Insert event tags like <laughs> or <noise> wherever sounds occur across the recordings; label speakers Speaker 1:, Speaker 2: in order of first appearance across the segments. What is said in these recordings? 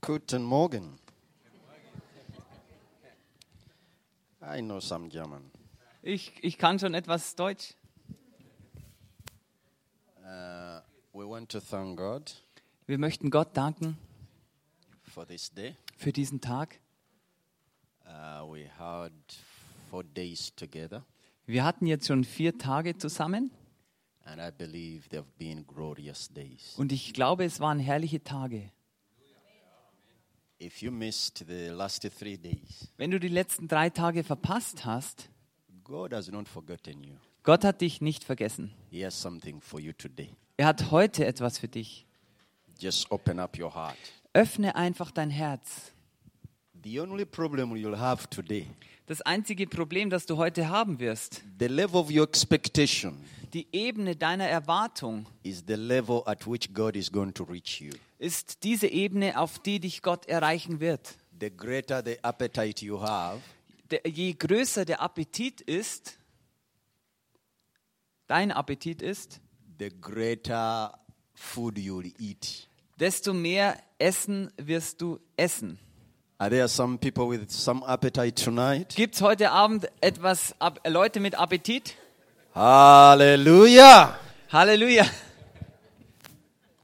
Speaker 1: Guten Morgen. I know some German.
Speaker 2: Ich, ich kann schon etwas Deutsch.
Speaker 1: Uh, we want to thank God
Speaker 2: Wir möchten Gott danken
Speaker 1: for this day.
Speaker 2: für diesen Tag.
Speaker 1: Uh, we had four days together,
Speaker 2: Wir hatten jetzt schon vier Tage zusammen
Speaker 1: and I believe they've been glorious days.
Speaker 2: und ich glaube, es waren herrliche Tage.
Speaker 1: If you missed the last three days,
Speaker 2: Wenn du die letzten drei Tage verpasst hast,
Speaker 1: God has not forgotten you.
Speaker 2: Gott hat dich nicht vergessen.
Speaker 1: He has something for you today.
Speaker 2: Er hat heute etwas für dich.
Speaker 1: Just open up your heart.
Speaker 2: Öffne einfach dein Herz.
Speaker 1: The only problem you'll have today,
Speaker 2: Das einzige Problem, das du heute haben wirst,
Speaker 1: the level of your expectation,
Speaker 2: die Ebene deiner Erwartung,
Speaker 1: is the level at which God is going to reach you.
Speaker 2: ist diese Ebene, auf die dich Gott erreichen wird.
Speaker 1: The greater the appetite you have,
Speaker 2: Der, je größer der Appetit ist, dein Appetit ist,
Speaker 1: the greater food you'll eat.
Speaker 2: desto mehr Essen wirst du essen.
Speaker 1: Are there some people with some appetite tonight?
Speaker 2: Gibt es heute Abend etwas Ab Leute mit Appetit?
Speaker 1: Hallelujah!
Speaker 2: Halleluja!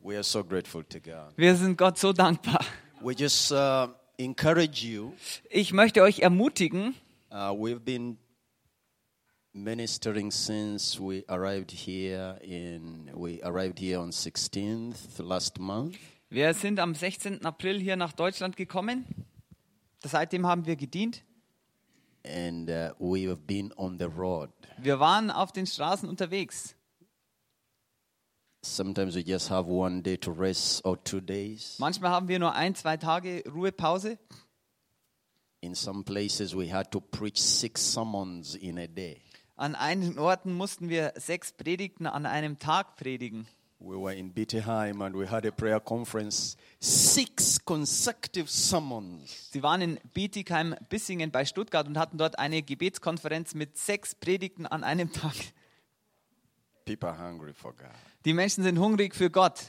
Speaker 1: We are so grateful to God.
Speaker 2: Wir sind Gott so dankbar.
Speaker 1: We just uh, encourage you.
Speaker 2: Ich möchte euch ermutigen,
Speaker 1: Uh, we've been ministering since we arrived here in we arrived here on 16th last month.
Speaker 2: wir sind am 16. April hier nach Deutschland gekommen. Seitdem haben wir gedient.
Speaker 1: and uh, we have been on the road.
Speaker 2: Wir waren auf den Straßen unterwegs.
Speaker 1: Sometimes we just have one day to rest or two days.
Speaker 2: Manchmal haben wir nur ein, zwei Tage Ruhepause.
Speaker 1: In some places, we had to preach six sermons in a day.
Speaker 2: An einigen Orten mussten wir sechs Predigten an einem Tag predigen.
Speaker 1: We were in Bietigheim and we had a prayer conference, six consecutive sermons.
Speaker 2: Sie waren in Bietigheim, Bissingen bei Stuttgart und hatten dort eine Gebetskonferenz mit sechs Predigten an einem Tag.
Speaker 1: People are hungry for God.
Speaker 2: Die Menschen sind hungrig für Gott.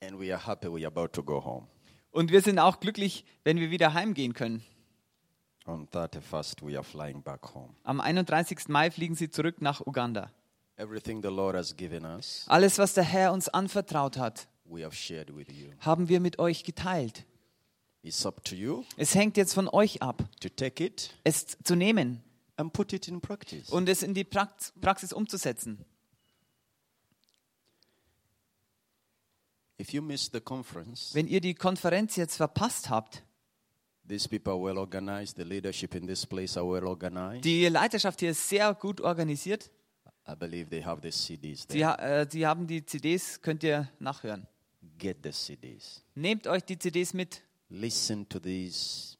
Speaker 1: And we are happy we are about to go home.
Speaker 2: Und wir sind auch glücklich, wenn wir wieder heimgehen können.
Speaker 1: On 31st, we are flying back home.
Speaker 2: Am 31. Mai fliegen sie zurück nach Uganda.
Speaker 1: Everything the Lord has given us,
Speaker 2: Alles, was der Herr uns anvertraut hat,
Speaker 1: we have shared with you.
Speaker 2: haben wir mit euch geteilt.
Speaker 1: It's up to you
Speaker 2: Es hängt jetzt von euch ab,
Speaker 1: to take it
Speaker 2: es zu nehmen
Speaker 1: and put it in practice.
Speaker 2: und es in die Prax Praxis umzusetzen.
Speaker 1: If you miss the conference,
Speaker 2: Wenn ihr die Konferenz jetzt verpasst habt,
Speaker 1: these people are well organized. The leadership in this place are well organized.
Speaker 2: die Leiterschaft hier ist sehr gut organisiert.
Speaker 1: I believe they have the CDs.
Speaker 2: Sie,
Speaker 1: There.
Speaker 2: ha- äh, Sie haben die CDs, könnt ihr nachhören.
Speaker 1: Get the CDs.
Speaker 2: Nehmt euch die CDs mit,
Speaker 1: Listen to these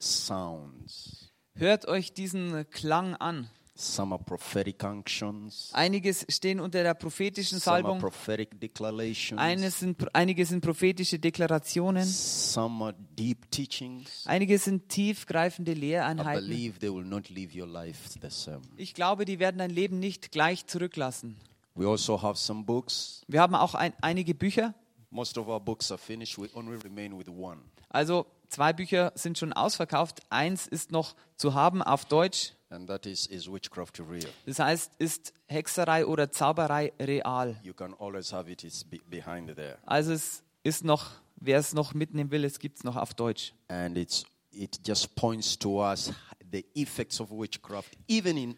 Speaker 1: sounds.
Speaker 2: hört euch diesen Klang an.
Speaker 1: Some are prophetic unctions.
Speaker 2: Einiges stehen unter der prophetischen
Speaker 1: Some are
Speaker 2: Salbung,
Speaker 1: prophetic declarations.
Speaker 2: eines sind, einige sind prophetische Deklarationen,
Speaker 1: Some are deep teachings.
Speaker 2: einige sind tiefgreifende
Speaker 1: I
Speaker 2: Lehreinheiten.
Speaker 1: believe they will not live your life the same.
Speaker 2: Ich glaube, die werden dein Leben nicht gleich zurücklassen.
Speaker 1: We also have some books.
Speaker 2: Wir haben auch ein, einige Bücher,
Speaker 1: Most of our books are finished. We only remain with one.
Speaker 2: also zwei Bücher sind schon ausverkauft, eins ist noch zu haben auf Deutsch,
Speaker 1: And that is, is Witchcraft Real.
Speaker 2: das heißt, ist Hexerei oder Zauberei real.
Speaker 1: You can always have it. It's be- behind there.
Speaker 2: Also es ist noch, wer es noch mitnehmen will, es gibt es noch auf Deutsch.
Speaker 1: and it's it just points to us the effects of witchcraft even in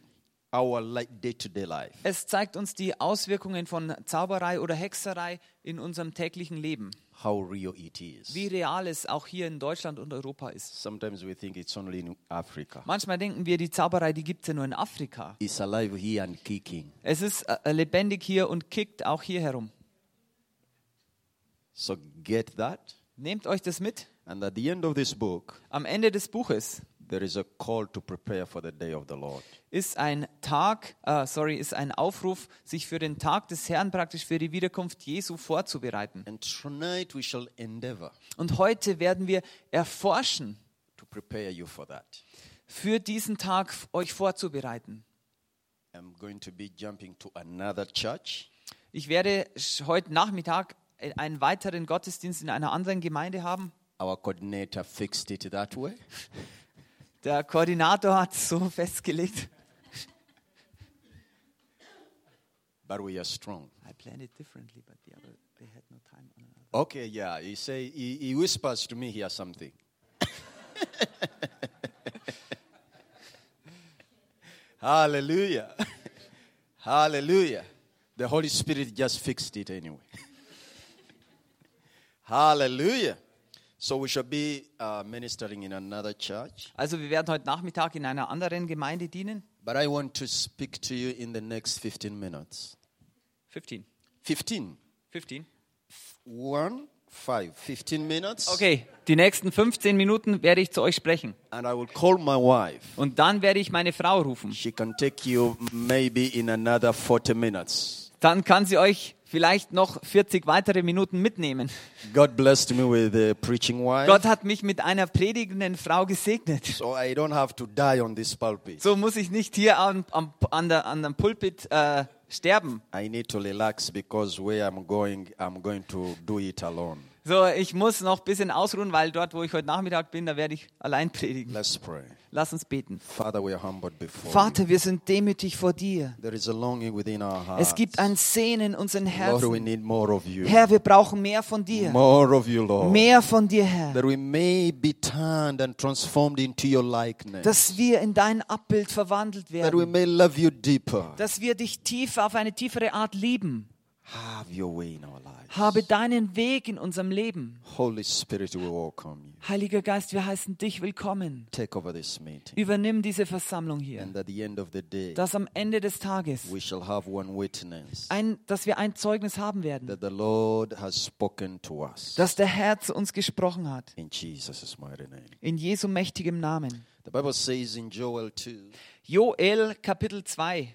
Speaker 1: our like day-to-day life
Speaker 2: Es zeigt uns die Auswirkungen von Zauberei oder Hexerei in unserem täglichen Leben.
Speaker 1: how real it is
Speaker 2: Wie real es auch hier in Deutschland und Europa ist.
Speaker 1: sometimes we think it's only in africa
Speaker 2: Manchmal denken wir, die Zauberei, die gibt es ja nur in Afrika.
Speaker 1: it's alive here and kicking
Speaker 2: Es ist äh, lebendig hier und kickt auch hier herum.
Speaker 1: so get that
Speaker 2: Nehmt euch das mit.
Speaker 1: and at the end of this book
Speaker 2: Am Ende des Buches
Speaker 1: there is a call to prepare for the day of the lord
Speaker 2: ist ein Tag, äh, sorry, ist ein Aufruf, sich für den Tag des Herrn praktisch für die Wiederkunft Jesu vorzubereiten.
Speaker 1: and tonight we shall endeavor
Speaker 2: Und heute werden wir erforschen,
Speaker 1: to prepare you for that
Speaker 2: für diesen Tag euch vorzubereiten.
Speaker 1: i'm going to be jumping to another church
Speaker 2: Ich werde sch- heute Nachmittag äh, einen weiteren Gottesdienst in einer anderen Gemeinde haben.
Speaker 1: Our coordinator fixed it that way.
Speaker 2: Der Koordinator hat so <laughs> festgelegt.
Speaker 1: But we are strong.
Speaker 2: I planned it differently, but the other, they had no time on another.
Speaker 1: Okay, yeah. He say he, he whispers to me here something. <laughs> Hallelujah. <laughs> Hallelujah. The Holy Spirit just fixed it anyway. <laughs> Hallelujah. So we shall be uh, ministering in another church.
Speaker 2: Also wir werden heute Nachmittag in einer anderen Gemeinde dienen.
Speaker 1: But I want to speak to you in the next 15 minutes.
Speaker 2: 15.
Speaker 1: 15.
Speaker 2: 15.
Speaker 1: 1, 5. 15 minutes.
Speaker 2: Okay, die nächsten 15 Minuten werde ich zu euch sprechen.
Speaker 1: And I will call my wife.
Speaker 2: Und dann werde ich meine Frau rufen.
Speaker 1: She can take you maybe in another 40 minutes.
Speaker 2: Dann kann sie euch vielleicht noch 40 weitere Minuten mitnehmen.
Speaker 1: God blessed me with a preaching wife.
Speaker 2: Gott hat mich mit einer predigenden Frau gesegnet.
Speaker 1: So I don't have to die on this pulpit.
Speaker 2: So muss ich nicht hier an, am- an, der, an dem Pulpit äh, sterben.
Speaker 1: I need to relax because where I'm going, I'm going to do it alone.
Speaker 2: So, ich muss noch ein bisschen ausruhen, weil dort, wo ich heute Nachmittag bin, da werde ich allein predigen.
Speaker 1: Let's pray.
Speaker 2: Lass uns beten.
Speaker 1: Father, we are humbled before you.
Speaker 2: Vater, wir sind demütig vor dir.
Speaker 1: There is a longing within our hearts.
Speaker 2: Es gibt ein Sehnen in unseren
Speaker 1: Lord, we
Speaker 2: Herzen.
Speaker 1: need more of you.
Speaker 2: Herr, wir brauchen mehr von dir.
Speaker 1: More of you, Lord.
Speaker 2: Mehr von dir, Herr.
Speaker 1: That we may be turned and transformed into your likeness.
Speaker 2: Dass wir in dein Abbild verwandelt
Speaker 1: that we
Speaker 2: werden.
Speaker 1: may love you deeper.
Speaker 2: Dass wir dich tiefer auf eine tiefere Art lieben.
Speaker 1: Have your way in our lives.
Speaker 2: Habe deinen Weg in unserem Leben.
Speaker 1: Holy Spirit, we welcome you.
Speaker 2: Heiliger Geist, wir heißen dich willkommen.
Speaker 1: Take over this meeting.
Speaker 2: Übernimm diese Versammlung hier,
Speaker 1: And at the end of the day,
Speaker 2: dass am Ende des Tages,
Speaker 1: we shall have one witness
Speaker 2: ein, dass wir ein Zeugnis haben werden,
Speaker 1: that the Lord has spoken to us.
Speaker 2: dass der Herr zu uns gesprochen hat.
Speaker 1: In Jesus' mighty name.
Speaker 2: In Jesu mächtigem Namen.
Speaker 1: The Bible says in Joel 2
Speaker 2: Joel Kapitel 2.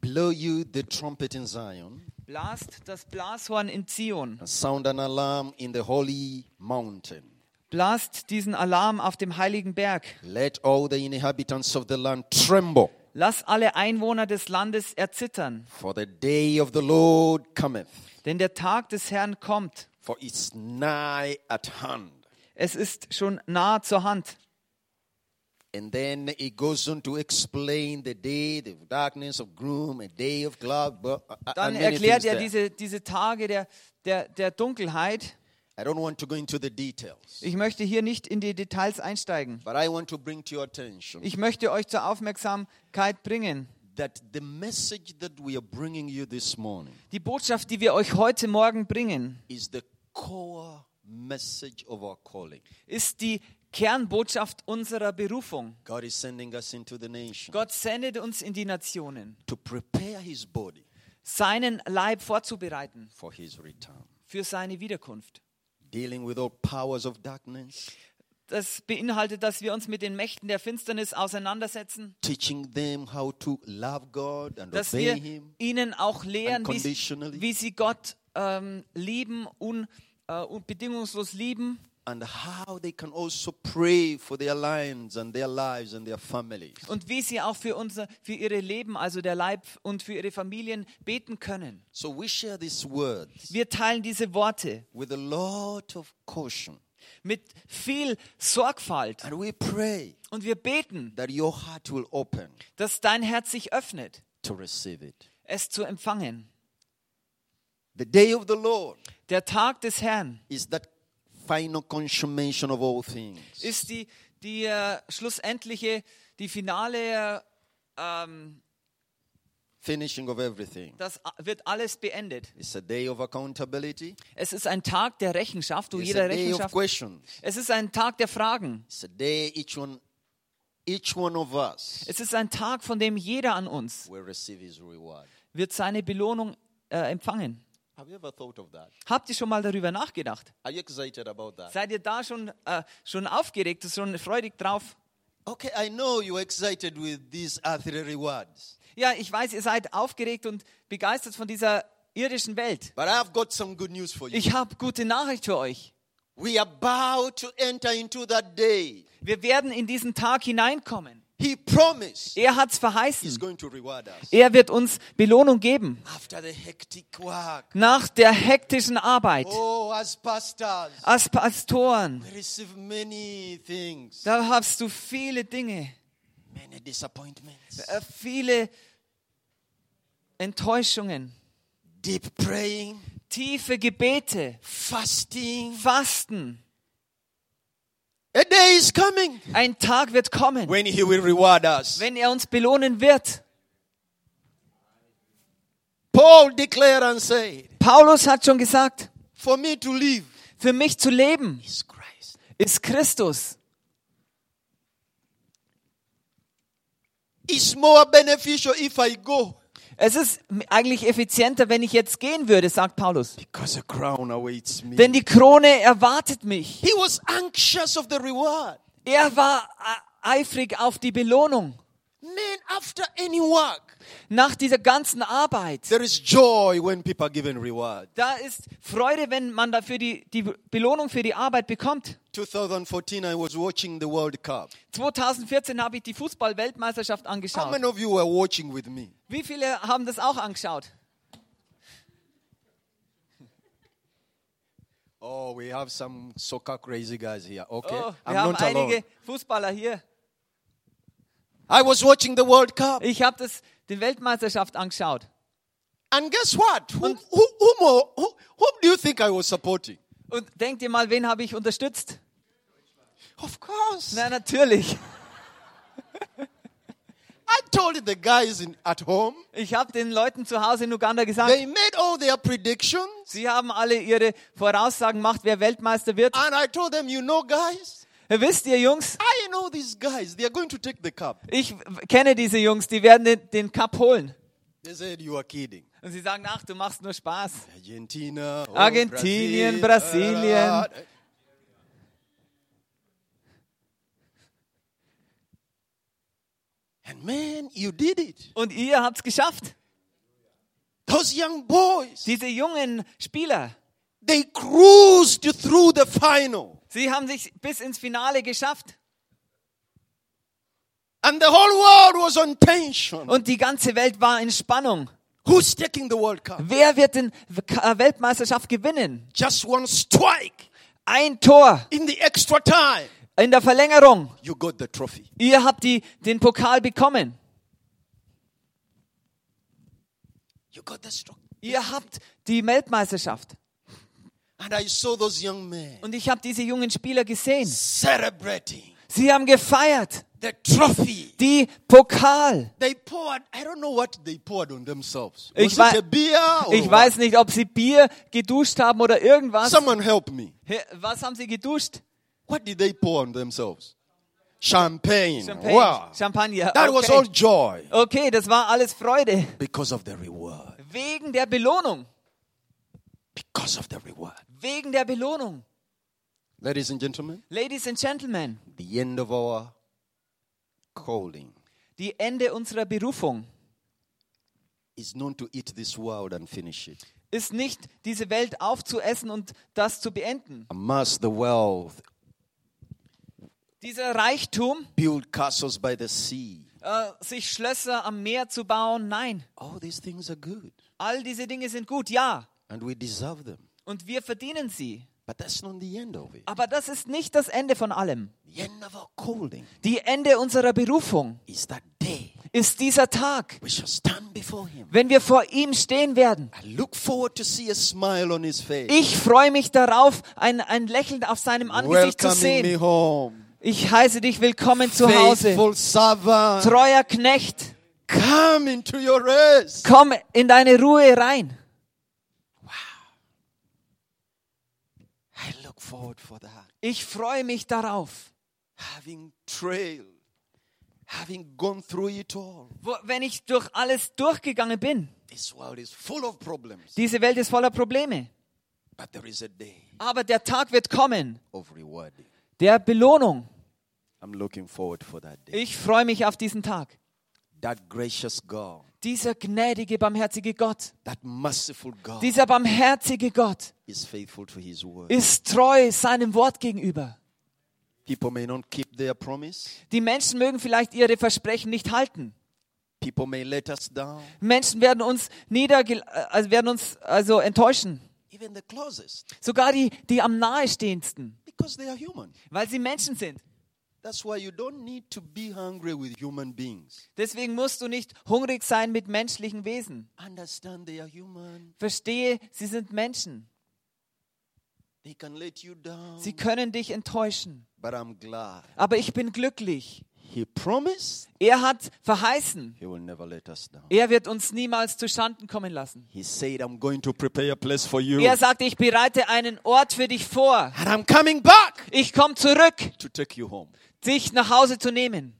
Speaker 1: Blow you the trumpet in Zion,
Speaker 2: Blast das Blashorn in Zion.
Speaker 1: and sound an alarm in the holy mountain.
Speaker 2: Blast diesen Alarm auf dem heiligen Berg.
Speaker 1: Let all the inhabitants of the land tremble,
Speaker 2: Lass alle Einwohner des Landes erzittern,
Speaker 1: for the day of the Lord cometh,
Speaker 2: denn der Tag des Herrn kommt.
Speaker 1: for it's nigh at hand.
Speaker 2: Es ist schon nah zur Hand.
Speaker 1: And then it goes on to explain the day, the darkness of gloom, a day of cloud. But, uh, and
Speaker 2: Dann
Speaker 1: many
Speaker 2: erklärt
Speaker 1: things
Speaker 2: er
Speaker 1: there.
Speaker 2: diese, diese Tage der, der, der Dunkelheit.
Speaker 1: I don't want to go into the details,
Speaker 2: Ich möchte hier nicht in die Details einsteigen.
Speaker 1: but I want to bring to your attention
Speaker 2: Ich möchte euch zur Aufmerksamkeit bringen.
Speaker 1: that the message that we are bringing you this morning
Speaker 2: Die Botschaft, die wir euch heute Morgen bringen,
Speaker 1: is the core message of our calling.
Speaker 2: ist die Kernbotschaft unserer Berufung.
Speaker 1: God is sending us into the nation
Speaker 2: Gott sendet uns in die Nationen,
Speaker 1: to prepare his body
Speaker 2: seinen Leib vorzubereiten
Speaker 1: for his return,
Speaker 2: für seine Wiederkunft.
Speaker 1: dealing with all powers of darkness,
Speaker 2: Das beinhaltet, dass wir uns mit den Mächten der Finsternis auseinandersetzen,
Speaker 1: teaching them how to love God and
Speaker 2: dass
Speaker 1: obey
Speaker 2: wir
Speaker 1: him.
Speaker 2: ihnen auch lehren, wie, sie-
Speaker 1: Unconditionally.
Speaker 2: wie sie Gott ähm, lieben und äh, und bedingungslos lieben.
Speaker 1: and how they can also pray for their lives and their lives and their families.
Speaker 2: und wie sie auch für unser für ihre Leben, also der Leib und für ihre Familien beten können.
Speaker 1: So we share these words
Speaker 2: Wir teilen diese Worte
Speaker 1: with a lot of caution.
Speaker 2: mit viel Sorgfalt
Speaker 1: And we pray
Speaker 2: und wir beten,
Speaker 1: that your heart will open
Speaker 2: dass dein Herz sich öffnet,
Speaker 1: to receive it.
Speaker 2: es zu empfangen.
Speaker 1: The day of the Lord
Speaker 2: Der Tag des Herrn
Speaker 1: is that final consummation of all things.
Speaker 2: ist die die äh, schlussendliche, die finale, äh, ähm,
Speaker 1: Finishing of everything.
Speaker 2: das a- wird alles beendet.
Speaker 1: It's a day of accountability.
Speaker 2: Es ist ein Tag der Rechenschaft, wo
Speaker 1: It's
Speaker 2: jeder
Speaker 1: a day of
Speaker 2: Rechenschaft.
Speaker 1: questions.
Speaker 2: Es ist ein Tag der Fragen.
Speaker 1: It's a day each one each one of us
Speaker 2: Es ist ein Tag, von dem jeder an uns
Speaker 1: will receive his reward.
Speaker 2: wird seine Belohnung äh, empfangen.
Speaker 1: Have you ever thought of that?
Speaker 2: Habt ihr schon mal darüber nachgedacht?
Speaker 1: Are you excited about that?
Speaker 2: Seid ihr da schon, äh, schon aufgeregt, schon freudig drauf?
Speaker 1: Okay, I know you're excited with these earthly rewards,
Speaker 2: Ja, ich weiß, ihr seid aufgeregt und begeistert von dieser irdischen Welt.
Speaker 1: but I've got some good news <laughs> for you.
Speaker 2: Ich habe gute Nachricht für euch.
Speaker 1: We are about to enter into that day.
Speaker 2: Wir werden in diesen Tag hineinkommen.
Speaker 1: He promised
Speaker 2: Er hat's
Speaker 1: He's
Speaker 2: verheißen.
Speaker 1: going to reward us.
Speaker 2: Er wird uns Belohnung geben.
Speaker 1: After the hectic work,
Speaker 2: Nach der hektischen Arbeit
Speaker 1: oh, as pastors,
Speaker 2: als Pastoren,
Speaker 1: we receive many things,
Speaker 2: da hast du viele Dinge,
Speaker 1: many disappointments,
Speaker 2: äh, viele Enttäuschungen,
Speaker 1: deep praying,
Speaker 2: tiefe Gebete,
Speaker 1: fasting.
Speaker 2: Fasten.
Speaker 1: A day is coming
Speaker 2: Ein Tag wird kommen,
Speaker 1: when He will reward us.
Speaker 2: wenn er uns belohnen wird.
Speaker 1: Paul declared and said,
Speaker 2: Paulus hat schon gesagt,
Speaker 1: For me to live
Speaker 2: für mich zu leben
Speaker 1: is Christ.
Speaker 2: ist Christus.
Speaker 1: It's more beneficial if I go
Speaker 2: Es ist eigentlich effizienter, wenn ich jetzt gehen würde, sagt Paulus.
Speaker 1: because a crown awaits me.
Speaker 2: Denn die Krone erwartet mich.
Speaker 1: he was anxious of the reward.
Speaker 2: Er war äh, eifrig auf die Belohnung.
Speaker 1: Man, after any work,
Speaker 2: Nach dieser ganzen Arbeit,
Speaker 1: there is joy when people are given reward.
Speaker 2: da ist Freude, wenn man dafür die, die Belohnung für die Arbeit bekommt.
Speaker 1: 2014, I was watching the World Cup.
Speaker 2: 2014 habe ich die Fußball-Weltmeisterschaft
Speaker 1: How
Speaker 2: angeschaut.
Speaker 1: many of you were watching with me?
Speaker 2: Wie viele haben das auch angeschaut?
Speaker 1: Oh, we have some soccer crazy guys here. Okay,
Speaker 2: Oh,
Speaker 1: I'm
Speaker 2: wir haben
Speaker 1: not alone.
Speaker 2: einige Fußballer hier.
Speaker 1: I was watching the World Cup,
Speaker 2: Ich habe das die Weltmeisterschaft angeschaut.
Speaker 1: and guess what? Who, who, who, more, who, whom do you think I was supporting?
Speaker 2: Und denkt ihr mal, wen habe ich unterstützt?
Speaker 1: Of course,
Speaker 2: Na natürlich.
Speaker 1: I told the guys in, at home.
Speaker 2: Ich habe den Leuten zu Hause in Uganda gesagt,
Speaker 1: They made all their predictions,
Speaker 2: sie haben alle ihre Voraussagen gemacht, wer Weltmeister wird.
Speaker 1: and I told them, you know, guys,
Speaker 2: Wisst ihr, Jungs,
Speaker 1: I know these guys. They are going to take the cup.
Speaker 2: ich w- kenne diese Jungs, die werden den, den Cup holen.
Speaker 1: They said, you are kidding.
Speaker 2: Und sie sagen, ach, du machst nur Spaß.
Speaker 1: Argentina, oh,
Speaker 2: Argentinien,
Speaker 1: Brasil,
Speaker 2: Brasilien.
Speaker 1: äh, äh. And man, you did it.
Speaker 2: Und ihr habt's geschafft.
Speaker 1: Those young boys,
Speaker 2: Diese jungen Spieler,
Speaker 1: they cruised through the final.
Speaker 2: sie haben sich bis ins Finale geschafft.
Speaker 1: And the whole world was on tension.
Speaker 2: Und die ganze Welt war in Spannung.
Speaker 1: Who's taking the World Cup?
Speaker 2: Wer wird den W- K- Weltmeisterschaft gewinnen?
Speaker 1: Just one strike
Speaker 2: Ein Tor
Speaker 1: in the extra time.
Speaker 2: in der Verlängerung.
Speaker 1: You got the trophy.
Speaker 2: Ihr habt die, den Pokal bekommen.
Speaker 1: You got the stroke.
Speaker 2: Ihr habt die Weltmeisterschaft.
Speaker 1: And I saw those young men
Speaker 2: Und ich habe diese jungen Spieler gesehen.
Speaker 1: celebrating
Speaker 2: Sie haben gefeiert.
Speaker 1: the trophy.
Speaker 2: Die Pokal.
Speaker 1: They poured, I don't know what they poured on themselves.
Speaker 2: Ich
Speaker 1: Was
Speaker 2: wei-
Speaker 1: it a beer? Or
Speaker 2: Ich weiß nicht, ob sie Bier geduscht haben oder
Speaker 1: what?
Speaker 2: irgendwas.
Speaker 1: Someone help me.
Speaker 2: Hä, Was haben sie geduscht?
Speaker 1: What did they pour on themselves? Champagne.
Speaker 2: Champagne.
Speaker 1: Wow.
Speaker 2: Champagner.
Speaker 1: That was all
Speaker 2: Okay.
Speaker 1: joy
Speaker 2: okay, das war alles Freude.
Speaker 1: because of the reward.
Speaker 2: Wegen der Belohnung.
Speaker 1: Because of the reward.
Speaker 2: Wegen der Belohnung.
Speaker 1: Ladies and gentlemen,
Speaker 2: Ladies and Gentlemen,
Speaker 1: the end of our calling
Speaker 2: die Ende unserer Berufung
Speaker 1: is not to eat this world and finish it.
Speaker 2: ist nicht, diese Welt aufzuessen und das zu beenden.
Speaker 1: Amass the wealth,
Speaker 2: Dieser Reichtum,
Speaker 1: build castles by the sea.
Speaker 2: äh, sich Schlösser am Meer zu bauen, nein.
Speaker 1: All these things are good
Speaker 2: All diese Dinge sind gut, ja.
Speaker 1: and we deserve them.
Speaker 2: Und wir verdienen sie.
Speaker 1: But that's not the end of it.
Speaker 2: Aber das ist nicht das Ende von allem.
Speaker 1: The end of our calling
Speaker 2: Die Ende unserer Berufung
Speaker 1: is that day
Speaker 2: ist dieser Tag,
Speaker 1: we shall stand before him.
Speaker 2: wenn wir vor ihm stehen werden.
Speaker 1: I look forward to see a smile on his face.
Speaker 2: Ich freue mich darauf, ein, ein Lächeln auf seinem Angesicht zu
Speaker 1: Welcoming me
Speaker 2: sehen.
Speaker 1: home.
Speaker 2: Ich heiße dich willkommen zu Hause.
Speaker 1: Faithful servant,
Speaker 2: Treuer Knecht,
Speaker 1: come into your rest.
Speaker 2: komm in deine Ruhe rein.
Speaker 1: I look forward for that.
Speaker 2: Ich freue mich darauf.
Speaker 1: Having trailed, having gone through it all,
Speaker 2: Wo, wenn ich durch alles durchgegangen bin.
Speaker 1: this world is full of problems.
Speaker 2: Diese Welt ist voller Probleme.
Speaker 1: But there is a day
Speaker 2: Aber der Tag wird kommen,
Speaker 1: of rewarding.
Speaker 2: der Belohnung.
Speaker 1: I'm looking forward for that day.
Speaker 2: Ich freue mich auf diesen Tag.
Speaker 1: That gracious God,
Speaker 2: Dieser gnädige, barmherzige Gott,
Speaker 1: that merciful God
Speaker 2: dieser barmherzige Gott
Speaker 1: is faithful to his word.
Speaker 2: ist treu seinem Wort gegenüber.
Speaker 1: People may not keep their promise.
Speaker 2: Die Menschen mögen vielleicht ihre Versprechen nicht halten.
Speaker 1: People may let us down.
Speaker 2: Menschen werden uns niederge äh, also werden uns also enttäuschen.
Speaker 1: Even the closest,
Speaker 2: Sogar die, die am nahestehendsten,
Speaker 1: because they are human.
Speaker 2: weil sie Menschen sind.
Speaker 1: That's why you don't need to be hungry with human beings.
Speaker 2: Deswegen musst du nicht hungrig sein mit menschlichen Wesen.
Speaker 1: Understand they are human.
Speaker 2: Verstehe, sie sind Menschen.
Speaker 1: They can let you down.
Speaker 2: Sie können dich enttäuschen.
Speaker 1: But I'm glad.
Speaker 2: Aber ich bin glücklich.
Speaker 1: He promised
Speaker 2: Er hat verheißen,
Speaker 1: he will never let us down.
Speaker 2: er wird uns niemals zu Schanden kommen lassen.
Speaker 1: He said, I'm going to prepare a place for you.
Speaker 2: Er sagte, ich bereite einen Ort für dich vor.
Speaker 1: And I'm coming back
Speaker 2: Ich komme zurück,
Speaker 1: to take you home.
Speaker 2: dich nach Hause zu nehmen.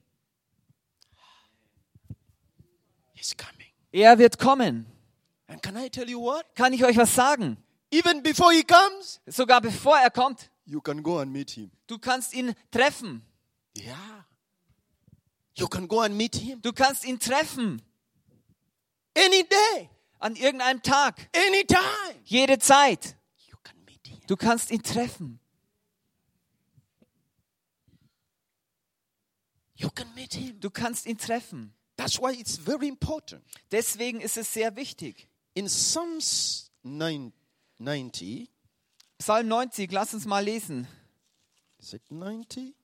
Speaker 1: He's coming.
Speaker 2: Er wird kommen.
Speaker 1: And can I tell you what?
Speaker 2: Kann ich euch was sagen?
Speaker 1: Even before he comes,
Speaker 2: Sogar bevor er kommt,
Speaker 1: you can go and meet him.
Speaker 2: du kannst ihn treffen.
Speaker 1: Yeah. You can go and meet him
Speaker 2: Du kannst ihn treffen
Speaker 1: any day,
Speaker 2: an irgendeinem Tag,
Speaker 1: any time.
Speaker 2: jede Zeit.
Speaker 1: You can meet him.
Speaker 2: Du kannst ihn treffen.
Speaker 1: You can meet him.
Speaker 2: Du kannst ihn treffen.
Speaker 1: That's why it's very important.
Speaker 2: Deswegen ist es sehr wichtig.
Speaker 1: In Psalms 9, 90,
Speaker 2: Psalm 90, lass uns mal lesen.
Speaker 1: is it 90?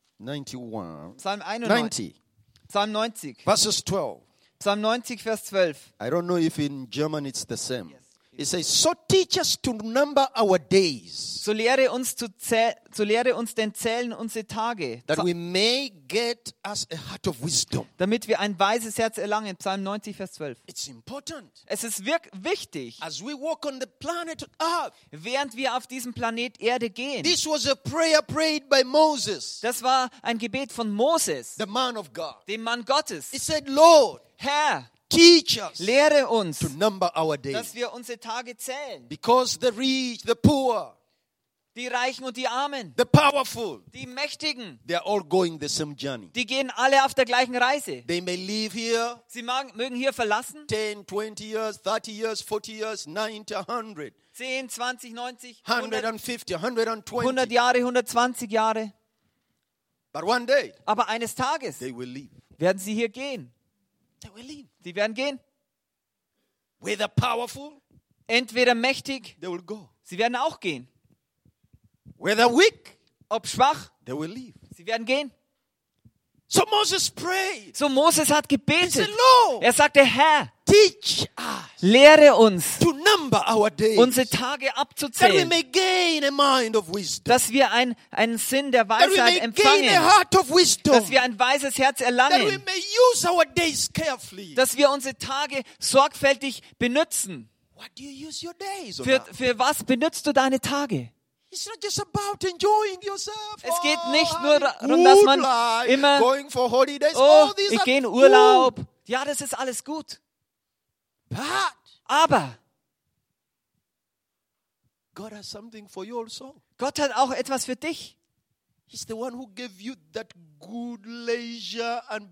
Speaker 1: 91.
Speaker 2: Psalm 91.
Speaker 1: 90,
Speaker 2: Psalm 90.
Speaker 1: verses 12.
Speaker 2: Psalm 90, Vers 12.
Speaker 1: I don't know if in German it's the same. It says, So teach us to number our days,
Speaker 2: So lehre uns, zu zäh- so lehre uns denn zählen unsere Tage,
Speaker 1: that we may get us a heart of wisdom.
Speaker 2: damit wir ein weises Herz erlangen. Psalm 90, Vers 12.
Speaker 1: It's important.
Speaker 2: Es ist wirk wichtig,
Speaker 1: As we walk on the planet Earth,
Speaker 2: während wir auf diesem Planet Erde gehen.
Speaker 1: this was a prayer prayed by Moses,
Speaker 2: Das war ein Gebet von Moses,
Speaker 1: the man of God.
Speaker 2: dem Mann
Speaker 1: He
Speaker 2: Gottes.
Speaker 1: said, Lord,
Speaker 2: Herr,
Speaker 1: teach us
Speaker 2: lehre uns,
Speaker 1: to number our
Speaker 2: dass
Speaker 1: days,
Speaker 2: wir unsere Tage zählen.
Speaker 1: because the rich, the poor,
Speaker 2: Die Reichen und die Armen,
Speaker 1: the powerful,
Speaker 2: die Mächtigen,
Speaker 1: they are all going the same journey.
Speaker 2: die gehen alle auf der gleichen Reise.
Speaker 1: They may live here
Speaker 2: Sie mag, mögen hier verlassen,
Speaker 1: 10, 20 years, 30 years, 40 years, 90, 100.
Speaker 2: 10, 20, 90, 100,
Speaker 1: 150, 120.
Speaker 2: 100 Jahre, 120 Jahre.
Speaker 1: But one day,
Speaker 2: Aber eines Tages
Speaker 1: they will leave.
Speaker 2: werden sie hier gehen.
Speaker 1: They will leave.
Speaker 2: Sie werden gehen.
Speaker 1: Whether powerful,
Speaker 2: Entweder mächtig,
Speaker 1: they will go.
Speaker 2: sie werden auch gehen.
Speaker 1: Whether weak,
Speaker 2: Ob schwach,
Speaker 1: they will leave.
Speaker 2: sie werden gehen.
Speaker 1: So Moses prayed.
Speaker 2: So Moses hat
Speaker 1: He said,
Speaker 2: gebetet.
Speaker 1: Lord,
Speaker 2: Er sagte, Herr,
Speaker 1: teach us
Speaker 2: lehre uns,
Speaker 1: to number our days.
Speaker 2: unsere Tage
Speaker 1: That we
Speaker 2: abzuzählen,
Speaker 1: may gain a mind of wisdom.
Speaker 2: dass wir ein, einen Sinn der
Speaker 1: That we may
Speaker 2: Weisheit
Speaker 1: gain a
Speaker 2: empfangen,
Speaker 1: heart of wisdom.
Speaker 2: dass wir ein weises Herz
Speaker 1: That we
Speaker 2: erlangen,
Speaker 1: may use our days carefully.
Speaker 2: dass wir unsere Tage sorgfältig benutzen.
Speaker 1: What do you use your days on?
Speaker 2: Für, für was benutzt du deine Tage?
Speaker 1: It's not just about enjoying yourself.
Speaker 2: Es geht
Speaker 1: Oh,
Speaker 2: nicht
Speaker 1: having
Speaker 2: nur darum,
Speaker 1: good
Speaker 2: dass man
Speaker 1: life,
Speaker 2: immer-
Speaker 1: going for holidays.
Speaker 2: Oh,
Speaker 1: all these
Speaker 2: ich
Speaker 1: are
Speaker 2: gehe in
Speaker 1: good,
Speaker 2: Urlaub. Ja, das ist alles gut.
Speaker 1: But
Speaker 2: Aber
Speaker 1: God has something for you also.
Speaker 2: Gott hat auch etwas für dich.
Speaker 1: He's the one who gave you that good leisure and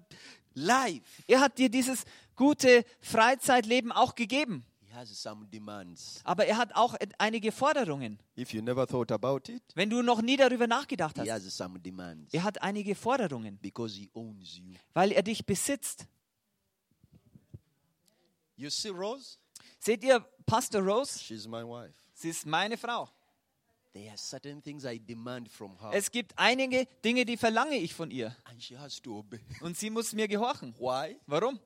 Speaker 1: life.
Speaker 2: Er hat dir dieses gute Freizeitleben auch gegeben.
Speaker 1: He has some demands.
Speaker 2: Aber er hat auch et- einige Forderungen.
Speaker 1: If you never thought about it,
Speaker 2: Wenn du noch nie darüber nachgedacht
Speaker 1: he
Speaker 2: hast,
Speaker 1: has some demands
Speaker 2: er hat einige Forderungen,
Speaker 1: because he owns you.
Speaker 2: weil er dich besitzt.
Speaker 1: You see, Rose,
Speaker 2: Seht ihr, Pastor Rose,
Speaker 1: she's my wife.
Speaker 2: sie ist meine Frau.
Speaker 1: There are certain things I demand from her,
Speaker 2: Es gibt einige Dinge, die verlange ich von ihr.
Speaker 1: and she has to obey. <laughs>
Speaker 2: Und sie muss mir gehorchen.
Speaker 1: Why?
Speaker 2: Warum?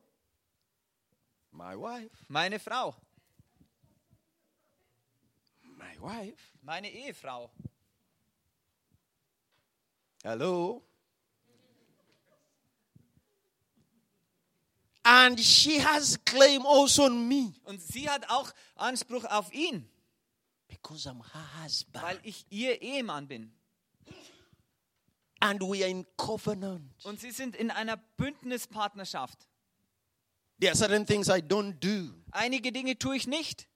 Speaker 1: My wife.
Speaker 2: Meine Frau,
Speaker 1: My wife.
Speaker 2: meine Ehefrau.
Speaker 1: Hello. And she has claim also on me
Speaker 2: Und sie hat auch Anspruch auf ihn,
Speaker 1: because I'm her husband.
Speaker 2: weil ich ihr Ehemann bin.
Speaker 1: and we are in covenant.
Speaker 2: Und sie sind in einer Bündnispartnerschaft.
Speaker 1: There are certain things I don't do.
Speaker 2: Einige Dinge tue ich nicht.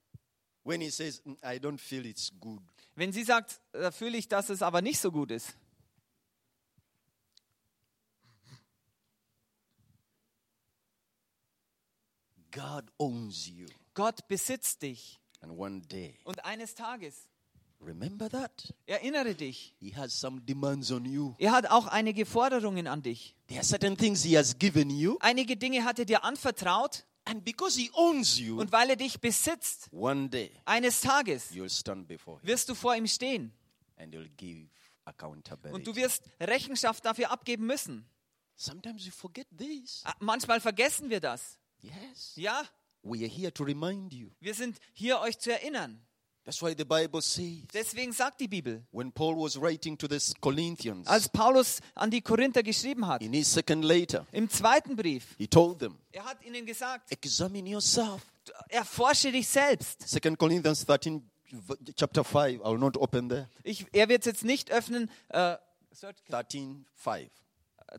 Speaker 1: When he says, "Mm, I don't feel it's good,
Speaker 2: Wenn sie sagt, da fühle ich, dass es aber nicht so gut ist,
Speaker 1: God owns you.
Speaker 2: Gott besitzt dich.
Speaker 1: And one day
Speaker 2: Und eines Tages
Speaker 1: Remember that?
Speaker 2: Erinnere dich.
Speaker 1: He has some demands on you.
Speaker 2: Er hat auch einige Forderungen an dich.
Speaker 1: There are certain things He has given you,
Speaker 2: Einige Dinge hat er dir anvertraut
Speaker 1: and because He owns you,
Speaker 2: und weil er dich besitzt,
Speaker 1: one day
Speaker 2: eines Tages
Speaker 1: you'll stand before Him
Speaker 2: wirst du vor ihm stehen
Speaker 1: and you'll give
Speaker 2: und du
Speaker 1: accountability.
Speaker 2: wirst Rechenschaft dafür abgeben müssen.
Speaker 1: Sometimes you forget this.
Speaker 2: Ah, Manchmal vergessen wir das.
Speaker 1: Yes.
Speaker 2: Ja,
Speaker 1: We are here to remind you.
Speaker 2: wir sind hier, euch zu erinnern.
Speaker 1: That's why the Bible says
Speaker 2: Deswegen sagt die Bibel,
Speaker 1: when Paul was writing to the Corinthians
Speaker 2: als Paulus an die Korinther geschrieben hat,
Speaker 1: in his second letter,
Speaker 2: im zweiten Brief,
Speaker 1: he told them,
Speaker 2: er hat ihnen gesagt,
Speaker 1: examine yourself.
Speaker 2: erforsche dich selbst.
Speaker 1: Second Corinthians 13, v- chapter 5. I will not open there.
Speaker 2: Ich, er wird es jetzt nicht öffnen. Äh,
Speaker 1: 13, 5.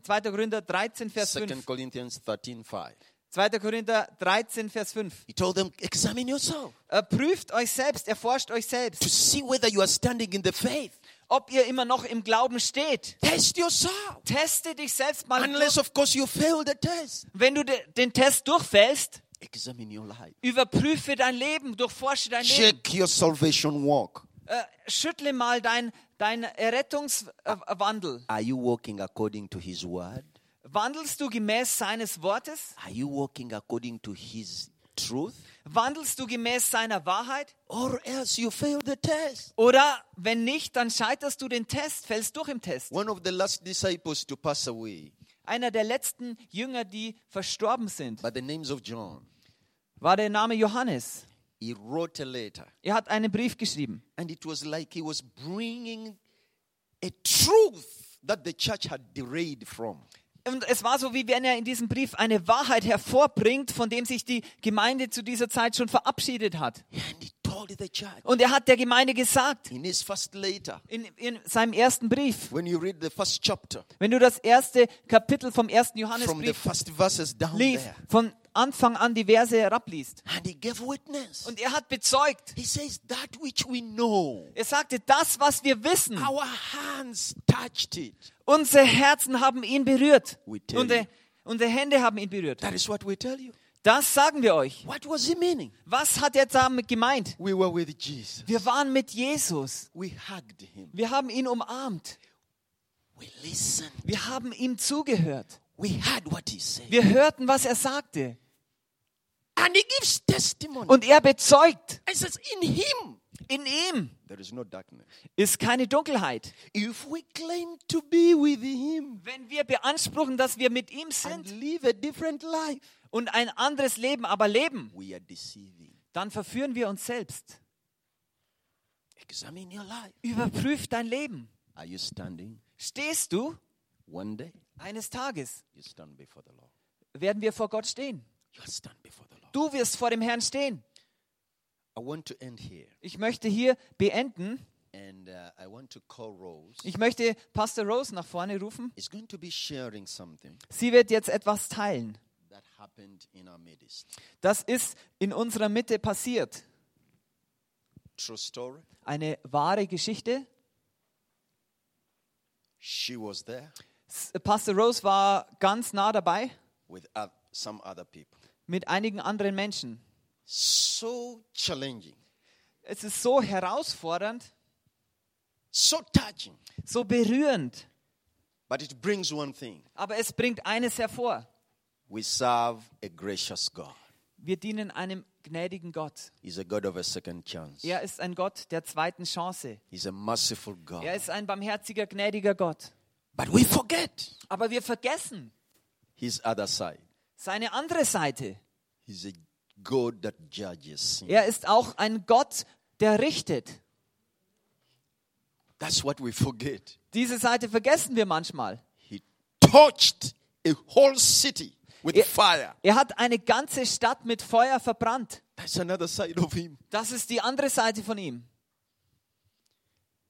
Speaker 2: 2. Korinther 13, Vers 5.
Speaker 1: Second Corinthians 13, 5.
Speaker 2: 2. Korinther 13, Vers 5.
Speaker 1: He told them, examine yourself
Speaker 2: Äh, prüft euch selbst, erforscht euch
Speaker 1: to
Speaker 2: selbst,
Speaker 1: see whether you are standing in the faith.
Speaker 2: ob ihr immer noch im Glauben steht.
Speaker 1: Test yourself.
Speaker 2: Teste dich selbst mal.
Speaker 1: Unless,
Speaker 2: Durch.
Speaker 1: of course, you fail the test.
Speaker 2: Wenn du de, den Test durchfällst,
Speaker 1: Examine your life.
Speaker 2: überprüfe dein Leben, durchforsche dein Leben.
Speaker 1: Check your salvation walk.
Speaker 2: Äh, schüttle mal dein, dein äh, Errettungswandel.
Speaker 1: Are you walking according to His word?
Speaker 2: Wandelst du gemäß seines Wortes?
Speaker 1: Are you walking according to His truth?
Speaker 2: Wandelst du gemäß seiner Wahrheit?
Speaker 1: Or else you fail the test.
Speaker 2: Oder wenn nicht, dann scheiterst du den Test, fällst durch im Test.
Speaker 1: One of the last disciples to pass away
Speaker 2: Einer der letzten Jünger, die verstorben sind,
Speaker 1: by the names of John,
Speaker 2: war der Name Johannes.
Speaker 1: he wrote a letter.
Speaker 2: Er hat einen Brief geschrieben.
Speaker 1: And it was like he was bringing a truth that the church had derayed from.
Speaker 2: Und es war so, wie wenn er in diesem Brief eine Wahrheit hervorbringt, von dem sich die Gemeinde zu dieser Zeit schon verabschiedet hat.
Speaker 1: And he told the church
Speaker 2: Und er hat der Gemeinde gesagt,
Speaker 1: in his first letter,
Speaker 2: in, in seinem ersten Brief,
Speaker 1: when you read the first chapter,
Speaker 2: wenn du das erste Kapitel vom ersten
Speaker 1: from the
Speaker 2: Johannesbrief
Speaker 1: first verses down
Speaker 2: liest,
Speaker 1: there,
Speaker 2: von Anfang an die Verse herabliest.
Speaker 1: and he gave witness.
Speaker 2: Und er hat bezeugt,
Speaker 1: He says, That which we know,
Speaker 2: er sagte, das, was wir wissen,
Speaker 1: our hands touched it.
Speaker 2: unsere Herzen haben ihn berührt.
Speaker 1: We tell
Speaker 2: Unsere, unsere Hände haben ihn berührt.
Speaker 1: That is what we tell you.
Speaker 2: Das sagen wir euch.
Speaker 1: What was he meaning?
Speaker 2: Was hat er damit gemeint?
Speaker 1: We were with Jesus.
Speaker 2: Wir waren mit Jesus.
Speaker 1: We hugged him.
Speaker 2: Wir haben ihn umarmt.
Speaker 1: We listened.
Speaker 2: Wir haben ihm zugehört.
Speaker 1: We heard what he said.
Speaker 2: Wir hörten, was er sagte.
Speaker 1: And he gives testimony.
Speaker 2: Und er bezeugt,
Speaker 1: And says, In him
Speaker 2: in ihm
Speaker 1: there is no darkness.
Speaker 2: ist keine Dunkelheit.
Speaker 1: If we claim to be with him
Speaker 2: Wenn wir beanspruchen, dass wir mit ihm
Speaker 1: and
Speaker 2: sind
Speaker 1: live a different life,
Speaker 2: und ein anderes Leben aber leben,
Speaker 1: we are deceiving.
Speaker 2: dann verführen wir uns selbst.
Speaker 1: Examine your life.
Speaker 2: Überprüf dein Leben.
Speaker 1: Are you standing?
Speaker 2: Stehst du?
Speaker 1: One day
Speaker 2: Eines Tages
Speaker 1: you stand before the Lord.
Speaker 2: werden wir vor Gott stehen.
Speaker 1: You'll stand before the Lord.
Speaker 2: Du wirst vor dem Herrn stehen.
Speaker 1: I want to end here.
Speaker 2: Ich möchte hier beenden.
Speaker 1: And uh, I want to call Rose.
Speaker 2: Ich möchte Pastor Rose nach vorne rufen.
Speaker 1: Is going to be sharing something
Speaker 2: Sie wird jetzt etwas teilen.
Speaker 1: that happened in our midst.
Speaker 2: Das ist in unserer Mitte passiert.
Speaker 1: True story.
Speaker 2: Eine wahre Geschichte.
Speaker 1: She was there
Speaker 2: S- äh, Pastor Rose war ganz nah dabei
Speaker 1: with oth- some other people.
Speaker 2: mit einigen anderen Menschen.
Speaker 1: So challenging,
Speaker 2: Es ist so herausfordernd,
Speaker 1: so touching.
Speaker 2: so berührend.
Speaker 1: But it brings one thing
Speaker 2: Aber es bringt eines hervor.
Speaker 1: we serve a gracious God.
Speaker 2: Wir dienen einem gnädigen Gott.
Speaker 1: He's a God of a second chance.
Speaker 2: Er ist ein Gott der zweiten Chance.
Speaker 1: He's a merciful God.
Speaker 2: Er ist ein barmherziger, gnädiger Gott.
Speaker 1: But we forget
Speaker 2: Aber wir vergessen
Speaker 1: his other side.
Speaker 2: seine andere Seite.
Speaker 1: He's a God that judges sin.
Speaker 2: Er ist auch ein Gott, der richtet.
Speaker 1: That's what we forget.
Speaker 2: Diese Seite vergessen wir manchmal.
Speaker 1: He touched a whole city with
Speaker 2: Yeah.
Speaker 1: fire.
Speaker 2: Er hat eine ganze Stadt mit Feuer verbrannt.
Speaker 1: That's another side of him.
Speaker 2: Das ist die andere Seite von ihm.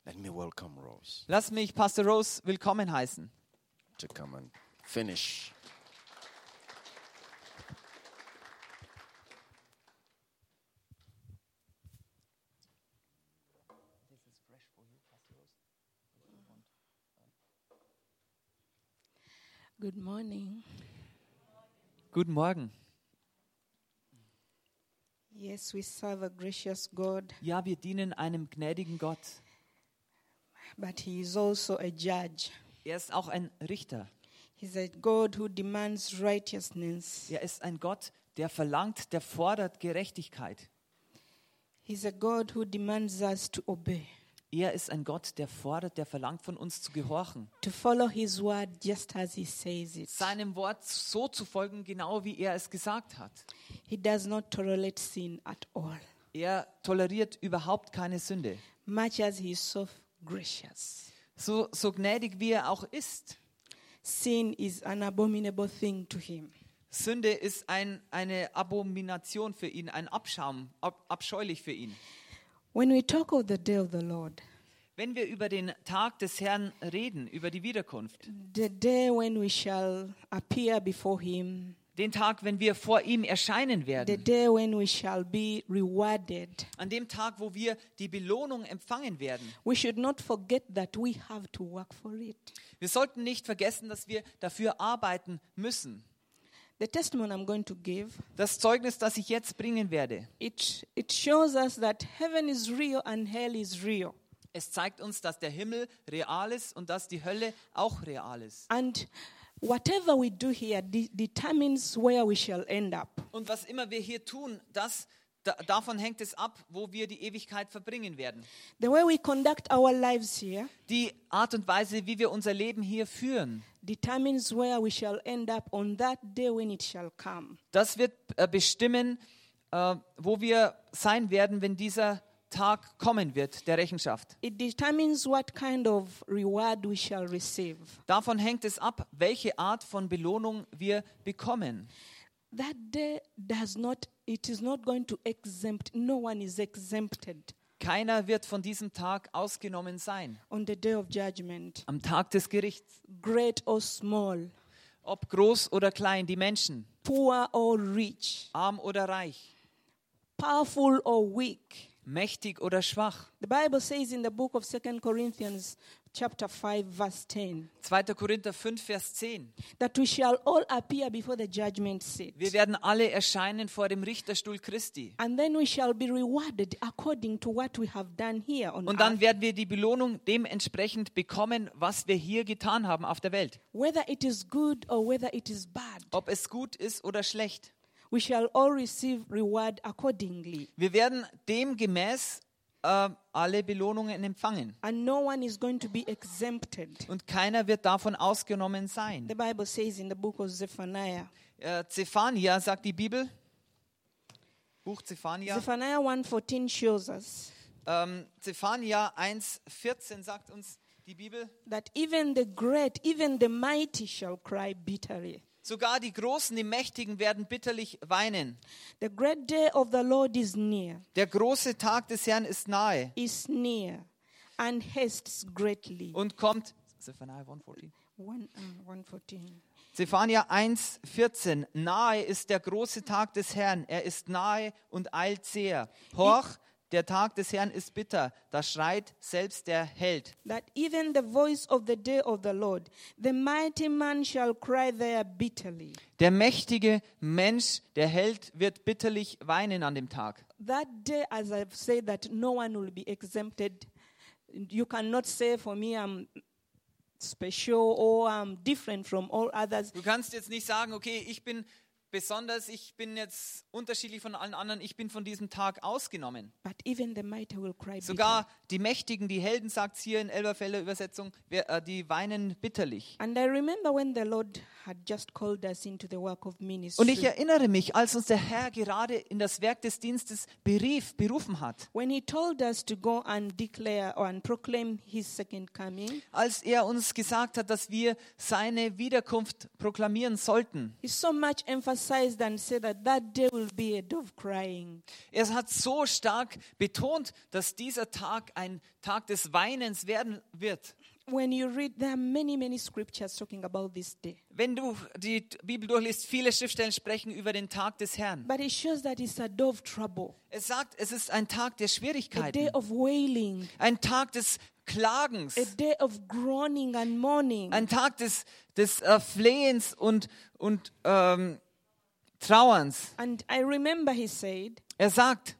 Speaker 1: Let me welcome Rose
Speaker 2: Lass mich Pastor Rose willkommen heißen.
Speaker 1: to come and finish.
Speaker 3: Good morning.
Speaker 2: Guten Morgen.
Speaker 3: Yes, we serve a gracious God,
Speaker 2: Ja, wir dienen einem gnädigen Gott.
Speaker 3: but He is also a judge.
Speaker 2: Er ist auch ein Richter.
Speaker 3: He's a God who demands righteousness.
Speaker 2: Er ist ein Gott, der verlangt, der fordert Gerechtigkeit.
Speaker 3: He's a God who demands us to obey,
Speaker 2: Er ist ein Gott, der fordert, der verlangt von uns zu gehorchen.
Speaker 3: to follow His word just as He says it.
Speaker 2: Seinem Wort so zu folgen, genau wie er es gesagt hat.
Speaker 3: He does not tolerate sin at all,
Speaker 2: Er toleriert überhaupt keine Sünde.
Speaker 3: much as He is so gracious.
Speaker 2: So, so gnädig wie er auch ist.
Speaker 3: Sin is an abominable thing to Him.
Speaker 2: Sünde ist ein, eine Abomination für ihn, ein Abschaum, ab, abscheulich für ihn.
Speaker 3: When we talk of the day of the Lord,
Speaker 2: Wenn wir über den Tag des Herrn reden, über die Wiederkunft,
Speaker 3: the day when we shall appear before Him,
Speaker 2: den Tag, wenn wir vor ihm erscheinen
Speaker 3: the
Speaker 2: werden,
Speaker 3: day when we shall be rewarded,
Speaker 2: an dem Tag, wo wir die Belohnung empfangen werden,
Speaker 3: we should not forget that we have to work for it.
Speaker 2: wir sollten nicht vergessen, dass wir dafür arbeiten müssen.
Speaker 3: The testimony I'm going to give,
Speaker 2: Das Zeugnis, das ich jetzt bringen werde,
Speaker 3: it, it shows us that heaven is real and hell is real.
Speaker 2: es zeigt uns, dass der Himmel real ist und dass die Hölle auch real ist.
Speaker 3: And whatever we do here de- determines where we shall end up.
Speaker 2: Und was immer wir hier tun, das, da, davon hängt es ab, wo wir die Ewigkeit verbringen werden.
Speaker 3: The way we conduct our lives here
Speaker 2: Die Art und Weise, wie wir unser Leben hier führen,
Speaker 3: determines where we shall end up on that day when it shall come.
Speaker 2: das wird äh, bestimmen, äh, wo wir sein werden, wenn dieser Tag kommen wird, der Rechenschaft.
Speaker 3: It determines what kind of reward we shall receive.
Speaker 2: Davon hängt es ab, welche Art von Belohnung wir bekommen.
Speaker 3: That day does not, it is not going to exempt, no one is exempted
Speaker 2: Keiner wird von diesem Tag ausgenommen sein,
Speaker 3: on the day of judgment,
Speaker 2: am Tag des Gerichts.
Speaker 3: great or small,
Speaker 2: Ob groß oder klein, die Menschen,
Speaker 3: poor or rich,
Speaker 2: arm oder reich,
Speaker 3: powerful or weak.
Speaker 2: mächtig oder schwach.
Speaker 3: The Bible says in the book of 2 Corinthians, chapter 5, verse 10,
Speaker 2: 2. Korinther 5, Vers 10.
Speaker 3: that we shall all appear before the
Speaker 2: Wir
Speaker 3: judgment seat.
Speaker 2: werden alle erscheinen vor dem Richterstuhl Christi.
Speaker 3: And then we shall be rewarded according to what we have done here on
Speaker 2: Und dann
Speaker 3: earth,
Speaker 2: werden wir die Belohnung dementsprechend bekommen, was wir hier getan haben auf der Welt.
Speaker 3: whether it is good or whether it is bad.
Speaker 2: Ob es gut ist oder schlecht.
Speaker 3: We shall all receive reward accordingly.
Speaker 2: Wir werden demgemäß äh, alle Belohnungen empfangen.
Speaker 3: And no one is going to be exempted.
Speaker 2: Und keiner wird davon ausgenommen sein.
Speaker 3: The Bible says in the book of Zephaniah,
Speaker 2: Äh, Zephania, sagt die Bibel, Buch Zephania,
Speaker 3: Zephaniah 1:14 shows us
Speaker 2: ähm, Zephania 1,14 sagt uns die Bibel,
Speaker 3: that even the great, even the mighty shall cry bitterly.
Speaker 2: sogar die Großen, die Mächtigen werden bitterlich weinen.
Speaker 3: The great day of the Lord is near,
Speaker 2: Der große Tag des Herrn ist nahe
Speaker 3: is near, and hastes greatly.
Speaker 2: und kommt. Zephania 1,14.
Speaker 3: One, uh, 1:14.
Speaker 2: Zephania 1,14. Nahe ist der große Tag des Herrn. Er ist nahe und eilt sehr. Horch, der Tag des Herrn ist bitter. Da schreit selbst der Held.
Speaker 3: That even the voice of the day of the Lord, the mighty man shall cry there bitterly.
Speaker 2: Der mächtige Mensch, der Held, wird bitterlich weinen an dem Tag.
Speaker 3: That day, as I've said, that no one will be exempted. You cannot say for me I'm special or I'm different from all others.
Speaker 2: Du kannst jetzt nicht sagen, okay, ich bin besonders, ich bin jetzt unterschiedlich von allen anderen, ich bin von diesem Tag ausgenommen.
Speaker 3: But even the mighty will cry bitterly.
Speaker 2: Sogar die Mächtigen, die Helden, sagt es hier in Elberfelder Übersetzung, wer- äh, die weinen bitterlich.
Speaker 3: And I remember when the Lord had just called us into the work of ministry.
Speaker 2: Und ich erinnere mich, als uns der Herr gerade in das Werk des Dienstes berief, berufen hat,
Speaker 3: when he told us to go and declare or and proclaim his second coming,
Speaker 2: als er uns gesagt hat, dass wir seine Wiederkunft proklamieren sollten.
Speaker 3: he so much emphasized and said that that day will be a day of crying.
Speaker 2: Er hat so stark betont, dass dieser Tag ein Tag des Weinens werden wird.
Speaker 3: When you read, there are many, many scriptures talking about this day.
Speaker 2: Wenn du die Bibel durchliest, viele Schriftstellen sprechen über den Tag des Herrn.
Speaker 3: But it shows that it's a day of trouble,
Speaker 2: Es sagt, es ist ein Tag der
Speaker 3: a day
Speaker 2: Schwierigkeiten,
Speaker 3: of wailing,
Speaker 2: ein Tag des Klagens,
Speaker 3: a day of groaning and mourning.
Speaker 2: ein Tag des, des äh, Flehens und, und ähm, Trauerns.
Speaker 3: And I remember he said,
Speaker 2: Er sagt,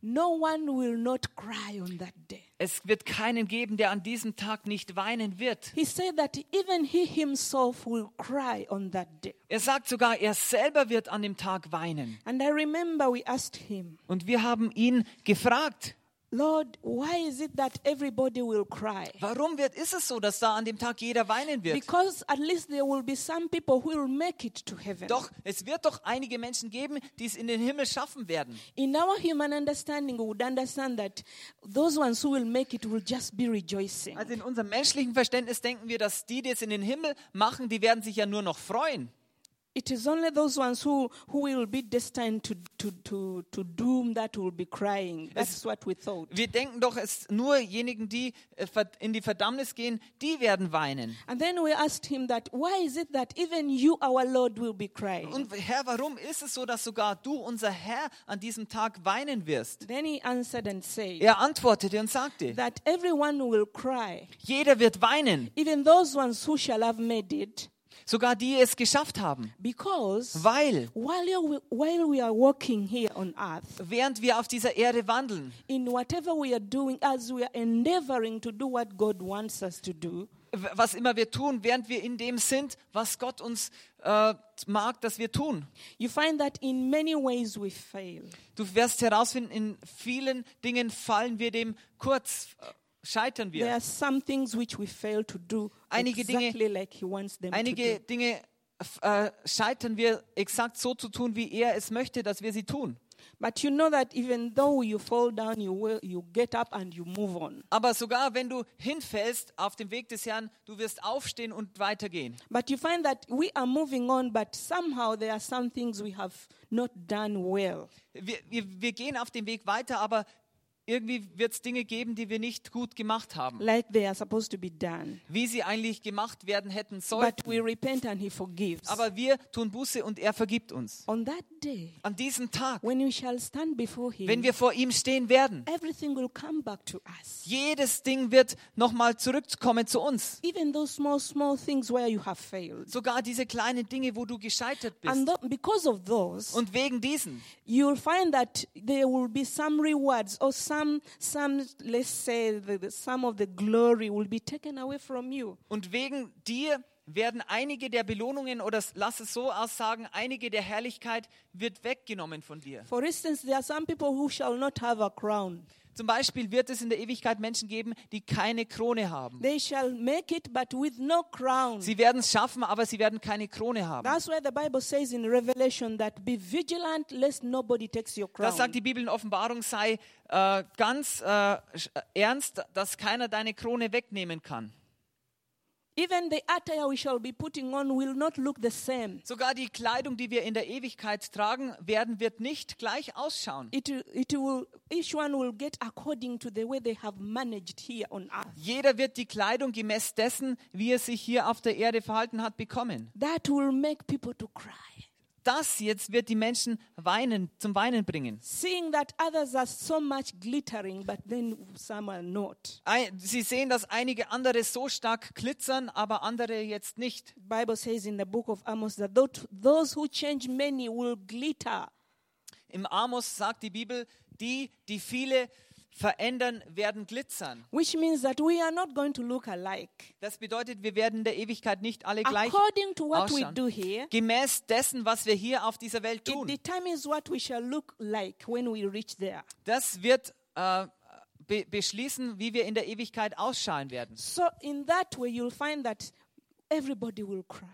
Speaker 3: No one will not cry on that day.
Speaker 2: es wird keinen geben, der an diesem Tag nicht weinen wird.
Speaker 3: He said that even he himself will cry on that day.
Speaker 2: Er sagt sogar, er selber wird an dem Tag weinen.
Speaker 3: And I remember we asked him,
Speaker 2: Und wir haben ihn gefragt,
Speaker 3: Lord, why is it that everybody will cry?
Speaker 2: warum wird, ist es so, dass da an dem Tag jeder weinen wird?
Speaker 3: Because at least there will be some people who will make it to heaven.
Speaker 2: Doch, es wird doch einige Menschen geben, die es in den Himmel schaffen werden.
Speaker 3: In our human understanding, we would understand that those ones who will make it will just be rejoicing.
Speaker 2: Also in unserem menschlichen Verständnis denken wir, dass die, die es in den Himmel machen, die werden sich ja nur noch freuen.
Speaker 3: It is only those ones who, who will be destined to, to, to, to doom that will be crying. That's what we thought.
Speaker 2: Wir denken doch, es nurjenigen, die äh, ver- in die Verdammnis gehen, die werden weinen.
Speaker 3: And then we asked him that, why is it that even you, our Lord, will be crying?
Speaker 2: Und Herr, warum ist es so, dass sogar du, unser Herr, an diesem Tag weinen wirst?
Speaker 3: Then he answered and said
Speaker 2: Er antwortete und sagte,
Speaker 3: that everyone will cry,
Speaker 2: jeder wird weinen,
Speaker 3: even those ones who shall have made it,
Speaker 2: sogar die es geschafft haben,
Speaker 3: because
Speaker 2: weil
Speaker 3: while, you, while we are walking here on earth,
Speaker 2: während wir auf dieser Erde wandeln,
Speaker 3: in whatever we are doing, as we are endeavoring to do what God wants us to do,
Speaker 2: w- was immer wir tun, während wir in dem sind, was Gott uns äh, mag, dass wir tun.
Speaker 3: you find that in many ways we fail.
Speaker 2: Du wirst herausfinden, in vielen Dingen fallen wir dem kurz, äh, scheitern
Speaker 3: There
Speaker 2: wir.
Speaker 3: are some things which we fail to do
Speaker 2: Einige Dinge-
Speaker 3: exactly like He wants them to
Speaker 2: Einige
Speaker 3: do.
Speaker 2: Dinge f- äh, scheitern wir exakt so zu tun, wie er es möchte, dass wir sie tun.
Speaker 3: But you know that even though you fall down, you, will, you get up and you move on.
Speaker 2: Aber sogar wenn du hinfällst auf dem Weg des Herrn, du wirst aufstehen und weitergehen.
Speaker 3: But you find that we are moving on, but somehow there are some things we have not done well.
Speaker 2: Wir, wir, wir gehen auf dem Weg weiter, aber irgendwie wird es Dinge geben, die wir nicht gut gemacht haben,
Speaker 3: like they are supposed to be done.
Speaker 2: wie sie eigentlich gemacht werden hätten
Speaker 3: But
Speaker 2: sollten.
Speaker 3: we repent and He forgives.
Speaker 2: Aber wir tun Buße und er vergibt uns.
Speaker 3: On that day,
Speaker 2: An diesem Tag,
Speaker 3: when we shall stand before Him,
Speaker 2: wenn wir vor ihm stehen werden,
Speaker 3: everything will come back to us.
Speaker 2: jedes Ding wird nochmal zurückkommen zu uns.
Speaker 3: Even those small, small things where you have failed.
Speaker 2: Sogar diese kleinen Dinge, wo du gescheitert
Speaker 3: And
Speaker 2: bist.
Speaker 3: tho- because of those,
Speaker 2: Und wegen diesen
Speaker 3: you'll find that there will be some rewards or some, some let's say, the, the, some of the glory will be taken away from you.
Speaker 2: und wegen dir werden einige der Belohnungen oder s- lass es so aussagen, einige der Herrlichkeit wird weggenommen von dir.
Speaker 3: For instance, there are some people who shall not have a crown.
Speaker 2: Zum Beispiel wird es in der Ewigkeit Menschen geben, die keine Krone haben.
Speaker 3: They shall make it, but with no crown.
Speaker 2: Sie werden es schaffen, aber sie werden keine Krone haben.
Speaker 3: That's why the Bible says in Revelation that be vigilant lest nobody takes your crown.
Speaker 2: Das sagt die Bibel in Offenbarung, sei äh, ganz äh, sch- äh, ernst, dass keiner deine Krone wegnehmen kann.
Speaker 3: Even the attire we shall be putting on will not look the same.
Speaker 2: Sogar die Kleidung, die wir in der Ewigkeit tragen werden, wird nicht gleich ausschauen.
Speaker 3: It, it will, each one will get according to the way they have managed here on earth.
Speaker 2: Jeder wird die Kleidung gemäß dessen, wie er sich hier auf der Erde verhalten hat, bekommen.
Speaker 3: That will make people to cry.
Speaker 2: Das jetzt wird die Menschen weinen, zum Weinen bringen.
Speaker 3: Seeing that others are so much glittering, but then some are not.
Speaker 2: Ei- Sie sehen, dass einige andere so stark glitzern, aber andere jetzt nicht.
Speaker 3: Bible says in the book of Amos that tho- those who change many will glitter.
Speaker 2: Im Amos sagt die Bibel, die, die viele verändern, werden glitzern.
Speaker 3: Which means that we are not going to look alike.
Speaker 2: Das bedeutet, wir werden in der Ewigkeit nicht alle gleich
Speaker 3: According to what we
Speaker 2: ausschauen.
Speaker 3: do here,
Speaker 2: Gemäß dessen, was wir hier auf dieser Welt
Speaker 3: It
Speaker 2: tun.
Speaker 3: determines what we shall look like when we reach there.
Speaker 2: Das wird äh, be beschließen, wie wir in der Ewigkeit ausschalen werden.
Speaker 3: So, in that way, you'll find that everybody will cry.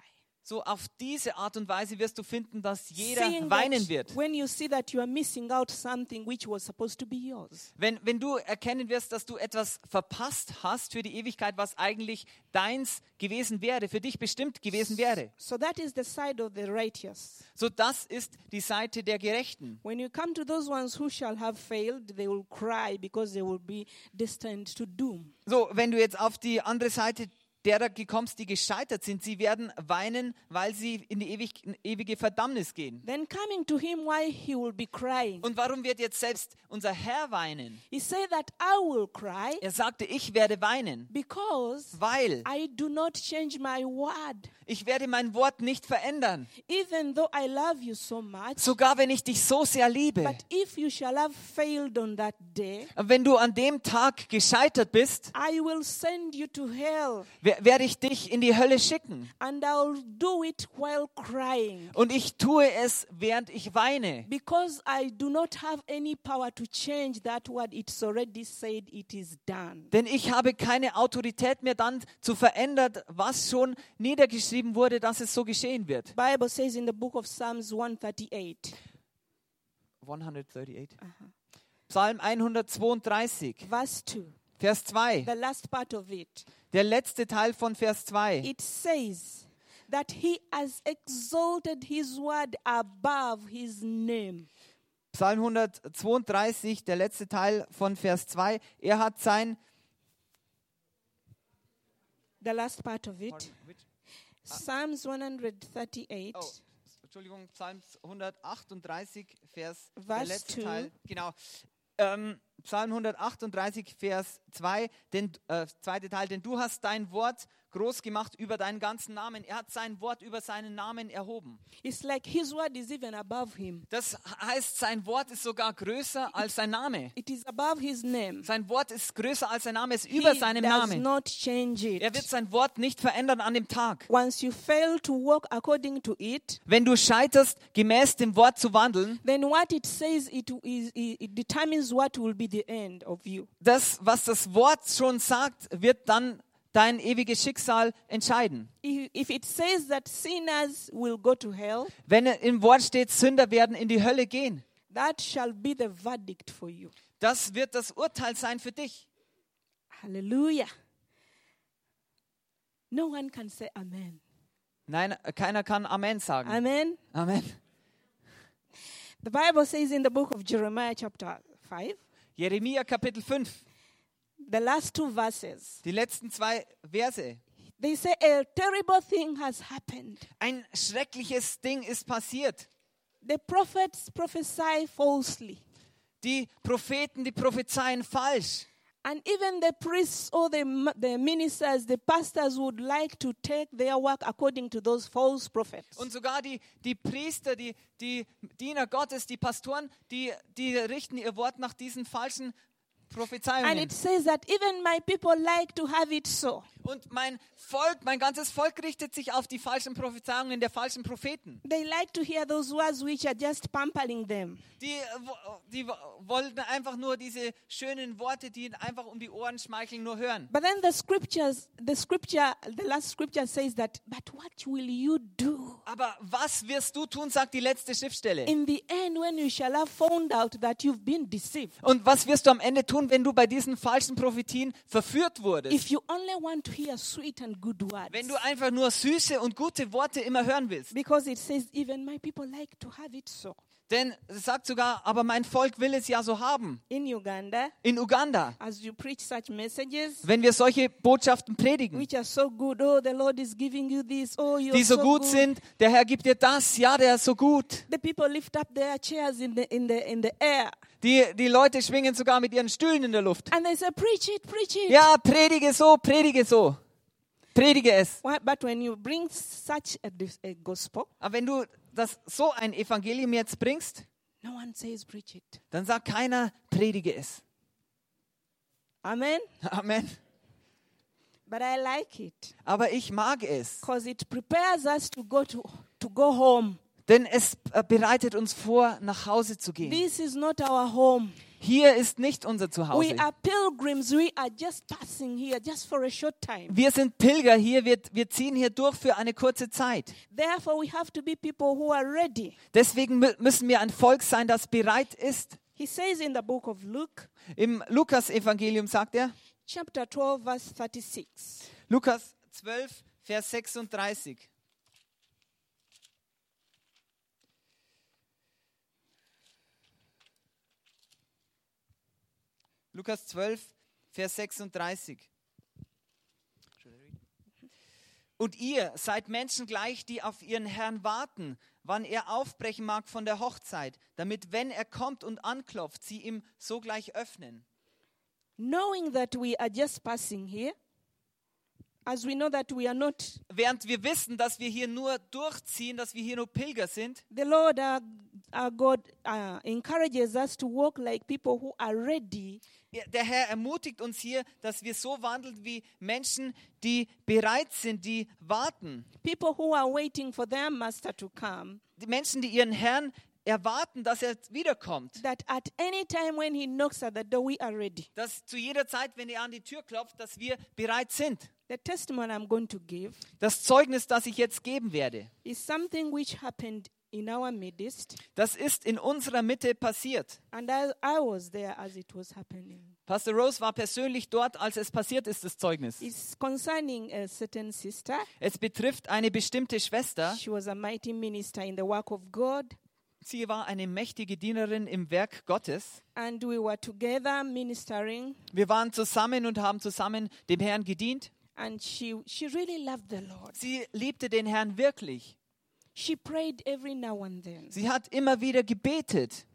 Speaker 2: So auf diese Art und Weise wirst du finden, dass jeder
Speaker 3: Seeing
Speaker 2: weinen
Speaker 3: that
Speaker 2: wird.
Speaker 3: When you see that you are missing out something which was supposed to be yours,
Speaker 2: Wenn, wenn du erkennen wirst, dass du etwas verpasst hast für die Ewigkeit, was eigentlich deins gewesen wäre, für dich bestimmt gewesen wäre.
Speaker 3: so that is the side of the righteous.
Speaker 2: So das ist die Seite der Gerechten.
Speaker 3: When you come to those ones who shall have failed, they will cry because they will be destined to doom.
Speaker 2: So, wenn du jetzt auf die andere Seite derer gekommst, die gescheitert sind. Sie werden weinen, weil sie in die ewig, in ewige Verdammnis gehen.
Speaker 3: Then coming to him while he will be crying,
Speaker 2: Und warum wird jetzt selbst unser Herr weinen?
Speaker 3: he said that I will cry
Speaker 2: Er sagte, ich werde weinen,
Speaker 3: because
Speaker 2: weil
Speaker 3: I do not change my word.
Speaker 2: ich werde mein Wort nicht verändern.
Speaker 3: Even though I love you so much,
Speaker 2: Sogar wenn ich dich so sehr liebe.
Speaker 3: but if you shall have failed on that day,
Speaker 2: Wenn du an dem Tag gescheitert bist,
Speaker 3: I will send you to hell
Speaker 2: wer- werde ich dich in die Hölle schicken.
Speaker 3: and I'll do it while crying.
Speaker 2: Und ich tue es, während ich weine.
Speaker 3: Because I do not have any power to change that word, it's already said it is done.
Speaker 2: Denn ich habe keine Autorität mehr dann zu verändern, was schon niedergeschrieben wurde, dass es so geschehen wird.
Speaker 3: Bible says in the book of Psalms 138,
Speaker 2: 138. Psalm 132,
Speaker 3: verse 2,
Speaker 2: Vers 2.
Speaker 3: the last part of it,
Speaker 2: Der letzte Teil von Vers 2.
Speaker 3: it says that he has exalted his word above his name.
Speaker 2: Psalm 132, der letzte Teil von Vers 2. Er hat sein
Speaker 3: The last part of it, Psalms 138,
Speaker 2: Oh, Entschuldigung, Psalm 138, Vers, der
Speaker 3: Vers
Speaker 2: letzte
Speaker 3: 2.
Speaker 2: Teil, genau. Ähm, Psalm 138, Vers 2, denn, äh, zweite Teil, denn du hast dein Wort groß gemacht über deinen ganzen Namen. Er hat sein Wort über seinen Namen erhoben.
Speaker 3: it's like his word is even above him.
Speaker 2: Das heißt, sein Wort ist sogar größer als sein Name.
Speaker 3: It is above his name.
Speaker 2: Sein Wort ist größer als sein Name, ist über
Speaker 3: he
Speaker 2: seinem
Speaker 3: does
Speaker 2: Namen.
Speaker 3: not change it.
Speaker 2: Er wird sein Wort nicht verändern an dem Tag.
Speaker 3: Once you fail to walk according to it,
Speaker 2: Wenn du scheiterst, gemäß dem Wort zu wandeln,
Speaker 3: then what it says it is it it determines what will be the end of you.
Speaker 2: das, was das Wort schon sagt, wird dann dein ewiges Schicksal entscheiden.
Speaker 3: If if it says that sinners will go to hell,
Speaker 2: Wenn im Wort steht, Sünder werden in die Hölle gehen,
Speaker 3: that shall be the verdict for you.
Speaker 2: das wird das Urteil sein für dich.
Speaker 3: Hallelujah. No one can say amen.
Speaker 2: Nein, keiner kann Amen sagen.
Speaker 3: Amen.
Speaker 2: Amen.
Speaker 3: The Bible says in the book of Jeremiah chapter 5,
Speaker 2: Jeremia Kapitel 5,
Speaker 3: the last two verses.
Speaker 2: die letzten zwei Verse.
Speaker 3: They say a terrible thing has happened.
Speaker 2: Ein schreckliches Ding ist passiert.
Speaker 3: The prophets prophesy falsely.
Speaker 2: Die Propheten, die prophezeien falsch.
Speaker 3: And even the priests or the, m- the ministers, the pastors would like to take their work according to those false prophets.
Speaker 2: Und sogar die, die Priester, die, die Diener Gottes, die Pastoren, die, die richten ihr Wort nach diesen falschen
Speaker 3: And
Speaker 2: Prophezeiungen.
Speaker 3: it says that even my people like to have it so.
Speaker 2: Und mein Volk, mein ganzes Volk richtet sich auf die falschen Prophezeiungen der falschen Propheten.
Speaker 3: They like to hear those words which are just pampering them.
Speaker 2: Die, äh, wo- die wo- wollten einfach nur diese schönen Worte, die ihnen einfach um die Ohren schmeicheln, nur hören.
Speaker 3: But then the scriptures, the scripture, the last scripture says that, but what will you do?
Speaker 2: Aber was wirst du tun, sagt die letzte Schriftstelle.
Speaker 3: In the end, when you shall have found out that you've been deceived,
Speaker 2: Und was wirst du am Ende tun, wenn du bei diesen falschen Prophetien verführt wurdest?
Speaker 3: if you only want to hear sweet and good words,
Speaker 2: Wenn du einfach nur süße und gute Worte immer hören willst.
Speaker 3: because it says, even my people like to have it so.
Speaker 2: Denn es sagt sogar, aber mein Volk will es ja so haben.
Speaker 3: In Uganda,
Speaker 2: In Uganda,
Speaker 3: as you preach such messages
Speaker 2: wenn wir solche Botschaften predigen,
Speaker 3: which are so good oh the lord is giving you this oh you're
Speaker 2: die so gut
Speaker 3: good.
Speaker 2: sind, der Herr gibt dir das, ja, der ist so gut.
Speaker 3: the people lift up their chairs in the in the in the air
Speaker 2: Die, die Leute schwingen sogar mit ihren Stühlen in der Luft.
Speaker 3: and they say preach it preach it
Speaker 2: Ja, predige so, predige so. Predige es.
Speaker 3: Why- but when you bring such a, dis- a gospel
Speaker 2: Aber wenn du das so ein Evangelium jetzt bringst,
Speaker 3: no one says preach it
Speaker 2: dann sagt keiner, predige es.
Speaker 3: amen
Speaker 2: Amen.
Speaker 3: but i like it
Speaker 2: Aber ich mag es,
Speaker 3: because it prepares us to go to to go home
Speaker 2: denn es äh, bereitet uns vor, nach Hause zu gehen.
Speaker 3: this is not our home
Speaker 2: Hier ist nicht unser
Speaker 3: we
Speaker 2: Zuhause.
Speaker 3: are pilgrims we are just passing here just for a short time
Speaker 2: Wir sind Pilger hier, wir, wir ziehen hier durch für eine kurze Zeit.
Speaker 3: therefore we have to be people who are ready
Speaker 2: Deswegen mü- müssen wir ein Volk sein, das bereit ist.
Speaker 3: he says in the book of luke
Speaker 2: Im Lukas-Evangelium sagt er,
Speaker 3: chapter 12, verse 36.
Speaker 2: Lukas 12, Vers 36. Lukas 12, Vers 36. Und ihr seid Menschen gleich, die auf ihren Herrn warten, wann er aufbrechen mag von der Hochzeit, damit, wenn er kommt und anklopft, sie ihm sogleich öffnen.
Speaker 3: Knowing that we are just passing here, as we know that we are not,
Speaker 2: Während wir wissen, dass wir hier nur durchziehen, dass wir hier nur Pilger sind,
Speaker 3: the Lord our, our God uh, encourages us to walk like people who are ready
Speaker 2: er- der Herr ermutigt uns hier, dass wir so wandeln wie Menschen, die bereit sind, die warten.
Speaker 3: people who are waiting for their master to come
Speaker 2: Die Menschen, die ihren Herrn erwarten, dass er wiederkommt.
Speaker 3: that at any time when he knocks at the door we are ready
Speaker 2: Dass zu jeder Zeit, wenn er an die Tür klopft, dass wir bereit sind.
Speaker 3: the testimony i'm going to give
Speaker 2: Das Zeugnis, das ich jetzt geben werde,
Speaker 3: is something which happened in our midst
Speaker 2: das ist in unserer Mitte passiert.
Speaker 3: and i, I was there as it was happening
Speaker 2: Pastor Rose war persönlich dort, als es passiert ist, das Zeugnis.
Speaker 3: it's concerning a certain sister
Speaker 2: Es betrifft eine bestimmte Schwester.
Speaker 3: she was a mighty minister in the work of god
Speaker 2: Sie war eine mächtige Dienerin im Werk Gottes.
Speaker 3: and we were together ministering
Speaker 2: Wir waren zusammen und haben zusammen dem Herrn gedient.
Speaker 3: and she she really loved the lord
Speaker 2: Sie liebte den Herrn wirklich.
Speaker 3: she prayed every now and then
Speaker 2: Sie hat immer wieder gebetet.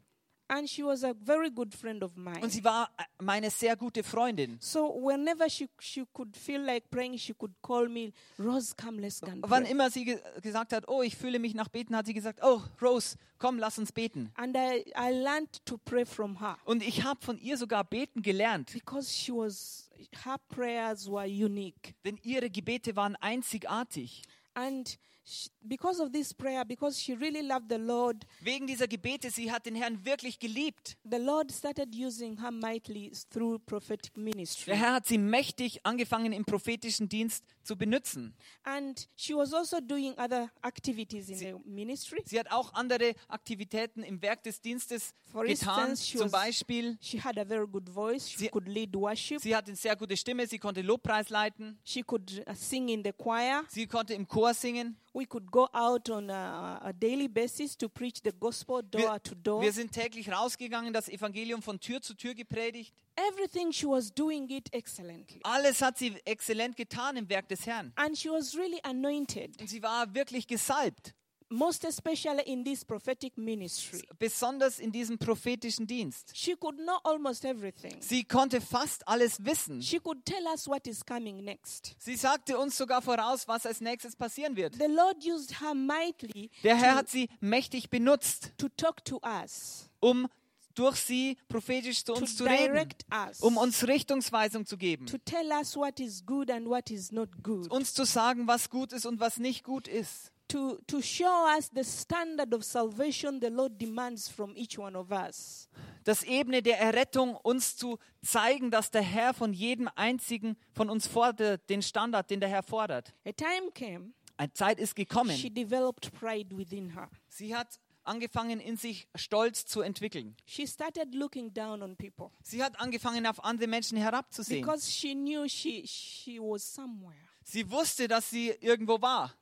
Speaker 3: and she was a very good friend of mine
Speaker 2: Und sie war äh, meine sehr gute Freundin.
Speaker 3: so whenever she, she could feel like praying she could call me rose come let's go and
Speaker 2: Wann
Speaker 3: pray."
Speaker 2: immer sie ge gesagt hat, oh, ich fühle mich nach Beten, hat sie gesagt, oh, Rose, komm, lass uns beten.
Speaker 3: and I, I learned to pray from her
Speaker 2: Und ich habe von ihr sogar beten gelernt,
Speaker 3: because she was her prayers were unique
Speaker 2: denn ihre Gebete waren einzigartig.
Speaker 3: and sh because of this prayer because she really loved the lord
Speaker 2: Wegen dieser Gebete, sie hat den Herrn wirklich geliebt.
Speaker 3: the lord started using her mightily through prophetic ministry
Speaker 2: Der Herr hat sie mächtig angefangen, im prophetischen Dienst zu benutzen.
Speaker 3: and she was also doing other activities in the ministry
Speaker 2: Sie hat auch andere Aktivitäten im Werk des Dienstes
Speaker 3: For
Speaker 2: getan.
Speaker 3: instance, she
Speaker 2: Zum
Speaker 3: was-
Speaker 2: Beispiel,
Speaker 3: she had a very good voice she
Speaker 2: Sie-
Speaker 3: could lead worship
Speaker 2: sie hat eine sehr gute Stimme, sie konnte Lobpreis leiten,
Speaker 3: she could uh, sing in the choir
Speaker 2: sie konnte im Chor singen.
Speaker 3: We could go out on a, a daily basis to preach the gospel door
Speaker 2: Wir,
Speaker 3: to door.
Speaker 2: wir sind täglich rausgegangen, das Evangelium von Tür zu Tür gepredigt.
Speaker 3: Everything she was doing it excellently.
Speaker 2: Alles hat sie exzellent getan im Werk des Herrn.
Speaker 3: And she was really anointed,
Speaker 2: Und sie war wirklich gesalbt,
Speaker 3: most especially in this prophetic ministry.
Speaker 2: besonders in diesem prophetischen Dienst.
Speaker 3: She could know almost everything.
Speaker 2: Sie konnte fast alles wissen.
Speaker 3: She could tell us what is coming next.
Speaker 2: Sie sagte uns sogar voraus, was als nächstes passieren wird.
Speaker 3: The Lord used her mightily
Speaker 2: Der Herr
Speaker 3: to,
Speaker 2: hat sie mächtig benutzt,
Speaker 3: to talk to us,
Speaker 2: um durch sie prophetisch zu uns zu
Speaker 3: to
Speaker 2: reden,
Speaker 3: direct us,
Speaker 2: um uns Richtungsweisung zu geben,
Speaker 3: to tell us what is good and what is not good,
Speaker 2: uns zu sagen, was gut ist und was nicht gut ist,
Speaker 3: to, to show us the standard of salvation the Lord demands from each one of us.
Speaker 2: das Ebene der Errettung uns zu zeigen, dass der Herr von jedem einzigen von uns fordert, den Standard, den der Herr fordert.
Speaker 3: A time came,
Speaker 2: Eine Zeit ist
Speaker 3: she
Speaker 2: gekommen.
Speaker 3: developed pride within her.
Speaker 2: Sie hat angefangen, in sich Stolz zu entwickeln.
Speaker 3: She started looking down on people
Speaker 2: Sie hat angefangen, auf andere Menschen herabzusehen.
Speaker 3: because she knew she, she was somewhere.
Speaker 2: Sie wusste, dass sie irgendwo war.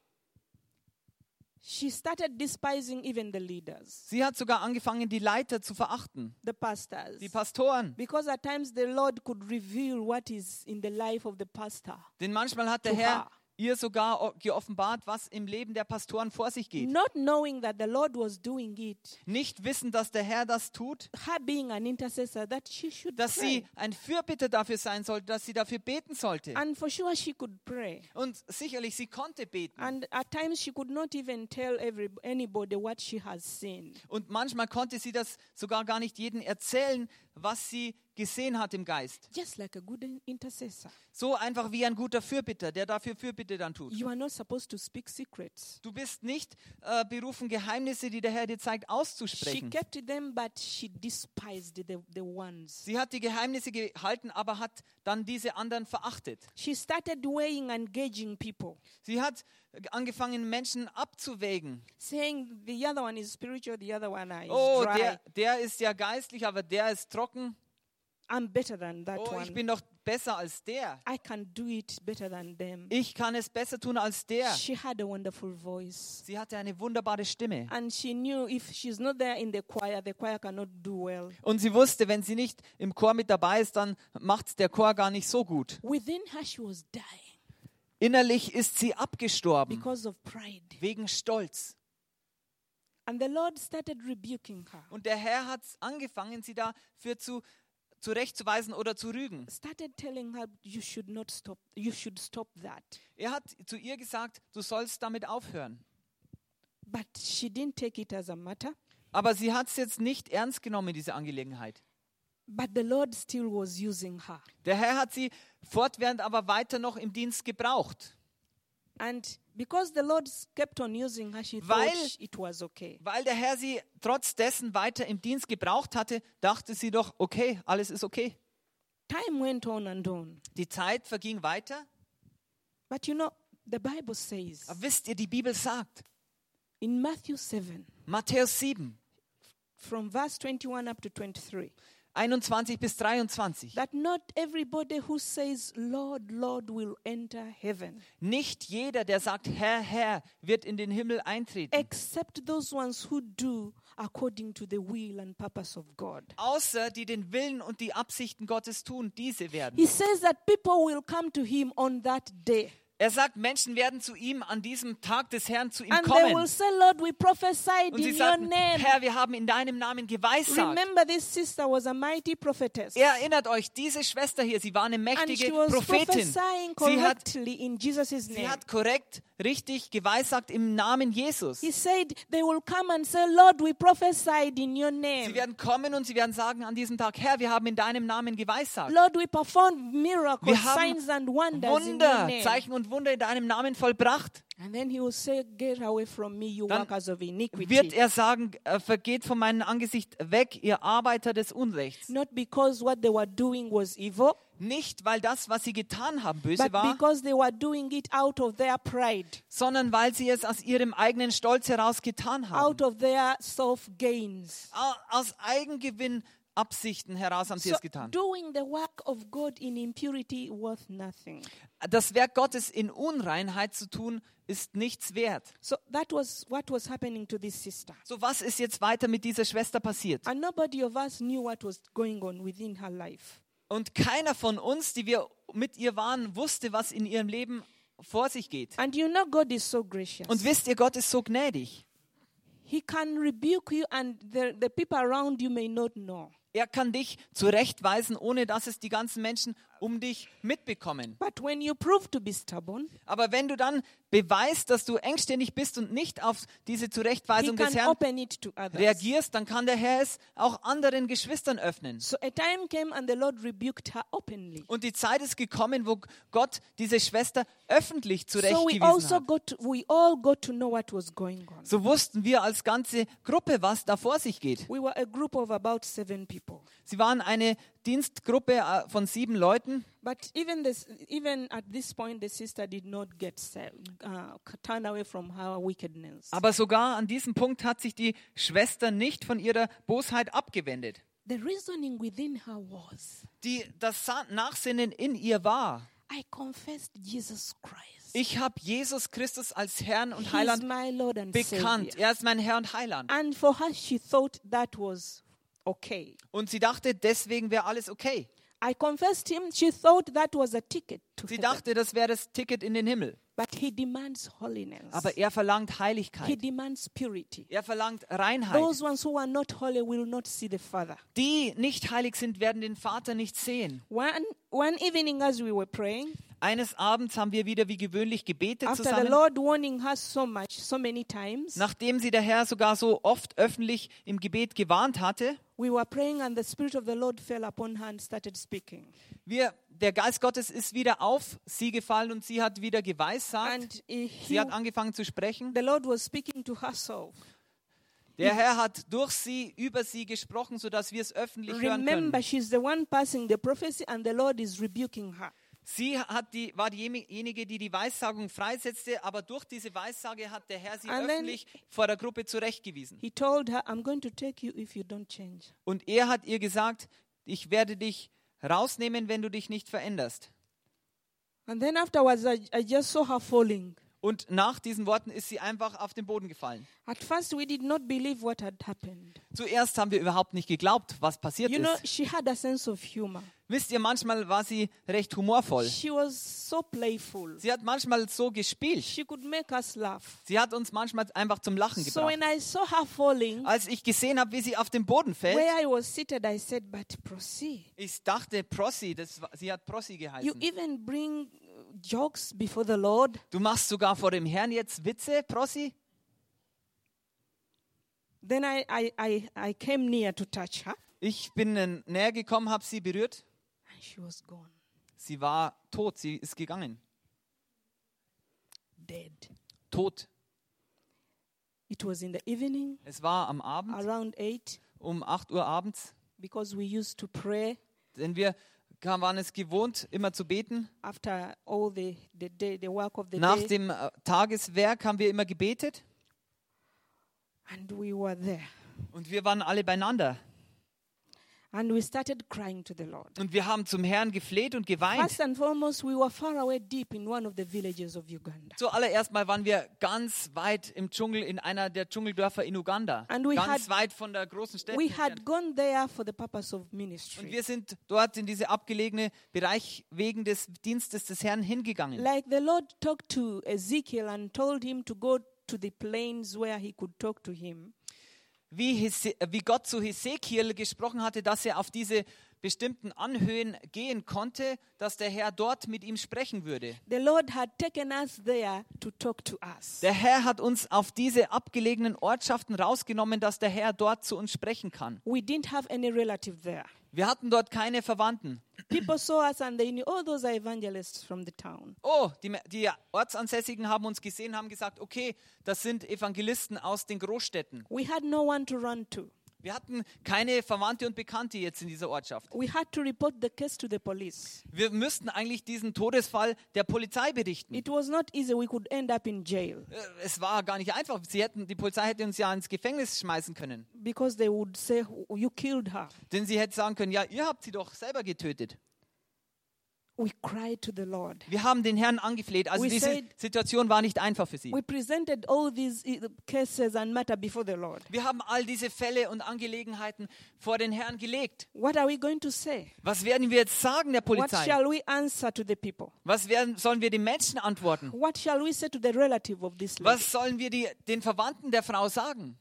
Speaker 3: She started despising even the leaders,
Speaker 2: Sie hat sogar angefangen, die Leiter zu verachten,
Speaker 3: the pastors.
Speaker 2: die Pastoren.
Speaker 3: because at times the Lord could reveal what is in the life of the pastor.
Speaker 2: Denn manchmal hat der
Speaker 3: Oha.
Speaker 2: Herr ihr sogar o- geoffenbart, was im Leben der Pastoren vor sich geht.
Speaker 3: Not knowing that the Lord was doing it,
Speaker 2: Nicht wissen, dass der Herr das tut,
Speaker 3: her being an intercessor, that she should
Speaker 2: dass
Speaker 3: pray.
Speaker 2: sie ein Fürbitter dafür sein sollte, dass sie dafür beten sollte.
Speaker 3: And for sure she could pray.
Speaker 2: Und sicherlich, sie konnte beten.
Speaker 3: And at times she could not even tell every, anybody what she has seen.
Speaker 2: Und manchmal konnte sie das sogar gar nicht jedem erzählen, was sie gesehen hat im Geist.
Speaker 3: Just like a good in- intercessor.
Speaker 2: So einfach wie ein guter Fürbitter, der dafür Fürbitte dann tut.
Speaker 3: You are not supposed to speak secrets.
Speaker 2: Du bist nicht äh, berufen, Geheimnisse, die der Herr dir zeigt,
Speaker 3: She
Speaker 2: auszusprechen.
Speaker 3: kept them, but she despised the, the ones.
Speaker 2: Sie hat die Geheimnisse gehalten, aber hat dann diese anderen verachtet.
Speaker 3: She started weighing and gauging people,
Speaker 2: Sie hat angefangen, Menschen abzuwägen.
Speaker 3: saying the other one is spiritual, the other one is
Speaker 2: Oh,
Speaker 3: dry.
Speaker 2: der, der ist ja geistlich, aber der ist trocken.
Speaker 3: I'm better than that
Speaker 2: Oh, ich
Speaker 3: one.
Speaker 2: bin doch besser als der.
Speaker 3: I can do it better than them.
Speaker 2: Ich kann es besser tun als der.
Speaker 3: She had a wonderful voice.
Speaker 2: Sie hatte eine wunderbare Stimme.
Speaker 3: And she knew if she's not there in the choir, the choir cannot do well.
Speaker 2: Und sie wusste, wenn sie nicht im Chor mit dabei ist, dann macht der Chor gar nicht so gut.
Speaker 3: Within her, she was dying.
Speaker 2: Innerlich ist sie abgestorben
Speaker 3: because of pride.
Speaker 2: wegen Stolz.
Speaker 3: And the Lord started rebuking her,
Speaker 2: Und der Herr hat angefangen, sie dafür zu, zurechtzuweisen oder zu rügen.
Speaker 3: started telling her, You should not stop, you should stop that.
Speaker 2: Er hat zu ihr gesagt, du sollst damit aufhören.
Speaker 3: But she didn't take it as a matter.
Speaker 2: Aber sie hat es jetzt nicht ernst genommen, diese Angelegenheit.
Speaker 3: But the Lord still was using her.
Speaker 2: Der Herr hat sie fortwährend aber weiter noch im Dienst gebraucht,
Speaker 3: And because the Lord s- kept on using her, she
Speaker 2: Weil-
Speaker 3: thought sh- it was okay.
Speaker 2: weil der Herr sie trotz dessen weiter im Dienst gebraucht hatte, dachte sie doch, okay, alles ist okay.
Speaker 3: Time went on and on.
Speaker 2: Die Zeit verging weiter,
Speaker 3: But you know, the Bible says
Speaker 2: aber wisst ihr, die Bibel sagt,
Speaker 3: in Matthew 7,
Speaker 2: Matthäus 7,
Speaker 3: from verse 21 up to 23,
Speaker 2: 21 bis 23,
Speaker 3: that not everybody who says, Lord, Lord, will enter heaven,
Speaker 2: nicht jeder, der sagt, Herr, Herr, wird in den Himmel
Speaker 3: Äh.
Speaker 2: eintreten,
Speaker 3: except those ones who do according to the will and purpose of God.
Speaker 2: außer die den Willen und die Absichten Gottes tun, diese werden.
Speaker 3: He says that people will come to him on that day.
Speaker 2: Er sagt, Menschen werden zu ihm an diesem Tag des Herrn zu ihm
Speaker 3: And they will
Speaker 2: kommen.
Speaker 3: say, Lord, we prophesied
Speaker 2: Und sie
Speaker 3: in your
Speaker 2: sagten,
Speaker 3: name.
Speaker 2: Herr, wir haben in deinem Namen geweissagt.
Speaker 3: Remember, this sister was a mighty prophetess.
Speaker 2: Erinnert euch, diese Schwester hier, sie war eine
Speaker 3: And she
Speaker 2: mächtige
Speaker 3: was
Speaker 2: Prophetin.
Speaker 3: prophesying
Speaker 2: Sie hat,
Speaker 3: correctly in Jesus'
Speaker 2: sie
Speaker 3: name.
Speaker 2: hat korrekt, richtig geweissagt im Namen Jesus.
Speaker 3: He
Speaker 2: Sie
Speaker 3: said, They will come and say, Lord, we prophesied in your name.
Speaker 2: werden kommen und sie werden sagen an diesem Tag, Herr, wir haben in deinem Namen geweissagt.
Speaker 3: Lord, we performed miracles,
Speaker 2: Wir haben
Speaker 3: signs, and wonders in your
Speaker 2: Wunder,
Speaker 3: name.
Speaker 2: Zeichen und Wunder in deinem Namen vollbracht.
Speaker 3: And then he will say, Get away from me, you
Speaker 2: Dann
Speaker 3: workers of
Speaker 2: Wird
Speaker 3: iniquity.
Speaker 2: er sagen, äh, vergeht von meinem Angesicht weg, ihr Arbeiter des Unrechts.
Speaker 3: Not because what they were doing was evil,
Speaker 2: Nicht, weil das, was sie getan haben, böse
Speaker 3: but
Speaker 2: war,
Speaker 3: because they were doing it out of their pride,
Speaker 2: sondern weil sie es aus ihrem eigenen Stolz heraus getan haben.
Speaker 3: out of their self gains.
Speaker 2: Au- aus Eigengewinn Absichten heraus haben sie
Speaker 3: So
Speaker 2: es getan.
Speaker 3: doing the work of God in impurity worth nothing.
Speaker 2: Das Werk Gottes in Unreinheit zu tun, ist nichts wert.
Speaker 3: So that was what was happening to this sister.
Speaker 2: So, was ist jetzt weiter mit dieser Schwester passiert?
Speaker 3: And nobody of us knew what was going on within her life.
Speaker 2: Und keiner von uns, die wir mit ihr waren, wusste, was in ihrem Leben vor sich geht.
Speaker 3: And you know, God is so gracious.
Speaker 2: Und wisst ihr, Gott ist so gnädig.
Speaker 3: He can rebuke you, and the, the people around you may not know.
Speaker 2: Er kann dich zurechtweisen, ohne dass es die ganzen Menschen um dich mitbekommen.
Speaker 3: But when you prove to be stubborn,
Speaker 2: Aber wenn du dann beweist, dass du engständig bist und nicht auf diese
Speaker 3: He
Speaker 2: Zurechtweisung des
Speaker 3: can
Speaker 2: Herrn
Speaker 3: open it to others.
Speaker 2: reagierst, dann kann der Herr es auch anderen Geschwistern öffnen.
Speaker 3: So a time came, and the Lord rebuked her openly.
Speaker 2: Und die Zeit ist gekommen, wo Gott diese Schwester öffentlich
Speaker 3: So we
Speaker 2: zurechtgewiesen
Speaker 3: also
Speaker 2: hat.
Speaker 3: got, we all got to know what was going on.
Speaker 2: So wussten wir als ganze Gruppe, was da vor sich geht.
Speaker 3: We were a group of about seven people.
Speaker 2: Sie waren eine Dienstgruppe äh, von sieben Leuten,
Speaker 3: But even this, even at this point, the sister did not get saved, uh, turn away from her wickedness.
Speaker 2: aber sogar an diesem Punkt hat sich die Schwester nicht von ihrer Bosheit abgewendet.
Speaker 3: The reasoning within her was,
Speaker 2: Die, das Sa- Nachsinnen in ihr war,
Speaker 3: I confessed Jesus Christ.
Speaker 2: ich habe Jesus Christus als Herrn und
Speaker 3: He is
Speaker 2: Heiland
Speaker 3: my Lord and
Speaker 2: bekannt.
Speaker 3: Savior.
Speaker 2: Er ist mein Herr und Heiland.
Speaker 3: And for her, she thought that was okay.
Speaker 2: Und sie dachte, deswegen wäre alles okay.
Speaker 3: I confessed him. She thought that was a ticket to
Speaker 2: Sie
Speaker 3: heaven.
Speaker 2: dachte, das wäre das Ticket in den Himmel.
Speaker 3: But he demands holiness.
Speaker 2: Aber er verlangt
Speaker 3: He
Speaker 2: Heiligkeit.
Speaker 3: demands purity.
Speaker 2: Er verlangt Reinheit.
Speaker 3: Those ones who are not holy will not see the Father.
Speaker 2: Die nicht heilig sind, werden den Vater nicht sehen.
Speaker 3: One, one evening, as we were praying,
Speaker 2: Eines Abends haben wir wieder wie gewöhnlich gebetet
Speaker 3: After the
Speaker 2: zusammen.
Speaker 3: Lord warning her so much, so many times,
Speaker 2: Nachdem sie der Herr sogar so oft öffentlich im Gebet gewarnt hatte,
Speaker 3: we were praying and the Spirit of the Lord fell upon her and started speaking.
Speaker 2: wir, der Geist Gottes ist wieder auf sie gefallen und sie hat wieder geweissagt.
Speaker 3: And he,
Speaker 2: Sie hat angefangen zu sprechen.
Speaker 3: the Lord was speaking to herself.
Speaker 2: Der Herr hat durch sie, über sie gesprochen, sodass wir es öffentlich hören können.
Speaker 3: Remember, she's the one passing the prophecy and the Lord is rebuking her.
Speaker 2: Sie hat die, war diejenige, die die Weissagung freisetzte, aber durch diese Weissage hat der Herr sie
Speaker 3: And then-
Speaker 2: öffentlich vor der Gruppe zurechtgewiesen.
Speaker 3: He told her, I'm going to take you if you don't change.
Speaker 2: Und er hat ihr gesagt, ich werde dich rausnehmen, wenn du dich nicht veränderst.
Speaker 3: And then afterwards, I, I just saw her falling.
Speaker 2: Und nach diesen Worten ist sie einfach auf den Boden gefallen.
Speaker 3: At first, we did not believe what had happened.
Speaker 2: Zuerst haben wir überhaupt nicht geglaubt, was passiert
Speaker 3: You know,
Speaker 2: ist.
Speaker 3: she had a sense of humor.
Speaker 2: Wisst ihr, manchmal war sie recht humorvoll.
Speaker 3: She was so playful.
Speaker 2: Sie hat manchmal so gespielt.
Speaker 3: She could make us laugh.
Speaker 2: Sie hat uns manchmal einfach zum Lachen
Speaker 3: So
Speaker 2: gebracht.
Speaker 3: when I saw her falling,
Speaker 2: Als ich gesehen habe, wie sie auf den Boden fällt,
Speaker 3: where I was seated, I said, But proceed.
Speaker 2: ich dachte, Prossi, das war, sie hat Prossi
Speaker 3: You
Speaker 2: geheißen.
Speaker 3: even bring uh, jokes before the Lord.
Speaker 2: Du machst sogar vor dem Herrn jetzt Witze, Prossi?
Speaker 3: Then I, I, I, I came near to touch her,
Speaker 2: Ich bin äh, näher gekommen, habe sie berührt.
Speaker 3: and she was gone,
Speaker 2: Sie war tot, sie ist gegangen.
Speaker 3: dead.
Speaker 2: Tot.
Speaker 3: It was in the evening,
Speaker 2: Es war am Abend,
Speaker 3: around 8,
Speaker 2: um 8 Uhr abends,
Speaker 3: because we used to pray
Speaker 2: denn wir ka- waren es gewohnt, immer zu beten.
Speaker 3: after all the, the day, the work of the
Speaker 2: Nach
Speaker 3: day,
Speaker 2: dem äh, Tageswerk haben wir immer gebetet
Speaker 3: and we were there.
Speaker 2: und wir waren alle beieinander.
Speaker 3: And we started crying to the Lord.
Speaker 2: Und wir haben zum Herrn gefleht und
Speaker 3: First
Speaker 2: geweint.
Speaker 3: and foremost, we were far away deep in one of the villages of Uganda.
Speaker 2: Zuallererst mal waren wir ganz weit im Dschungel, in einer der Dschungeldörfer in Uganda.
Speaker 3: And we
Speaker 2: Ganz
Speaker 3: had-
Speaker 2: weit von der großen Stadt.
Speaker 3: We
Speaker 2: entfernt.
Speaker 3: had gone there for the purpose of
Speaker 2: Und
Speaker 3: ministry.
Speaker 2: wir sind dort in diese abgelegene Bereich wegen des Dienstes des Herrn hingegangen.
Speaker 3: Like the Lord talked to Ezekiel and told him to go to the plains where he could talk to him.
Speaker 2: Wie, Hese wie Gott zu Hesekiel gesprochen hatte, dass er auf diese bestimmten Anhöhen gehen konnte, dass der Herr dort mit ihm sprechen würde.
Speaker 3: The Lord had taken us there to talk to us.
Speaker 2: Der Herr hat uns auf diese abgelegenen Ortschaften rausgenommen, dass der Herr dort zu uns sprechen kann.
Speaker 3: We didn't have any relative there.
Speaker 2: Wir hatten dort keine Verwandten.
Speaker 3: People saw us and they knew, oh, those are evangelists from the town.
Speaker 2: Oh, die, Me- die Ortsansässigen haben uns gesehen, haben gesagt, okay, das sind Evangelisten aus den Großstädten.
Speaker 3: We had no one to run to.
Speaker 2: Wir hatten keine Verwandte und Bekannte jetzt in dieser Ortschaft.
Speaker 3: We had to report the case to the police.
Speaker 2: Wir müssten eigentlich diesen Todesfall der Polizei berichten. Äh,
Speaker 3: It was not easy. We could end up in jail
Speaker 2: Es war gar nicht einfach. Sie hätten, die Polizei hätte uns ja ins Gefängnis schmeißen können.
Speaker 3: because they would say, "Oh, You killed her.
Speaker 2: Denn sie hätte sagen können, ja, ihr habt sie doch selber getötet.
Speaker 3: We cried to the Lord.
Speaker 2: Wir haben den Herrn angefleht. Also
Speaker 3: We
Speaker 2: diese
Speaker 3: said-
Speaker 2: Situation war nicht einfach für sie.
Speaker 3: We presented all these eh, cases and matter before the Lord.
Speaker 2: Wir haben all diese Fälle und Angelegenheiten vor den Herrn gelegt.
Speaker 3: What are we going to say?
Speaker 2: Was werden wir jetzt sagen der
Speaker 3: What
Speaker 2: Polizei?
Speaker 3: shall we answer to the people?
Speaker 2: Was werden, sollen wir den Menschen antworten?
Speaker 3: What shall we say to the relative of this lady?
Speaker 2: Was sollen wir die, den Verwandten der Frau sagen?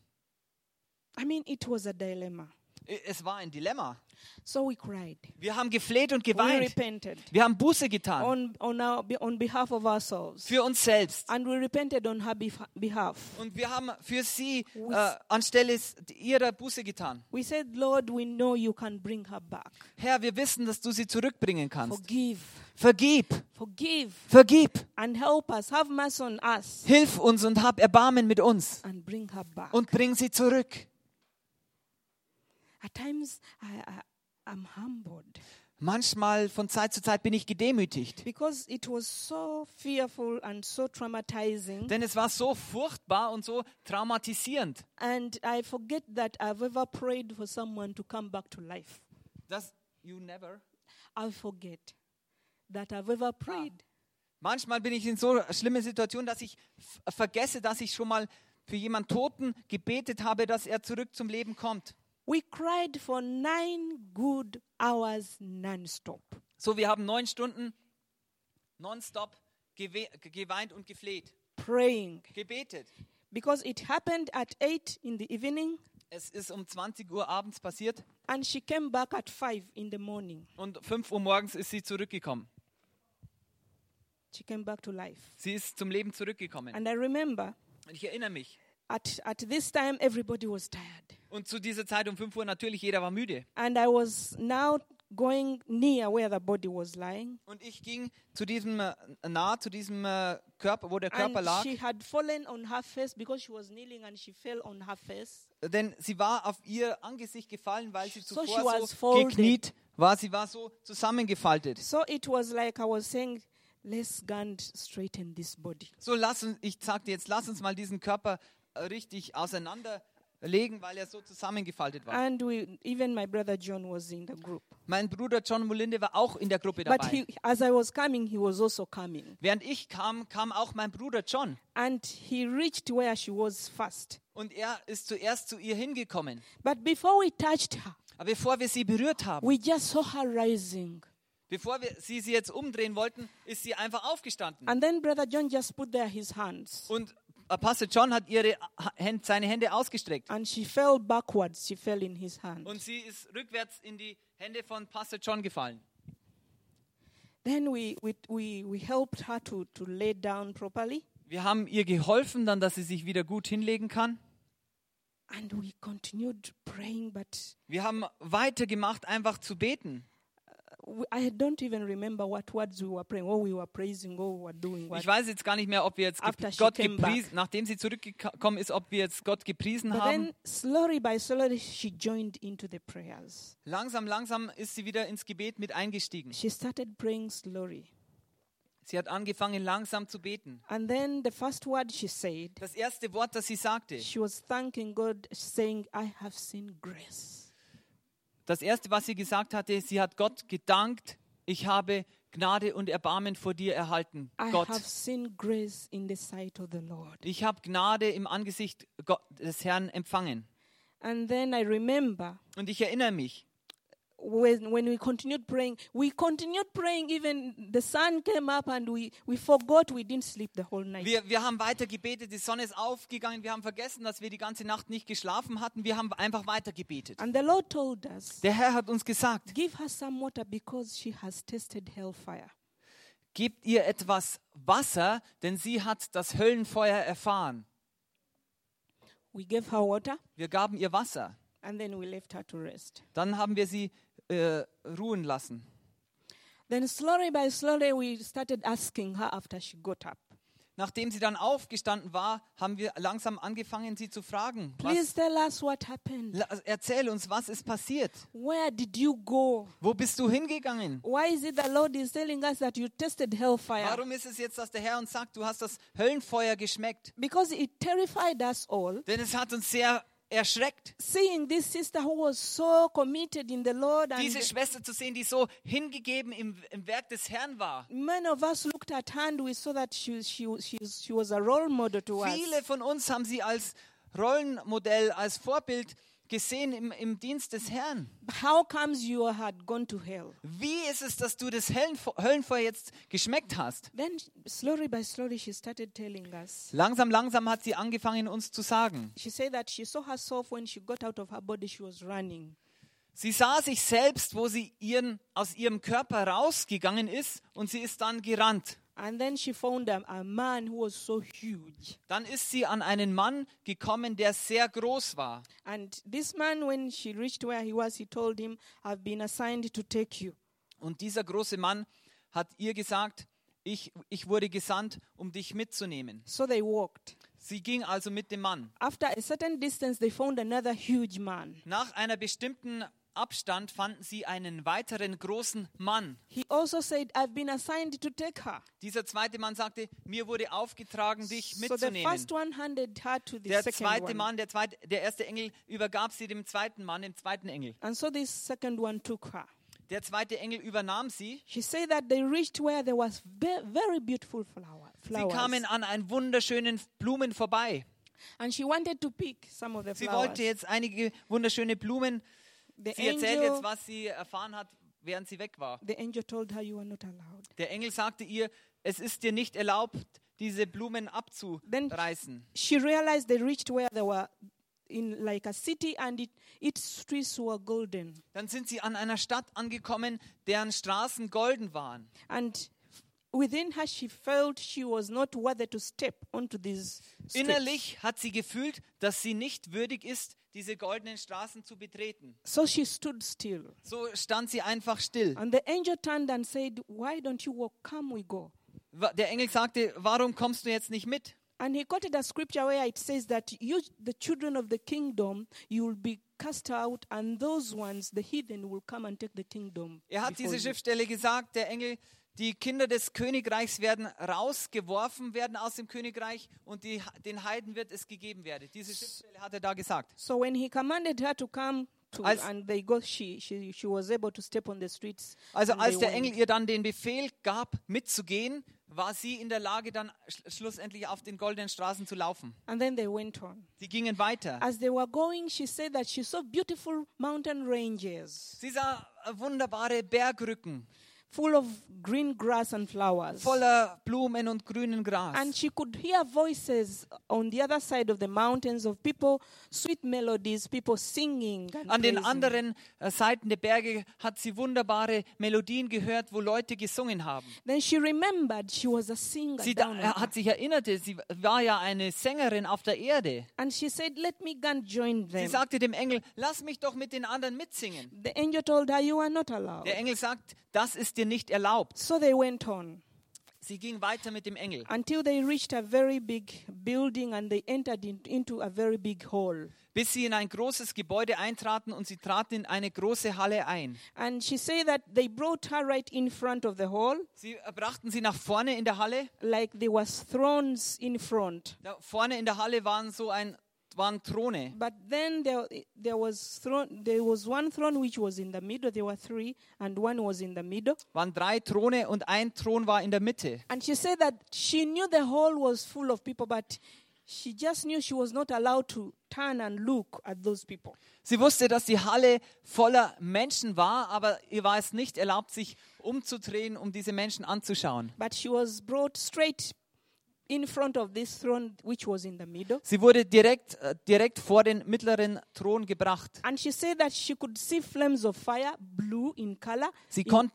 Speaker 3: I mean, it was a dilemma.
Speaker 2: Äh, Es war ein Dilemma.
Speaker 3: So we cried.
Speaker 2: Wir haben gefleht und
Speaker 3: We
Speaker 2: geweint.
Speaker 3: repented
Speaker 2: Wir haben Buße getan
Speaker 3: on, on, our, on behalf of ourselves.
Speaker 2: für uns selbst.
Speaker 3: And we repented on her bef- behalf.
Speaker 2: Und wir haben für sie
Speaker 3: We-
Speaker 2: äh, anstelle s- ihrer Buße getan.
Speaker 3: We said, Lord, we know you can bring her back.
Speaker 2: Herr, wir wissen, dass du sie zurückbringen kannst.
Speaker 3: Forgive.
Speaker 2: Vergib,
Speaker 3: Forgive.
Speaker 2: vergib.
Speaker 3: And help us. Have mercy on us.
Speaker 2: Hilf uns und hab Erbarmen mit uns
Speaker 3: And bring her back.
Speaker 2: und bring sie zurück.
Speaker 3: At times, I, I, I'm humbled
Speaker 2: Manchmal von Zeit zu Zeit bin ich gedemütigt,
Speaker 3: because it was so fearful and so traumatizing.
Speaker 2: denn es war so furchtbar und so traumatisierend,
Speaker 3: And I forget that I've ever prayed for someone to come back to life.
Speaker 2: dass you never.
Speaker 3: I forget that I've ever prayed.
Speaker 2: Manchmal bin ich in so schlimmen Situationen, dass ich f- vergesse, dass ich schon mal für jemanden Toten gebetet habe, dass er zurück zum Leben kommt.
Speaker 3: We cried for nine good hours non-stop.
Speaker 2: So, wir haben neun Stunden nonstop gewe geweint und gefleht,
Speaker 3: praying
Speaker 2: gebetet.
Speaker 3: because it happened at 8 in the evening
Speaker 2: Es ist um 20 Uhr abends passiert
Speaker 3: and she came back at 5 in the morning.
Speaker 2: und 5 Uhr morgens ist sie zurückgekommen.
Speaker 3: She came back to life.
Speaker 2: Sie ist zum Leben zurückgekommen.
Speaker 3: And I remember
Speaker 2: Und ich erinnere mich.
Speaker 3: at, at this time everybody was tired
Speaker 2: Und zu dieser Zeit um 5 Uhr natürlich, jeder war müde.
Speaker 3: and I was now going near where the body was lying
Speaker 2: Und ich ging zu diesem, äh, nah zu diesem äh, Körper, wo der Körper
Speaker 3: and
Speaker 2: lag.
Speaker 3: she had fallen on her face because she was kneeling and she fell on her face.
Speaker 2: denn sie war auf ihr Angesicht gefallen, weil sie
Speaker 3: So
Speaker 2: zuvor
Speaker 3: she was
Speaker 2: so
Speaker 3: folded.
Speaker 2: gekniet war. Sie war so zusammengefaltet.
Speaker 3: So it was like I was saying, let's God straighten this body.
Speaker 2: So, lass uns, ich sagte jetzt, lass uns mal diesen Körper äh, richtig auseinanderlegen, weil er so zusammengefaltet war.
Speaker 3: And we, even my brother John was in the group.
Speaker 2: Mein Bruder John Mulinde war auch in der Gruppe
Speaker 3: But
Speaker 2: dabei.
Speaker 3: he, as I was coming, he was also coming.
Speaker 2: Während ich kam, kam auch mein Bruder John.
Speaker 3: And he reached where she was first.
Speaker 2: Und er ist zuerst zu ihr hingekommen.
Speaker 3: But before we touched her,
Speaker 2: Aber bevor wir sie berührt haben,
Speaker 3: we just saw her rising.
Speaker 2: bevor wir sie, sie jetzt umdrehen wollten, ist sie einfach aufgestanden.
Speaker 3: And then Brother John just put there his hands.
Speaker 2: Und Apostel John hat ihre, Ha- Hän- seine Hände ausgestreckt.
Speaker 3: And she fell backwards. She fell in his hand.
Speaker 2: Und sie ist rückwärts in die Hände von Pastor John gefallen.
Speaker 3: Then we, we, we, we helped her to, to lay down properly.
Speaker 2: Wir haben ihr geholfen, dann, dass sie sich wieder gut hinlegen kann.
Speaker 3: And we continued praying, but
Speaker 2: Wir haben weitergemacht, einfach zu beten.
Speaker 3: we, uh, I don't even remember what words we were praying, what we were praising, what we were doing. What.
Speaker 2: Ich weiß jetzt gar nicht mehr, ob wir jetzt
Speaker 3: After
Speaker 2: gep-
Speaker 3: she
Speaker 2: Gott
Speaker 3: came
Speaker 2: gepriesen,
Speaker 3: back.
Speaker 2: nachdem sie zurückgekommen ist, ob wir jetzt Gott gepriesen
Speaker 3: But
Speaker 2: haben.
Speaker 3: then, slowly by slowly, she joined into the prayers.
Speaker 2: Langsam, langsam ist sie wieder ins Gebet mit eingestiegen.
Speaker 3: She started praying slowly.
Speaker 2: Sie hat angefangen, langsam zu beten.
Speaker 3: And then the first word she said,
Speaker 2: Das erste Wort, das sie sagte,
Speaker 3: she was thanking God, saying, I have seen grace.
Speaker 2: das erste, was sie gesagt hatte, sie hat Gott gedankt, ich habe Gnade und Erbarmen vor dir erhalten,
Speaker 3: I
Speaker 2: Gott.
Speaker 3: have seen grace in the sight of the Lord.
Speaker 2: Ich habe Gnade im Angesicht Gott, des Herrn empfangen.
Speaker 3: And then I remember
Speaker 2: Und ich erinnere mich,
Speaker 3: when, when we continued praying, we continued praying, even the sun came up and we, we forgot we didn't sleep the whole night.
Speaker 2: wir, wir haben weiter gebetet, die Sonne ist aufgegangen, wir haben vergessen, dass wir die ganze Nacht nicht geschlafen hatten, wir haben einfach weiter gebetet.
Speaker 3: and the Lord told us,
Speaker 2: Der Herr hat uns gesagt,
Speaker 3: Give her some water because she has tasted hellfire.
Speaker 2: gebt ihr etwas Wasser, denn sie hat das Höllenfeuer erfahren.
Speaker 3: We gave her water
Speaker 2: Wir gaben ihr Wasser.
Speaker 3: and then we left her to rest.
Speaker 2: Dann haben wir sie äh, ruhen lassen.
Speaker 3: Then, slowly by slowly, we started asking her after she got up.
Speaker 2: Nachdem sie dann aufgestanden war, haben wir langsam angefangen, sie zu fragen.
Speaker 3: Please
Speaker 2: Was,
Speaker 3: tell us what happened.
Speaker 2: La- erzähl uns, was ist passiert?
Speaker 3: Where did you go?
Speaker 2: Wo bist du hingegangen?
Speaker 3: Why is it the Lord is telling us that you tasted hellfire?
Speaker 2: Warum ist es jetzt, dass der Herr uns sagt, du hast das Höllenfeuer geschmeckt?
Speaker 3: Because it terrified us all.
Speaker 2: Denn es hat uns sehr erschreckt,
Speaker 3: Seeing this sister who was so committed in the Lord,
Speaker 2: diese
Speaker 3: and
Speaker 2: Schwester zu sehen, die so hingegeben im, im Werk des Herrn war.
Speaker 3: many of us looked at her and we saw that she, she, she, she was a role model to us.
Speaker 2: Viele von uns haben sie als Rollenmodell, als Vorbild gesehen im, im Dienst des Herrn.
Speaker 3: How comes you had gone to hell?
Speaker 2: Wie ist es, dass du das Höllenfe- Höllenfeuer jetzt geschmeckt hast?
Speaker 3: Then, slowly by slowly, she started telling us.
Speaker 2: Langsam, langsam hat sie angefangen, uns zu sagen.
Speaker 3: She said that she saw herself when she got out of her body, she was running.
Speaker 2: Sie sah sich selbst, wo sie ihren, aus ihrem Körper rausgegangen ist und sie ist dann gerannt.
Speaker 3: And then she found a, a man who was so huge.
Speaker 2: Dann ist sie an einen Mann gekommen, der sehr groß war.
Speaker 3: And this man, when she reached where he was, he told him, I've been assigned to take you.
Speaker 2: Und dieser große Mann hat ihr gesagt, ich, ich wurde gesandt, um dich mitzunehmen.
Speaker 3: So they walked.
Speaker 2: Sie ging also mit dem Mann.
Speaker 3: After a certain distance, they found another huge man.
Speaker 2: Nach einer bestimmten Abstand fanden sie einen weiteren großen Mann.
Speaker 3: He also said, I've been assigned to take her.
Speaker 2: Dieser zweite Mann sagte, mir wurde aufgetragen, dich
Speaker 3: So the
Speaker 2: mitzunehmen.
Speaker 3: first one handed her to the
Speaker 2: Der
Speaker 3: second
Speaker 2: zweite
Speaker 3: one.
Speaker 2: Mann, der, zweite, der erste Engel übergab sie dem zweiten Mann, dem zweiten Engel.
Speaker 3: And so this second one took her.
Speaker 2: Der zweite Engel übernahm sie.
Speaker 3: She said that they reached where there was ve- very beautiful flower,
Speaker 2: Sie
Speaker 3: flowers.
Speaker 2: kamen an einen wunderschönen Blumen vorbei.
Speaker 3: and she wanted to pick some of the
Speaker 2: Sie
Speaker 3: flowers.
Speaker 2: wollte jetzt einige wunderschöne Blumen.
Speaker 3: The
Speaker 2: Sie erzählt jetzt,
Speaker 3: angel,
Speaker 2: was sie erfahren hat, während sie weg war.
Speaker 3: the angel told her, You are not allowed.
Speaker 2: Der Engel sagte ihr, es ist dir nicht erlaubt, diese Blumen
Speaker 3: Then-
Speaker 2: abzureißen.
Speaker 3: She realized they reached where they were in like a city and it, its trees were golden.
Speaker 2: Dann sind sie an einer Stadt angekommen, deren Straßen golden waren.
Speaker 3: And within her, she felt she was not worthy to step onto these streets.
Speaker 2: Innerlich hat sie gefühlt, dass sie nicht würdig ist, diese goldenen Straßen zu betreten.
Speaker 3: So she stood still.
Speaker 2: So stand sie einfach still.
Speaker 3: And the angel turned and said, Why don't you walk? Come, we go.
Speaker 2: Wa- Der Engel sagte, warum kommst du jetzt nicht mit?
Speaker 3: And he quoted a scripture where it says that you, the children of the kingdom, you will be cast out, and those ones, the heathen, will come and take the kingdom.
Speaker 2: Er hat
Speaker 3: before
Speaker 2: diese
Speaker 3: you."
Speaker 2: Schriftstelle gesagt, der Engel, die Kinder des Königreichs werden rausgeworfen werden aus dem Königreich und die, den Heiden wird es gegeben werden. Diese Schriftstelle hat er da gesagt.
Speaker 3: So when he commanded her to come to,
Speaker 2: Als-
Speaker 3: and they got she, she she was able to step on the streets.
Speaker 2: Also
Speaker 3: and
Speaker 2: als
Speaker 3: they
Speaker 2: der
Speaker 3: went.
Speaker 2: Engel ihr dann den Befehl gab, mitzugehen, war sie in der Lage, dann sch schlussendlich auf den goldenen Straßen zu laufen.
Speaker 3: and then they went on.
Speaker 2: Sie gingen weiter.
Speaker 3: As they were going, she said that she saw beautiful mountain ranges
Speaker 2: Sie sah wunderbare Bergrücken
Speaker 3: full of green grass and flowers.
Speaker 2: voller Blumen und grünen
Speaker 3: and
Speaker 2: Gras.
Speaker 3: she could hear voices on the other side of the mountains of people, sweet melodies, people singing. And
Speaker 2: An den
Speaker 3: praising.
Speaker 2: anderen äh, Seiten der Berge hat sie wunderbare Melodien gehört, wo Leute gesungen haben.
Speaker 3: Then she remembered she was a singer.
Speaker 2: Sie da,
Speaker 3: down on
Speaker 2: er hat
Speaker 3: earth.
Speaker 2: sich erinnert, sie war ja eine Sängerin auf der Erde.
Speaker 3: and she said, Let me go and join
Speaker 2: Sie
Speaker 3: them.
Speaker 2: sagte dem Engel, lass mich doch mit den anderen mitsingen.
Speaker 3: The angel told her, You are not allowed.
Speaker 2: Der Engel sagt, das ist dir nicht erlaubt.
Speaker 3: So they went on
Speaker 2: Sie ging weiter mit dem Engel,
Speaker 3: until they reached a very big building and they entered in- into a very big hall.
Speaker 2: bis sie in ein großes Gebäude eintraten und sie traten in eine große Halle ein.
Speaker 3: And she said that they brought her right in front of the hall,
Speaker 2: Sie äh, brachten sie nach vorne in der Halle.
Speaker 3: like there was thrones in front.
Speaker 2: Da vorne in der Halle waren so ein waren Throne.
Speaker 3: But then there, there was throne, there was one throne which was in the middle. There were three, and one was in the middle.
Speaker 2: Waren drei Throne und ein Thron war in der Mitte.
Speaker 3: And she said that she knew the hall was full of people, but she just knew she was not allowed to turn and look at those people.
Speaker 2: Sie wusste, dass die Halle voller Menschen war, aber ihr war es nicht erlaubt, sich umzudrehen, um diese Menschen anzuschauen.
Speaker 3: But she was brought straight in front of this throne which was in the middle.
Speaker 2: Sie wurde direkt, äh, direkt vor den mittleren Thron gebracht.
Speaker 3: And she said that she could see flames of fire, blue in color,
Speaker 2: Sie,
Speaker 3: in-
Speaker 2: kon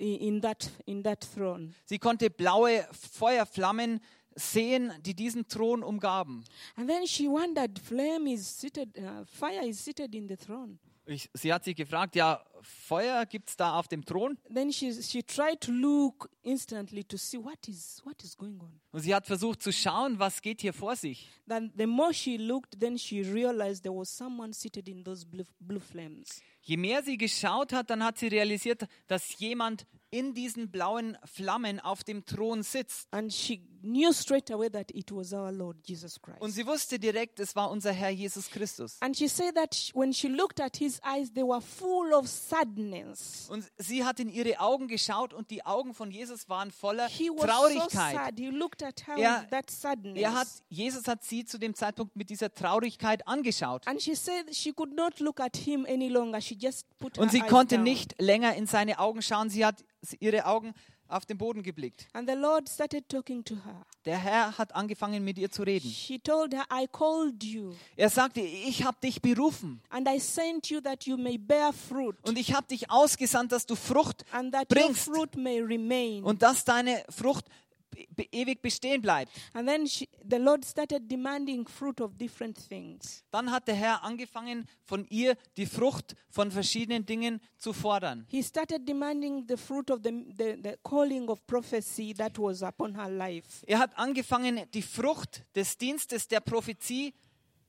Speaker 3: i- in that in that throne.
Speaker 2: sie konnte blaue Feuerflammen sehen, die diesen Thron umgaben.
Speaker 3: And then she wondered, flame is seated, uh, fire is seated in the throne.
Speaker 2: Ich, sie hat sich gefragt, ja, Feuer gibt es da auf dem Thron?
Speaker 3: Then she she tried to look instantly to see what is what is going on.
Speaker 2: Und sie hat versucht zu schauen, was geht hier vor sich.
Speaker 3: Then the more she looked, then she realized there was someone seated in those blue, blue flames.
Speaker 2: Je mehr sie geschaut hat, dann hat sie realisiert, dass jemand in diesen blauen Flammen auf dem Thron sitzt.
Speaker 3: And she knew straight away that it was our Lord Jesus Christ.
Speaker 2: Und sie wusste direkt, es war unser Herr Jesus Christus.
Speaker 3: And she said that sh- when she looked at his eyes, they were full of sadness.
Speaker 2: Und sie hat in ihre Augen geschaut und die Augen von Jesus waren voller
Speaker 3: He was so
Speaker 2: Traurigkeit.
Speaker 3: sad. He looked at her
Speaker 2: Er-
Speaker 3: with that sadness.
Speaker 2: Er hat, Jesus hat sie zu dem Zeitpunkt mit dieser Traurigkeit angeschaut.
Speaker 3: and she said she could not look at him any longer. She just put her
Speaker 2: Und sie
Speaker 3: eyes
Speaker 2: konnte
Speaker 3: down.
Speaker 2: nicht länger in seine Augen schauen. Sie hat ihre Augen auf den Boden geblickt.
Speaker 3: And the Lord started talking to her.
Speaker 2: Der Herr hat angefangen, mit ihr zu reden.
Speaker 3: She told her, I called you
Speaker 2: Er sagte, ich habe dich berufen.
Speaker 3: and I sent you that you may bear fruit
Speaker 2: Und ich habe dich ausgesandt, dass du Frucht
Speaker 3: and that your
Speaker 2: bringst
Speaker 3: fruit may remain.
Speaker 2: und dass deine Frucht be be ewig bestehen bleibt.
Speaker 3: and then she, the Lord started demanding fruit of different things.
Speaker 2: Dann hat der Herr angefangen, von ihr die Frucht von verschiedenen Dingen zu fordern.
Speaker 3: He started demanding the fruit of the, the, the calling of prophecy that was upon her life.
Speaker 2: Er hat angefangen, die Frucht des Dienstes der Prophezie,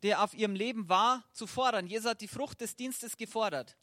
Speaker 2: der auf ihrem Leben war, zu fordern. Jesus hat die Frucht des Dienstes gefordert.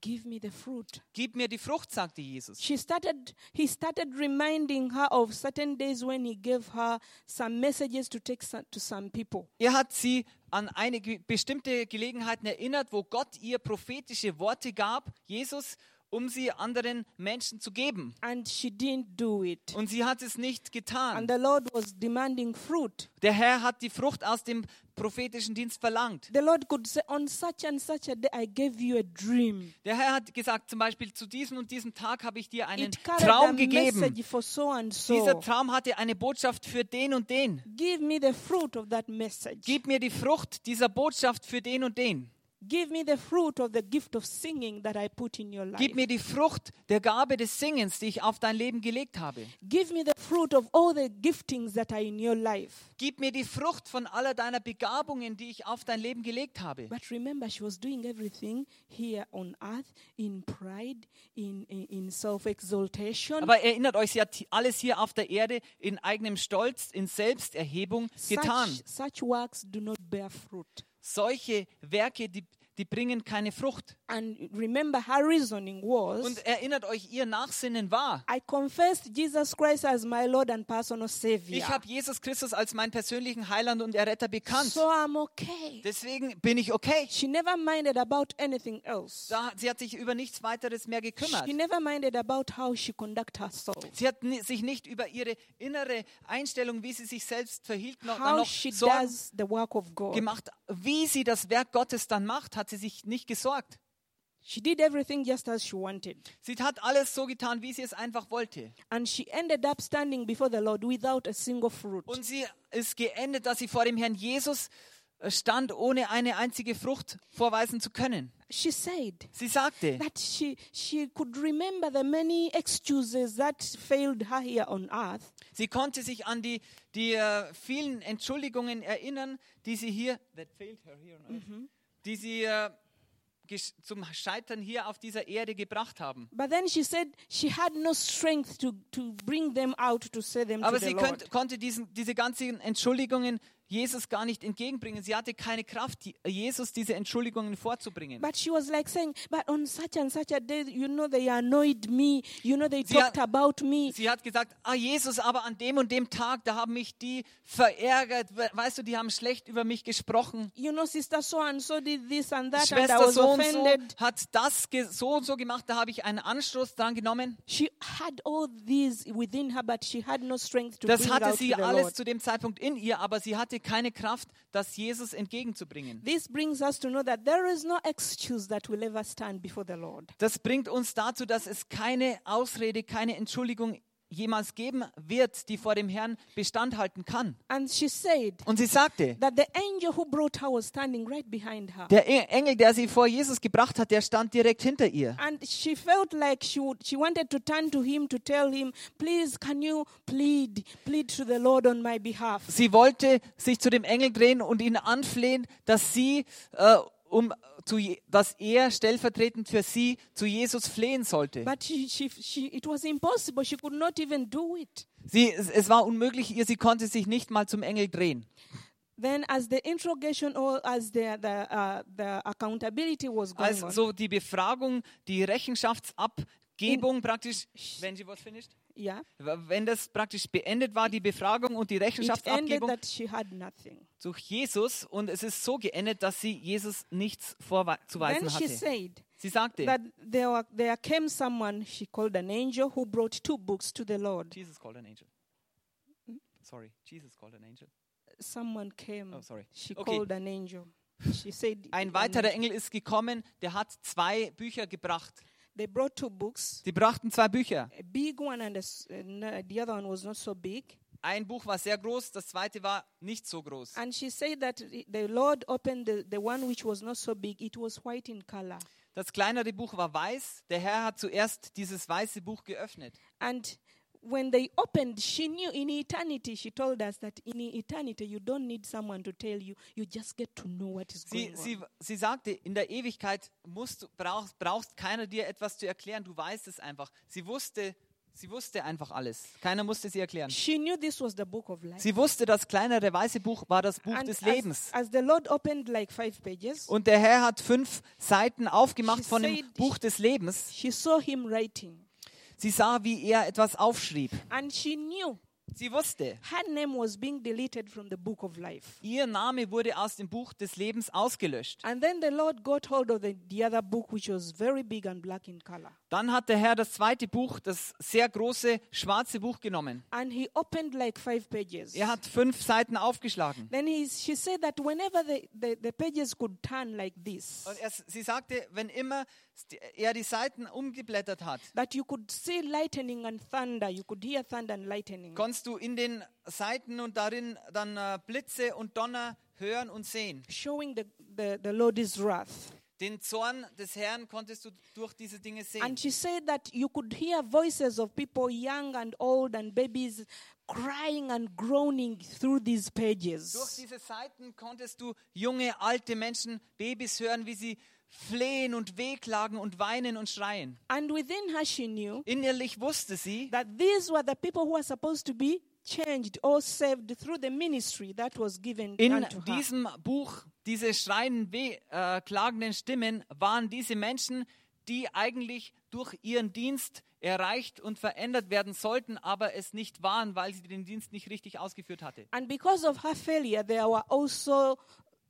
Speaker 3: Give me the fruit.
Speaker 2: Gib mir die Frucht, sagte Jesus.
Speaker 3: She started, he started reminding her of certain days when he gave her some messages to take some, to some people.
Speaker 2: Er hat sie an einige bestimmte Gelegenheiten erinnert, wo Gott ihr prophetische Worte gab, Jesus, um sie anderen Menschen zu geben.
Speaker 3: And she didn't do it.
Speaker 2: Und sie hat es nicht
Speaker 3: And
Speaker 2: getan.
Speaker 3: the Lord was demanding fruit.
Speaker 2: Der Herr hat die Frucht aus dem prophetischen Dienst verlangt.
Speaker 3: The Lord could say, On such and such a day, I gave you a dream.
Speaker 2: Der Herr hat gesagt, zum Beispiel zu diesem und diesem Tag habe ich dir einen
Speaker 3: It carried
Speaker 2: Traum
Speaker 3: a
Speaker 2: gegeben.
Speaker 3: message for so and
Speaker 2: Dieser
Speaker 3: so.
Speaker 2: Traum hatte eine Botschaft für den und den.
Speaker 3: Give me the fruit of that message.
Speaker 2: Gib mir die Frucht dieser Botschaft für den und den.
Speaker 3: Give me the fruit of the gift of singing that I put in your life.
Speaker 2: Gib mir die Frucht der Gabe des Singens, die ich auf dein Leben gelegt habe.
Speaker 3: Give me the fruit of all the giftings that are in your life.
Speaker 2: Gib mir die Frucht von aller deiner Begabungen, die ich auf dein Leben gelegt habe.
Speaker 3: But remember, she was doing everything here on earth in pride, in, in, in self exaltation.
Speaker 2: Aber erinnert euch, sie hat alles hier auf der Erde in eigenem Stolz, in Selbsterhebung getan.
Speaker 3: Such, such works do not bear fruit.
Speaker 2: Solche Werke, die, die bringen keine Frucht.
Speaker 3: And remember, her reasoning was
Speaker 2: Und erinnert euch, ihr Nachsinnen war.
Speaker 3: I confessed Jesus Christ as my Lord and personal Savior.
Speaker 2: Ich habe Jesus Christus als meinen persönlichen Heiland und Erretter bekannt.
Speaker 3: so I'm okay.
Speaker 2: Deswegen bin ich okay.
Speaker 3: She never minded about anything else.
Speaker 2: Da, sie hat sich über nichts weiteres mehr gekümmert.
Speaker 3: She never minded about how she conduct herself.
Speaker 2: Sie hat ni- sich nicht über ihre innere Einstellung, wie sie sich selbst verhielt, noch,
Speaker 3: How
Speaker 2: noch
Speaker 3: she
Speaker 2: Sorgen
Speaker 3: does the work of God.
Speaker 2: gemacht. Wie sie das Werk Gottes dann macht, hat sie sich nicht gesorgt.
Speaker 3: She did everything just as she wanted.
Speaker 2: Sie hat alles so getan, wie sie es einfach wollte.
Speaker 3: And she ended up standing before the Lord without a single fruit.
Speaker 2: Und sie ist geendet, dass sie vor dem Herrn Jesus äh, stand, ohne eine einzige Frucht vorweisen zu können.
Speaker 3: She said
Speaker 2: Sie sagte,
Speaker 3: that she, she could remember the many excuses that failed her here on earth.
Speaker 2: sie konnte sich an die, die äh, vielen Entschuldigungen erinnern, die sie hier, that failed her here on earth,
Speaker 3: Mhm.
Speaker 2: die sie äh, gesch- zum Scheitern hier auf dieser Erde gebracht haben.
Speaker 3: But then she said she had no strength to, to bring them out to say them
Speaker 2: Aber
Speaker 3: to
Speaker 2: sie
Speaker 3: the
Speaker 2: könnt,
Speaker 3: Lord.
Speaker 2: konnte diesen, diese ganzen Entschuldigungen Jesus gar nicht entgegenbringen. Sie hatte keine Kraft, die- Jesus diese Entschuldigungen vorzubringen.
Speaker 3: But she was like saying, but on such and such a day, you know, they annoyed me. You know, they
Speaker 2: Sie
Speaker 3: talked
Speaker 2: hat-
Speaker 3: about me.
Speaker 2: Sie hat gesagt, ah Jesus, aber an dem und dem Tag, da haben mich die verärgert, we- weißt du, die haben schlecht über mich gesprochen.
Speaker 3: You know, sister so and so did this and that, and I
Speaker 2: Schwester
Speaker 3: was
Speaker 2: so und so
Speaker 3: offended.
Speaker 2: hat das ge- so und so gemacht, da habe ich einen Anstoß dran genommen.
Speaker 3: She had all these within her, but she had no strength to
Speaker 2: Das
Speaker 3: bring out
Speaker 2: hatte
Speaker 3: to
Speaker 2: sie
Speaker 3: the
Speaker 2: alles
Speaker 3: Lord.
Speaker 2: zu dem Zeitpunkt in ihr, aber sie hatte keine Kraft, das Jesus entgegenzubringen.
Speaker 3: This brings us to know that there is no excuse that will ever stand before the Lord.
Speaker 2: Das bringt uns dazu, dass es keine Ausrede, keine Entschuldigung jemals geben wird, die vor dem Herrn Bestand halten kann.
Speaker 3: And she said
Speaker 2: Und sie sagte,
Speaker 3: that the angel who brought her was standing right behind her.
Speaker 2: der E- Engel, der sie vor Jesus gebracht hat, der stand direkt hinter ihr.
Speaker 3: And she felt like she would, she wanted to turn to him to tell him, please, can you plead, plead to the Lord on my behalf?
Speaker 2: sie wollte sich zu dem Engel drehen und ihn anflehen, dass sie äh, um zu Je- dass er stellvertretend für sie zu Jesus flehen sollte.
Speaker 3: But she, she, she, it was impossible. She could not even do it.
Speaker 2: Sie, es, es war unmöglich ihr, sie konnte sich nicht mal zum Engel drehen.
Speaker 3: Then, as the interrogation or as the, the, uh, the accountability was going
Speaker 2: Also
Speaker 3: on,
Speaker 2: so die Befragung, die Rechenschaftsabgebung praktisch, wenn sie was finished,
Speaker 3: yeah,
Speaker 2: w- wenn das praktisch beendet war, die Befragung und die
Speaker 3: it ended
Speaker 2: Rechenschaftsabgebung
Speaker 3: that she had nothing.
Speaker 2: durch Jesus und es ist so geendet, dass sie Jesus nichts
Speaker 3: Then
Speaker 2: vorzuweisen
Speaker 3: she
Speaker 2: hatte.
Speaker 3: said
Speaker 2: Sie sagte,
Speaker 3: that there, were, there came someone she called an angel who brought two books to the Lord.
Speaker 2: Jesus called an angel. Hm? Sorry, Jesus called an angel.
Speaker 3: Someone came.
Speaker 2: Oh, sorry.
Speaker 3: She
Speaker 2: Okay.
Speaker 3: called an angel. She said
Speaker 2: Ein
Speaker 3: an
Speaker 2: weiterer
Speaker 3: angel.
Speaker 2: Engel ist gekommen, der hat zwei Bücher gebracht.
Speaker 3: They brought two books,
Speaker 2: Sie brachten zwei Bücher.
Speaker 3: a big one and a s- and, uh, the other one was not so big.
Speaker 2: Ein Buch war sehr groß, das zweite war nicht so groß.
Speaker 3: And she said that i- the Lord opened the, the one which was not so big. It was white in color.
Speaker 2: Das kleinere Buch war weiß. Der Herr hat zuerst dieses weiße Buch geöffnet.
Speaker 3: And when they opened, she knew in eternity, she told us that in eternity, you don't need someone to tell you. You just get to know what is
Speaker 2: Sie,
Speaker 3: going on.
Speaker 2: sie, sie sagte, in der Ewigkeit musst, du- brauchst, brauchst keiner dir etwas zu erklären. Du weißt es einfach. Sie wusste, sie wusste einfach alles. Keiner musste sie erklären.
Speaker 3: She knew this was the book of life.
Speaker 2: Sie wusste, das kleinere weiße Buch war das Buch
Speaker 3: And
Speaker 2: des
Speaker 3: as-
Speaker 2: Lebens.
Speaker 3: As, the Lord opened like five pages,
Speaker 2: Und der Herr hat fünf Seiten aufgemacht
Speaker 3: She
Speaker 2: von dem
Speaker 3: said-
Speaker 2: Buch des Lebens.
Speaker 3: she saw him writing.
Speaker 2: Sie sah, wie er etwas aufschrieb.
Speaker 3: And she knew
Speaker 2: Sie wusste,
Speaker 3: her name was being deleted from the book of life.
Speaker 2: ihr Name wurde aus dem Buch des Lebens ausgelöscht.
Speaker 3: And then the Lord got hold of the, the other book, which was very big and black in color.
Speaker 2: Dann hat der Herr das zweite Buch, das sehr große schwarze Buch genommen.
Speaker 3: And he opened like five pages.
Speaker 2: Er hat fünf Seiten aufgeschlagen.
Speaker 3: Then he, she said that whenever the, the, the pages could turn like this,
Speaker 2: Und er, sie sagte, wenn immer er die Seiten umgeblättert hat,
Speaker 3: that you could see lightning and thunder, you could hear thunder and lightning.
Speaker 2: konntest du in den Seiten und darin dann äh, Blitze und Donner hören und sehen.
Speaker 3: Showing the, the, the Lord's wrath.
Speaker 2: Den Zorn des Herrn konntest du durch diese Dinge sehen.
Speaker 3: And she said that you could hear voices of people, young and old, and babies crying and groaning through these
Speaker 2: Durch
Speaker 3: pages.
Speaker 2: diese Seiten konntest du junge, alte Menschen, Babys hören, wie sie flehen und wehklagen und weinen und schreien.
Speaker 3: And within her, she knew
Speaker 2: Innerlich wusste sie,
Speaker 3: that these were the people who were supposed to be changed or saved through the ministry that was given
Speaker 2: In
Speaker 3: unto her.
Speaker 2: diesem Buch, diese schreienden, weh- äh, klagenden Stimmen, waren diese Menschen, die eigentlich durch ihren Dienst erreicht und verändert werden sollten, aber es nicht waren, weil sie den Dienst nicht richtig ausgeführt hatte.
Speaker 3: And because of her failure, they were also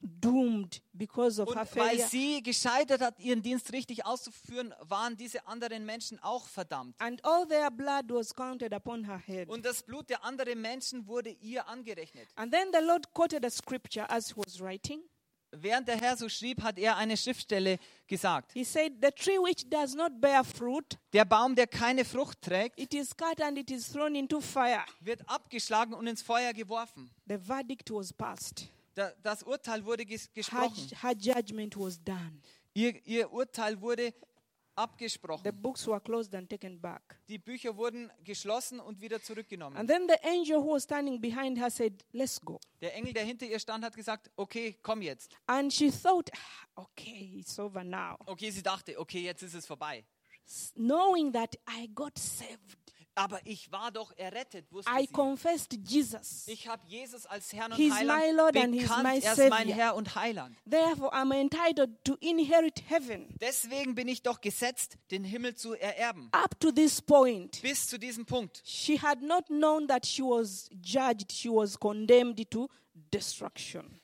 Speaker 3: doomed because of
Speaker 2: Und
Speaker 3: her
Speaker 2: weil
Speaker 3: failure.
Speaker 2: sie gescheitert hat, ihren Dienst richtig auszuführen, waren diese anderen Menschen auch verdammt.
Speaker 3: And all their blood was counted upon her head.
Speaker 2: Und das Blut der anderen Menschen wurde ihr angerechnet.
Speaker 3: And then the Lord quoted a scripture as he was writing.
Speaker 2: Während der Herr so schrieb, hat er eine Schriftstelle gesagt.
Speaker 3: He said, The tree which does not bear fruit,
Speaker 2: Der Baum, der keine Frucht trägt,
Speaker 3: it is cut and it is thrown into fire.
Speaker 2: wird abgeschlagen und ins Feuer geworfen.
Speaker 3: The verdict was passed.
Speaker 2: Da, das Urteil wurde ges
Speaker 3: Her,
Speaker 2: gesprochen.
Speaker 3: her judgment was done.
Speaker 2: Ihr, ihr Urteil wurde abgesprochen.
Speaker 3: The books were closed and taken back.
Speaker 2: Die Bücher wurden geschlossen und wieder zurückgenommen.
Speaker 3: And then the angel who was standing behind her said, Let's go.
Speaker 2: Der Engel, der hinter ihr stand, hat gesagt, okay, komm jetzt.
Speaker 3: And she thought, "Ah, Okay, it's over now.
Speaker 2: Okay, sie dachte, okay, jetzt ist es vorbei.
Speaker 3: Knowing that I got saved,
Speaker 2: Aber ich war doch errettet, wusste
Speaker 3: I
Speaker 2: sie.
Speaker 3: confessed Jesus.
Speaker 2: Ich habe Jesus als Herrn und
Speaker 3: He's my
Speaker 2: Heiland
Speaker 3: Lord and he's
Speaker 2: bekannt.
Speaker 3: my
Speaker 2: er ist mein
Speaker 3: Savior.
Speaker 2: Herr und Heiland.
Speaker 3: Therefore, I'm entitled to inherit heaven.
Speaker 2: Deswegen bin ich doch gesetzt, den Himmel zu ererben.
Speaker 3: Up to this point,
Speaker 2: Bis zu diesem Punkt.
Speaker 3: she had not known that she was judged, she was condemned to destruction.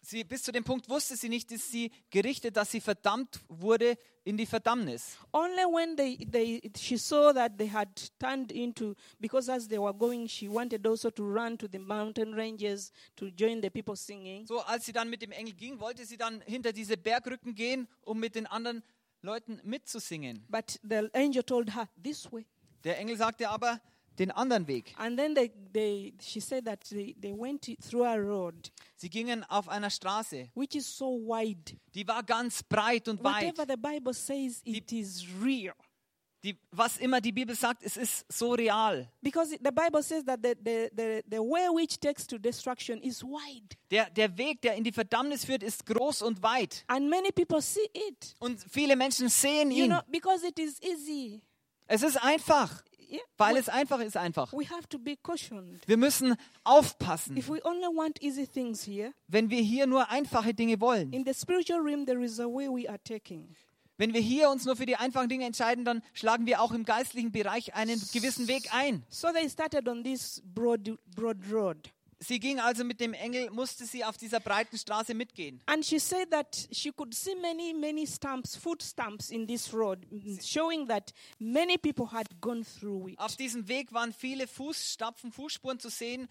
Speaker 2: Sie, bis zu dem Punkt wusste sie nicht, dass sie gerichtet, dass sie verdammt wurde in die Verdammnis.
Speaker 3: Only when they, they, she saw that they had turned into, because as they were going, she wanted also to run to the mountain ranges to join the people singing.
Speaker 2: So, als sie dann mit dem Engel ging, wollte sie dann hinter diese Bergrücken gehen, um mit den anderen Leuten mitzusingen.
Speaker 3: But the angel told her, This way.
Speaker 2: Der Engel sagte aber den anderen Weg.
Speaker 3: And then they, they, she said that they, they went through a road
Speaker 2: Sie gingen auf einer Straße,
Speaker 3: which is so wide.
Speaker 2: die war ganz breit und weit.
Speaker 3: Whatever the Bible says, it is real.
Speaker 2: Die, was immer die Bibel sagt, es ist so real.
Speaker 3: Because the Bible says that the, the, the, the way which takes to destruction is wide.
Speaker 2: Der, der Weg, der in die Verdammnis führt, ist groß und weit.
Speaker 3: And many people see it.
Speaker 2: Und viele Menschen sehen
Speaker 3: You
Speaker 2: ihn.
Speaker 3: know, because it is easy.
Speaker 2: Es ist einfach,
Speaker 3: Yeah,
Speaker 2: weil
Speaker 3: we,
Speaker 2: es einfach ist einfach.
Speaker 3: we have to be cautioned.
Speaker 2: Wir müssen aufpassen,
Speaker 3: If we only want easy things here,
Speaker 2: wenn wir hier nur einfache Dinge wollen.
Speaker 3: in the spiritual realm, there is a way we are taking.
Speaker 2: Wenn wir hier uns nur für die einfachen Dinge entscheiden, dann schlagen wir auch im geistlichen Bereich einen gewissen Weg ein.
Speaker 3: So they started on this broad, broad road.
Speaker 2: Sie ging also mit dem Engel, musste sie auf dieser breiten Straße mitgehen.
Speaker 3: And she said that she could see many, many stamps, foot stamps in this road, mm, showing that many people had gone through it.
Speaker 2: Auf diesem Weg waren viele Fußstapfen, Fußspuren zu sehen.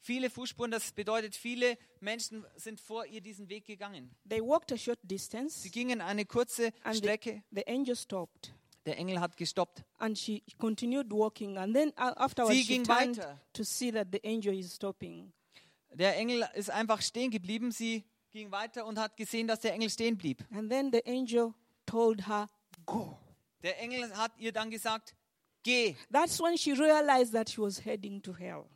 Speaker 2: Viele Fußspuren, das bedeutet, viele Menschen sind vor ihr diesen Weg gegangen.
Speaker 3: They walked a short distance,
Speaker 2: Sie gingen eine kurze
Speaker 3: and the,
Speaker 2: Strecke.
Speaker 3: the angel stopped.
Speaker 2: Der Engel hat gestoppt.
Speaker 3: And she continued walking, and then uh, afterwards
Speaker 2: Sie
Speaker 3: she
Speaker 2: ging
Speaker 3: turned
Speaker 2: weiter.
Speaker 3: to see that the angel is stopping.
Speaker 2: Der Engel ist einfach stehen geblieben. Sie ging weiter und hat gesehen, dass der Engel stehen blieb.
Speaker 3: And then the angel told her, Go.
Speaker 2: Der Engel hat ihr dann gesagt, geh.
Speaker 3: That's when she realized that she was heading to hell.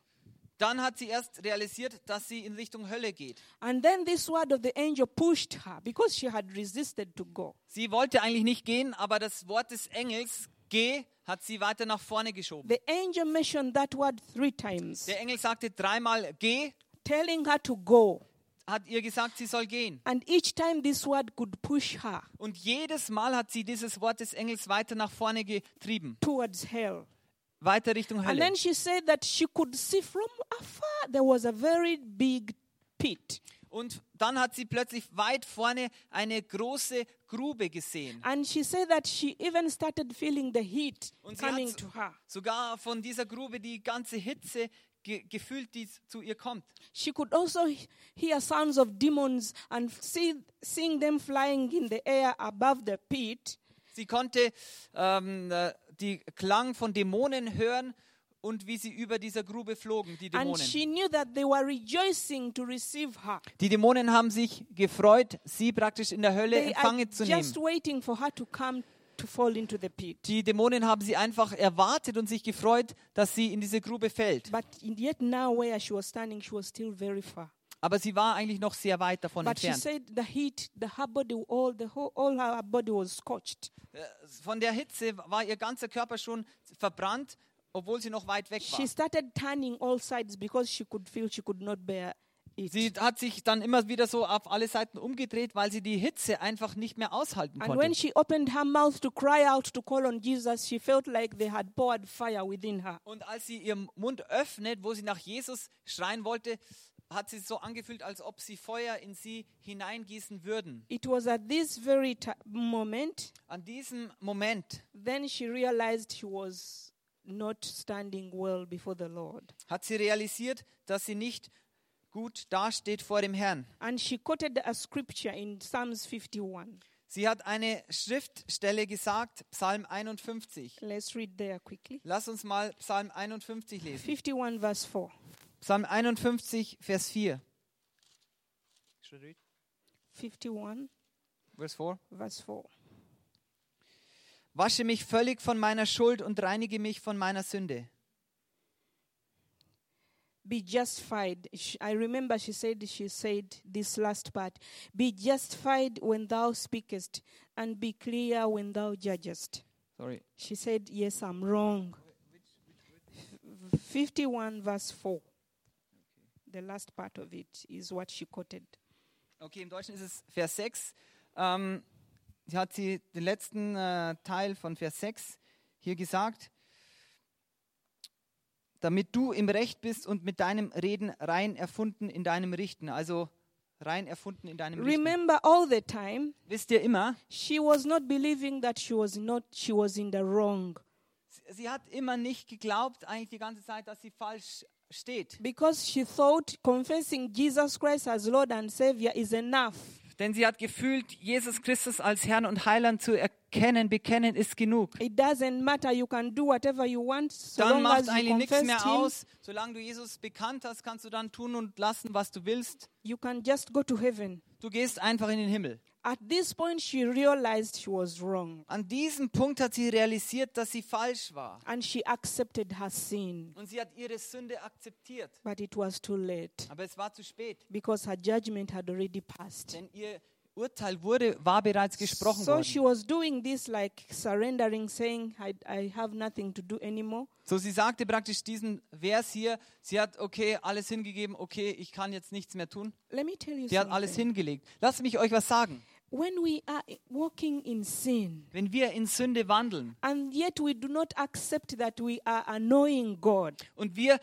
Speaker 2: Dann hat sie erst realisiert, dass sie in Richtung Hölle geht.
Speaker 3: And then this word of the angel pushed her because she had resisted to go.
Speaker 2: Sie wollte eigentlich nicht gehen, aber das Wort des Engels, geh, hat sie weiter nach vorne geschoben.
Speaker 3: The angel mentioned that word three times,
Speaker 2: Der Engel sagte dreimal, geh,
Speaker 3: telling her to go.
Speaker 2: hat ihr gesagt, sie soll gehen.
Speaker 3: And each time this word could push her
Speaker 2: Und jedes Mal hat sie dieses Wort des Engels weiter nach vorne getrieben,
Speaker 3: towards hell.
Speaker 2: weiter Richtung
Speaker 3: And
Speaker 2: Hölle.
Speaker 3: then she said that she could see from afar there was a very big pit.
Speaker 2: Und dann hat sie plötzlich weit vorne eine große Grube gesehen.
Speaker 3: And she said that she even started feeling the heat
Speaker 2: Und sie hat
Speaker 3: coming
Speaker 2: so-
Speaker 3: to her.
Speaker 2: sogar von dieser Grube die ganze Hitze ge gefühlt, die zu ihr kommt.
Speaker 3: She could also he- hear sounds of demons and see, seeing them flying in the air above the pit.
Speaker 2: Sie konnte ähm, äh, die Klang von Dämonen hören und wie sie über dieser Grube flogen, die
Speaker 3: And
Speaker 2: Dämonen.
Speaker 3: she knew that they were rejoicing to receive her.
Speaker 2: Die Dämonen haben sich gefreut, sie praktisch in der Hölle
Speaker 3: They are
Speaker 2: empfangen zu nehmen.
Speaker 3: just waiting for her to come to fall into the pit.
Speaker 2: Die Dämonen haben sie einfach erwartet und sich gefreut, dass sie in diese Grube fällt.
Speaker 3: But yet now where she was standing, she was still very far.
Speaker 2: Aber sie war eigentlich noch sehr weit davon
Speaker 3: But she
Speaker 2: entfernt.
Speaker 3: said the heat, the her body, all the whole, all her body was scorched.
Speaker 2: Von der Hitze war ihr ganzer Körper schon verbrannt obwohl sie noch weit weg
Speaker 3: She
Speaker 2: war.
Speaker 3: started turning all sides because she could feel she could not bear it.
Speaker 2: Sie hat sich dann immer wieder so auf alle Seiten umgedreht, weil sie die Hitze einfach nicht mehr aushalten
Speaker 3: and when
Speaker 2: konnte.
Speaker 3: she opened her mouth to cry out to call on Jesus, she felt like they had poured fire within her.
Speaker 2: Und als sie ihren Mund öffnet, wo sie nach Jesus schreien wollte, hat sie es so angefühlt, als ob sie Feuer in sie hineingießen würden.
Speaker 3: It was at this very ti moment
Speaker 2: An diesem Moment
Speaker 3: then she realized she was not standing well before the Lord.
Speaker 2: hat sie realisiert, dass sie nicht gut dasteht vor dem Herrn.
Speaker 3: And she quoted a scripture in Psalms 51.
Speaker 2: Sie hat eine Schriftstelle gesagt, Psalm 51.
Speaker 3: Let's read there quickly.
Speaker 2: Lass uns mal Psalm 51 lesen.
Speaker 3: 51 verse 4.
Speaker 2: Psalm 51, Vers 4.
Speaker 3: 51
Speaker 2: Vers 4.
Speaker 3: verse 4.
Speaker 2: Wasche mich völlig von meiner Schuld und reinige mich von meiner Sünde.
Speaker 3: Be justified. Sh- I remember she said, she said this last part. Be justified when thou speakest, and be clear when thou judgest.
Speaker 2: Sorry.
Speaker 3: She said, Yes, I'm wrong. F- 51 verse 4. The last part of it is what she quoted.
Speaker 2: Okay, im Deutschen ist es Vers 6. Ähm, sie hat sie den letzten äh, Teil von Vers 6 hier gesagt. Damit du im Recht bist und mit deinem Reden rein erfunden in deinem Richten. Also rein erfunden in deinem Richten.
Speaker 3: Remember all the time
Speaker 2: Wisst ihr immer,
Speaker 3: she was not believing that she was not she was in the wrong
Speaker 2: sie- sie hat immer nicht geglaubt, eigentlich die ganze Zeit, dass sie falsch steht.
Speaker 3: because she thought confessing Jesus Christ as Lord and Savior is enough.
Speaker 2: Denn sie hat gefühlt, Jesus Christus als Herrn und Heiland zu erkennen, bekennen ist genug.
Speaker 3: It doesn't matter. You can do whatever you want so
Speaker 2: Dann
Speaker 3: long
Speaker 2: macht
Speaker 3: as you
Speaker 2: eigentlich nichts
Speaker 3: confess
Speaker 2: mehr
Speaker 3: Him.
Speaker 2: aus. Solange du Jesus bekannt hast, kannst du dann tun und lassen, was du willst.
Speaker 3: You can just go to heaven.
Speaker 2: Du gehst einfach in den Himmel.
Speaker 3: At this point, she realized she was wrong,
Speaker 2: An diesem Punkt hat sie realisiert, dass sie falsch war.
Speaker 3: and she accepted her sin.
Speaker 2: Und sie hat ihre Sünde akzeptiert.
Speaker 3: But it was too late
Speaker 2: Aber es war zu spät,
Speaker 3: because her judgment had already passed.
Speaker 2: denn ihr Urteil wurde, war bereits gesprochen
Speaker 3: So she
Speaker 2: worden.
Speaker 3: was doing this like surrendering, saying, I, I have nothing to do anymore.
Speaker 2: So sie sagte praktisch diesen Vers hier, sie hat, okay, alles hingegeben, okay, ich kann jetzt nichts mehr tun.
Speaker 3: Let me tell you
Speaker 2: Sie hat alles
Speaker 3: something.
Speaker 2: hingelegt. Lasst mich euch was sagen.
Speaker 3: When we are walking in sin,
Speaker 2: Wenn wir in Sünde wandeln
Speaker 3: and yet we do not accept that we are annoying God,
Speaker 2: und wir,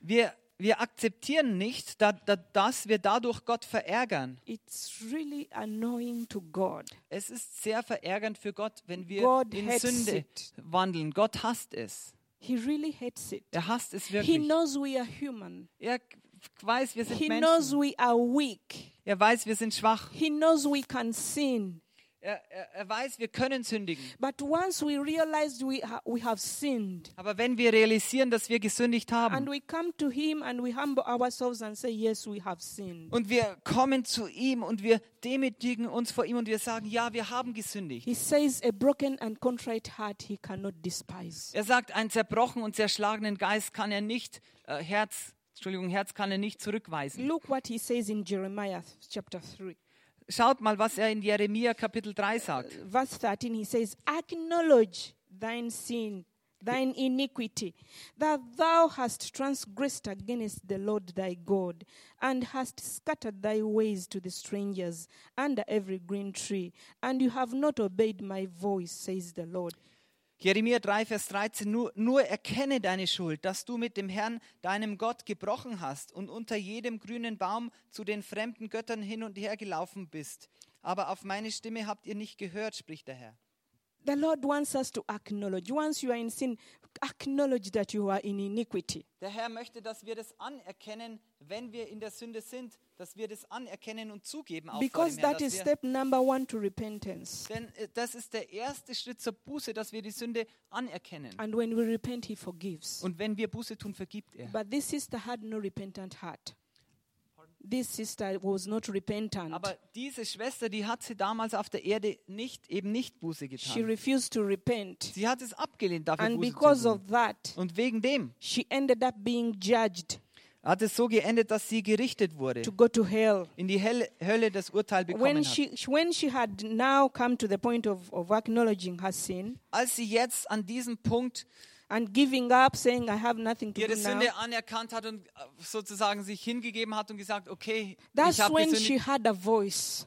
Speaker 2: wir, wir akzeptieren nicht, da, da, dass wir dadurch Gott verärgern.
Speaker 3: it's really annoying to God.
Speaker 2: Es ist sehr verärgernd für Gott, wenn wir
Speaker 3: God
Speaker 2: in
Speaker 3: hates
Speaker 2: Sünde
Speaker 3: it.
Speaker 2: wandeln. Gott hasst es.
Speaker 3: He really hates it.
Speaker 2: Er hasst es
Speaker 3: He
Speaker 2: wirklich.
Speaker 3: knows we are human.
Speaker 2: Er k- weiß, wir sind
Speaker 3: He knows
Speaker 2: Menschen.
Speaker 3: we are weak.
Speaker 2: Er weiß, wir sind schwach.
Speaker 3: He knows we can sin.
Speaker 2: Er, er, er weiß, wir können sündigen.
Speaker 3: But once we realize we, ha- we have sinned,
Speaker 2: Aber wenn wir realisieren, dass wir gesündigt haben,
Speaker 3: and we come to Him and we humble ourselves and say, Yes, we have sinned,
Speaker 2: Und wir kommen zu ihm und wir demütigen uns vor ihm und wir sagen, ja, wir haben gesündigt.
Speaker 3: He says, A broken and contrite heart He cannot despise.
Speaker 2: Er sagt, einen zerbrochen und zerschlagenen Geist kann er nicht, äh, Herz, Entschuldigung, Herz kann er nicht zurückweisen.
Speaker 3: Look what He says in Jeremiah chapter 3.
Speaker 2: Schaut mal, was er in Jeremia Kapitel 3 sagt.
Speaker 3: verse 13 he says acknowledge thine sin thine iniquity that thou hast transgressed against the lord thy god and hast scattered thy ways to the strangers under every green tree and you have not obeyed my voice says the lord
Speaker 2: Jeremia 3, Vers 13, nur, nur erkenne deine Schuld, dass du mit dem Herrn, deinem Gott, gebrochen hast und unter jedem grünen Baum zu den fremden Göttern hin und her gelaufen bist. Aber auf meine Stimme habt ihr nicht gehört, spricht der Herr.
Speaker 3: the lord wants us to acknowledge once you are in sin acknowledge that you are in iniquity
Speaker 2: Der Herr möchte, dass wir das anerkennen, wenn wir in der Sünde sind, dass wir das anerkennen und zugeben. Auch
Speaker 3: because
Speaker 2: vor dem Herrn,
Speaker 3: that is
Speaker 2: dass wir,
Speaker 3: step number 1 to repentance
Speaker 2: denn äh, das ist der erste Schritt zur Buße, dass wir die Sünde anerkennen.
Speaker 3: and when we repent he forgives
Speaker 2: Und wenn wir Buße tun, vergibt er.
Speaker 3: But this sister had no repentant heart. This sister was not repentant.
Speaker 2: Aber diese Schwester, die hat sie damals auf der Erde nicht eben nicht Buße
Speaker 3: She
Speaker 2: getan.
Speaker 3: refused to repent.
Speaker 2: Sie hat es abgelehnt, dafür
Speaker 3: And
Speaker 2: Buße
Speaker 3: because
Speaker 2: zu tun.
Speaker 3: of that,
Speaker 2: Und wegen dem
Speaker 3: she ended up being judged
Speaker 2: hat es so geendet, dass sie gerichtet wurde,
Speaker 3: to go to hell.
Speaker 2: in die Helle, Hölle das Urteil
Speaker 3: When
Speaker 2: bekommen hat.
Speaker 3: she, when she had now come to the point of, of acknowledging her sin,
Speaker 2: Als sie jetzt an diesem Punkt
Speaker 3: and giving up, saying, I have nothing to
Speaker 2: ihre
Speaker 3: do now.
Speaker 2: Sünde anerkannt hat und äh, sozusagen sich hingegeben hat und gesagt, okay, ich
Speaker 3: That's
Speaker 2: habe
Speaker 3: when she
Speaker 2: gesündigt.
Speaker 3: had a voice.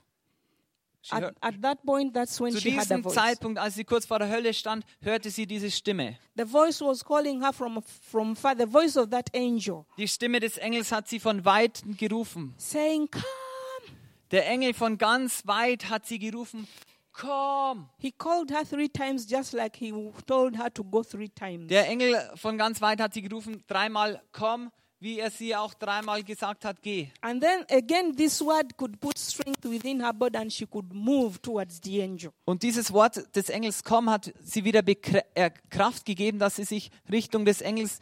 Speaker 2: She
Speaker 3: At,
Speaker 2: heard-
Speaker 3: at that point, that's when
Speaker 2: Zu
Speaker 3: she had a
Speaker 2: diesem
Speaker 3: voice.
Speaker 2: Zeitpunkt, als sie kurz vor der Hölle stand, hörte sie diese Stimme.
Speaker 3: The voice was calling her from, from far, the voice of that angel,
Speaker 2: Die Stimme des Engels hat sie von Weitem gerufen.
Speaker 3: saying, Come.
Speaker 2: Der Engel von ganz weit hat sie gerufen, komm.
Speaker 3: He called her three times, just like he told her to go three times.
Speaker 2: Der Engel von ganz weit hat sie gerufen, dreimal komm, wie er sie auch dreimal gesagt hat, geh.
Speaker 3: And then again, this word could put strength within her body and she could move towards the angel.
Speaker 2: Und dieses Wort des Engels komm hat sie wieder bekrä- äh, Kraft gegeben, dass sie sich Richtung des Engels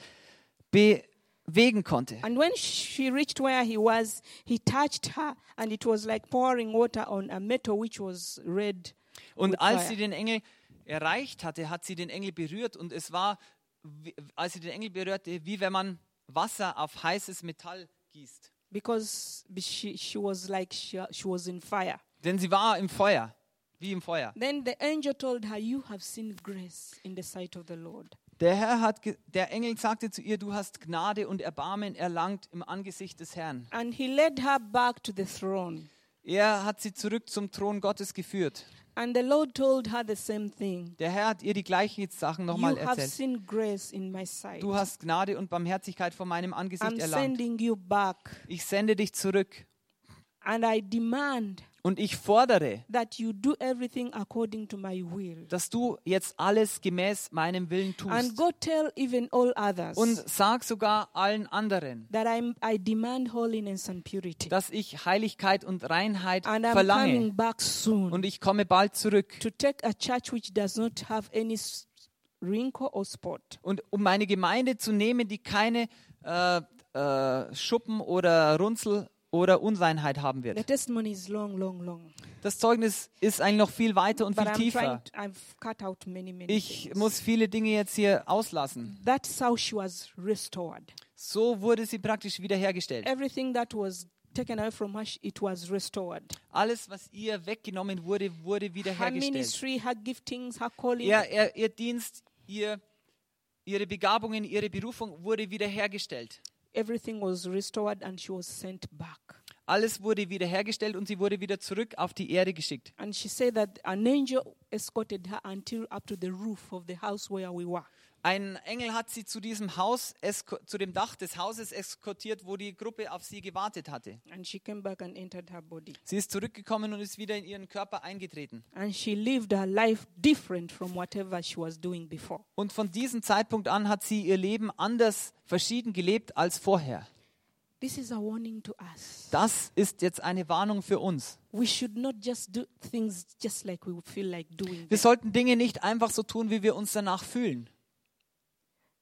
Speaker 2: bewegen konnte.
Speaker 3: And when she reached where he was, he touched her, and it was like pouring water on a metal which was red.
Speaker 2: Und
Speaker 3: with
Speaker 2: als
Speaker 3: fire.
Speaker 2: sie den Engel erreicht hatte, hat sie den Engel berührt und es war, wie- als sie den Engel berührte, wie wenn man Wasser auf heißes Metall gießt.
Speaker 3: because she, she was like she, she was in fire.
Speaker 2: Denn sie war im Feuer, wie im Feuer.
Speaker 3: Then the angel told her, You have seen grace in the sight of the Lord.
Speaker 2: Der Herr hat, ge- der Engel sagte zu ihr, du hast Gnade und Erbarmen erlangt im Angesicht des Herrn.
Speaker 3: And he led her back to the throne.
Speaker 2: Er hat sie zurück zum Thron Gottes geführt.
Speaker 3: And the Lord told her the same thing
Speaker 2: Der Herr hat ihr die gleichen Sachen
Speaker 3: You
Speaker 2: nochmal
Speaker 3: have
Speaker 2: erzählt.
Speaker 3: seen grace in my sight.
Speaker 2: Du hast Gnade und Barmherzigkeit vor meinem Angesicht
Speaker 3: I'm
Speaker 2: erlangt.
Speaker 3: sending you back.
Speaker 2: Ich sende dich zurück
Speaker 3: And I demand
Speaker 2: und ich fordere,
Speaker 3: that you do everything according to my will.
Speaker 2: dass du jetzt alles gemäß meinem Willen tust.
Speaker 3: And go tell even all others
Speaker 2: Und sag sogar allen anderen,
Speaker 3: that I'm, I demand holiness and purity.
Speaker 2: dass ich Heiligkeit und Reinheit
Speaker 3: And I'm coming
Speaker 2: verlange
Speaker 3: back soon
Speaker 2: und ich komme bald zurück.
Speaker 3: to take a church which does not have any s- wrinkle or spot.
Speaker 2: Und um meine Gemeinde zu nehmen, die keine äh, äh, Schuppen oder Runzel oder Unreinheit haben
Speaker 3: The
Speaker 2: wird.
Speaker 3: testimony is long, long, long.
Speaker 2: Das Zeugnis ist eigentlich noch viel weiter und
Speaker 3: But
Speaker 2: viel
Speaker 3: I'm
Speaker 2: tiefer.
Speaker 3: trying, to, I've cut out many, many
Speaker 2: Ich
Speaker 3: things.
Speaker 2: muss viele Dinge jetzt hier auslassen.
Speaker 3: That's how she was restored.
Speaker 2: So wurde sie praktisch wiederhergestellt.
Speaker 3: Everything that was taken away from her, sh- it was restored.
Speaker 2: Alles, was ihr weggenommen wurde, wurde
Speaker 3: Her
Speaker 2: wiederhergestellt.
Speaker 3: ministry, her giftings, her calling,
Speaker 2: Ihr, ihr, ihr Dienst, ihr, ihre Begabungen, ihre Berufung wurde wiederhergestellt.
Speaker 3: everything was restored and she was sent back.
Speaker 2: Alles wurde wiederhergestellt und sie wurde wieder zurück auf die Erde geschickt.
Speaker 3: And she said that an angel escorted her until up to the roof of the house where we were.
Speaker 2: Ein Engel hat sie zu diesem Haus, esko- zu dem Dach des Hauses eskortiert, wo die Gruppe auf sie gewartet hatte.
Speaker 3: And she came back and entered her body.
Speaker 2: Sie ist zurückgekommen und ist wieder in ihren Körper eingetreten.
Speaker 3: And she lived her life different from whatever she was doing before.
Speaker 2: Und von diesem Zeitpunkt an hat sie ihr Leben anders, verschieden gelebt als vorher.
Speaker 3: This is a warning to us.
Speaker 2: Das ist jetzt eine Warnung für uns.
Speaker 3: We should not just do things just like we feel like doing.
Speaker 2: Wir
Speaker 3: them.
Speaker 2: sollten Dinge nicht einfach so tun, wie wir uns danach fühlen.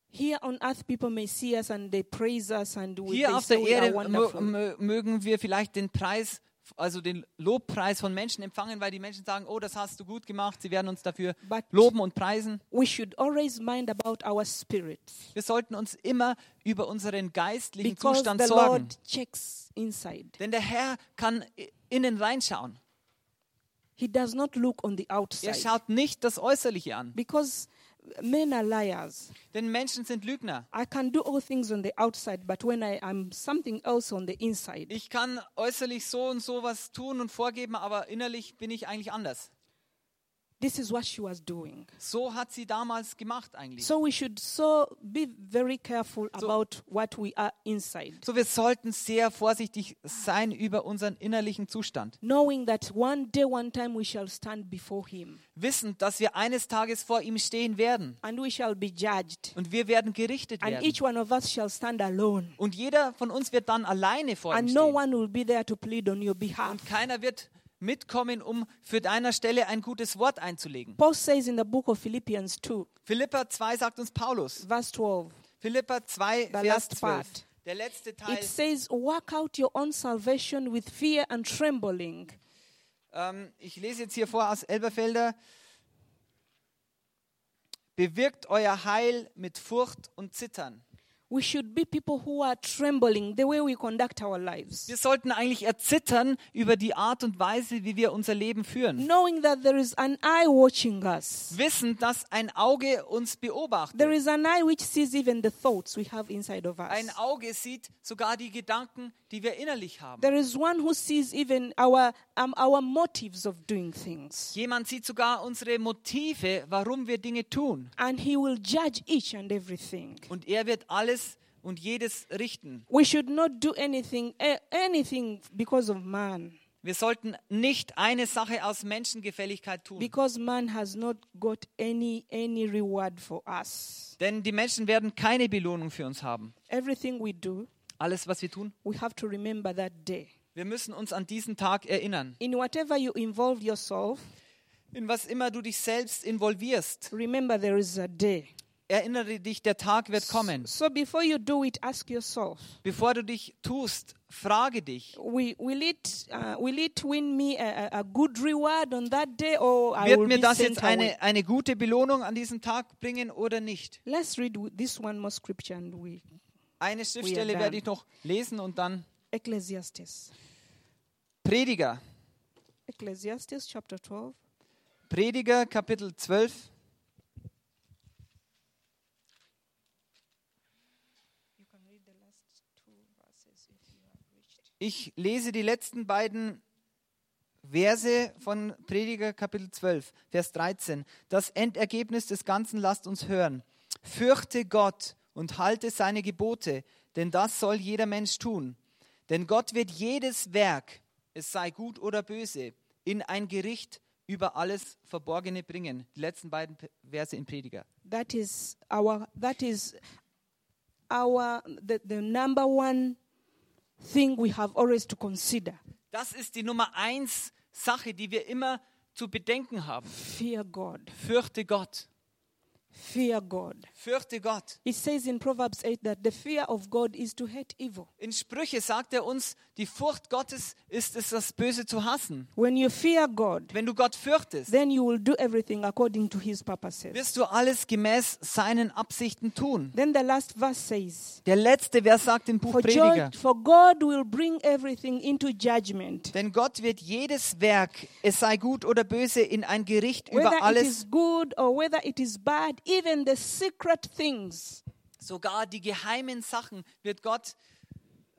Speaker 3: Here on earth, people may see us and they praise us and we,
Speaker 2: Hier
Speaker 3: they
Speaker 2: auf
Speaker 3: say
Speaker 2: der
Speaker 3: we are
Speaker 2: Erde mö-
Speaker 3: wonderful.
Speaker 2: mö- mögen wir vielleicht den Preis, also den Lobpreis von Menschen empfangen, weil die Menschen sagen, oh, das hast du gut gemacht, sie werden uns dafür
Speaker 3: But-
Speaker 2: loben und preisen.
Speaker 3: we should always mind about our spirits
Speaker 2: Wir sollten uns immer über unseren geistlichen
Speaker 3: because
Speaker 2: Zustand
Speaker 3: the
Speaker 2: sorgen.
Speaker 3: Lord checks inside.
Speaker 2: Denn der Herr kann i- innen reinschauen.
Speaker 3: He does not look on the
Speaker 2: Er
Speaker 3: outside
Speaker 2: schaut nicht das Äußerliche an.
Speaker 3: because men are liars.
Speaker 2: Denn Menschen sind Lügner.
Speaker 3: I can do all things on the outside, but when I am something else on the inside,
Speaker 2: Ich kann äußerlich so und so was tun und vorgeben, aber innerlich bin ich eigentlich anders.
Speaker 3: this is what she was doing.
Speaker 2: So hat sie damals gemacht eigentlich. So,
Speaker 3: So we should so be very careful about what we are inside,
Speaker 2: wir sollten sehr vorsichtig sein über unseren innerlichen Zustand.
Speaker 3: knowing that one day, one time we shall stand before Him
Speaker 2: Wissend, dass wir eines Tages vor ihm stehen werden
Speaker 3: and we shall be judged,
Speaker 2: und wir werden gerichtet
Speaker 3: and
Speaker 2: werden.
Speaker 3: each one of us shall stand alone,
Speaker 2: Und jeder von uns wird dann alleine vor ihm
Speaker 3: and no
Speaker 2: stehen.
Speaker 3: one will be there to plead on your behalf.
Speaker 2: Und keiner wird mitkommen, um für deiner Stelle ein gutes Wort einzulegen.
Speaker 3: Paul says in the book of Philippians 2,
Speaker 2: Philippa 2 sagt uns Paulus.
Speaker 3: verse 12,
Speaker 2: Philippa 2,
Speaker 3: The
Speaker 2: Vers
Speaker 3: last
Speaker 2: 12.
Speaker 3: part.
Speaker 2: Der letzte Teil.
Speaker 3: it says, Work out your own salvation with fear and trembling.
Speaker 2: Ähm, ich lese jetzt hier vor aus Elberfelder. Bewirkt euer Heil mit Furcht und Zittern.
Speaker 3: We should be people who are trembling the way we conduct our lives,
Speaker 2: Wir sollten eigentlich erzittern über die Art und Weise, wie wir unser Leben führen.
Speaker 3: knowing that there is an eye watching us.
Speaker 2: Wissen, dass ein Auge uns
Speaker 3: There
Speaker 2: beobachtet.
Speaker 3: is an eye which sees even the thoughts we have inside of us.
Speaker 2: Ein Auge sieht sogar die Gedanken, die wir innerlich haben.
Speaker 3: There is one who sees even our, um, our motives of doing things.
Speaker 2: Jemand sieht sogar unsere Motive, warum wir Dinge tun.
Speaker 3: And he will judge each and everything.
Speaker 2: Und er wird alles und jedes richten.
Speaker 3: We should not do anything, eh, anything because of man,
Speaker 2: Wir sollten nicht eine Sache aus Menschengefälligkeit tun,
Speaker 3: because man has not got any, any reward for us.
Speaker 2: denn die Menschen werden keine Belohnung für uns haben.
Speaker 3: Everything we do,
Speaker 2: Alles, was wir tun,
Speaker 3: we have to remember that day.
Speaker 2: wir müssen uns an diesen Tag erinnern.
Speaker 3: In whatever you involve yourself,
Speaker 2: In was immer du dich selbst involvierst,
Speaker 3: remember there is a day.
Speaker 2: erinnere dich, der Tag wird kommen.
Speaker 3: So before you do it, ask yourself
Speaker 2: Bevor du dich tust, frage dich,
Speaker 3: Will, will, it, uh, will it win me a, a a good reward on that day or I will
Speaker 2: wird mir
Speaker 3: be
Speaker 2: das
Speaker 3: sent
Speaker 2: jetzt
Speaker 3: away?
Speaker 2: eine, eine gute Belohnung an diesem Tag bringen oder nicht?
Speaker 3: Let's read w- this one more scripture and we.
Speaker 2: Eine Schriftstelle
Speaker 3: done.
Speaker 2: werde ich noch lesen und dann
Speaker 3: Ecclesiastes.
Speaker 2: Prediger.
Speaker 3: Ecclesiastes chapter 12.
Speaker 2: Prediger Kapitel 12. Ich lese die letzten beiden Verse von Prediger Kapitel 12, Vers 13. Das Endergebnis des Ganzen lasst uns hören. Fürchte Gott und halte seine Gebote, denn das soll jeder Mensch tun. Denn Gott wird jedes Werk, es sei gut oder böse, in ein Gericht über alles Verborgene bringen. Die letzten beiden P- Verse im Prediger.
Speaker 3: That is our that is our the, the number one thing we have always to consider.
Speaker 2: Das ist die Nummer eins Sache, die wir immer zu bedenken haben.
Speaker 3: Fear God.
Speaker 2: Fürchte Gott.
Speaker 3: Fear God.
Speaker 2: Fürchte Gott.
Speaker 3: It says in Proverbs 8 that the fear of God is to hate evil.
Speaker 2: In Sprüche sagt er uns, die Furcht Gottes ist es, das Böse zu hassen.
Speaker 3: When you fear God,
Speaker 2: Wenn du Gott fürchtest,
Speaker 3: then you will do everything according to his purposes.
Speaker 2: wirst du alles gemäß seinen Absichten tun.
Speaker 3: Then the last verse says,
Speaker 2: Der letzte Vers sagt im Buch
Speaker 3: for,
Speaker 2: Prediger,
Speaker 3: judge- for God will bring everything into judgment,
Speaker 2: denn Gott wird jedes Werk, es sei gut oder böse, in ein Gericht
Speaker 3: whether
Speaker 2: über
Speaker 3: it is
Speaker 2: alles,
Speaker 3: good or whether it is bad, even the secret things,
Speaker 2: sogar die geheimen Sachen, wird Gott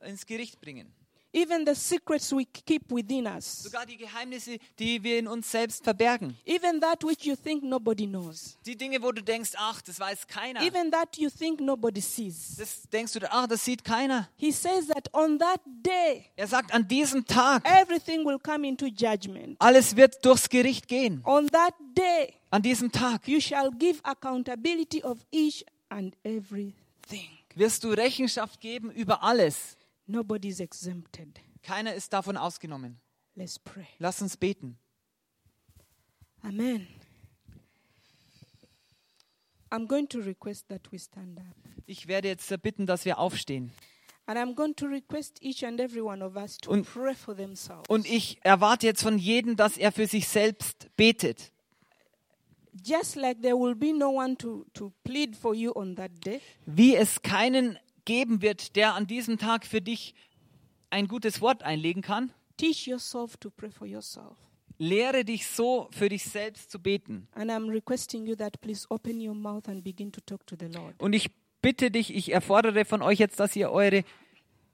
Speaker 2: ins Gericht bringen.
Speaker 3: even the secrets we keep within us,
Speaker 2: Sogar die Geheimnisse, die wir in uns selbst verbergen.
Speaker 3: even that which you think nobody knows,
Speaker 2: Die Dinge, wo du denkst, ach, das weiß keiner.
Speaker 3: even that you think nobody sees.
Speaker 2: Das denkst du, ach, das sieht keiner.
Speaker 3: He says that on that day,
Speaker 2: Er sagt, an diesem Tag,
Speaker 3: everything will come into judgment.
Speaker 2: alles wird durchs Gericht gehen.
Speaker 3: On that day,
Speaker 2: An diesem Tag
Speaker 3: you shall give accountability of each and everything.
Speaker 2: wirst du Rechenschaft geben über alles.
Speaker 3: Nobody is exempted.
Speaker 2: Keiner ist davon ausgenommen.
Speaker 3: Let's pray.
Speaker 2: Lass uns beten.
Speaker 3: Amen. I'm going to request that we stand up.
Speaker 2: Ich werde jetzt bitten, dass wir aufstehen.
Speaker 3: And I'm going to request each and every one of us to
Speaker 2: Und-
Speaker 3: pray for themselves.
Speaker 2: Und ich erwarte jetzt von jedem, dass er für sich selbst betet.
Speaker 3: Just like there will be no one to, to plead for you on that day,
Speaker 2: Wie es keinen geben wird, der an diesem Tag für dich ein gutes Wort einlegen kann,
Speaker 3: teach yourself to pray for yourself.
Speaker 2: lehre dich so, für dich selbst zu beten.
Speaker 3: And I'm requesting you that please open your mouth and begin to talk to the Lord.
Speaker 2: Und ich bitte dich, ich erfordere von euch jetzt, dass ihr eure,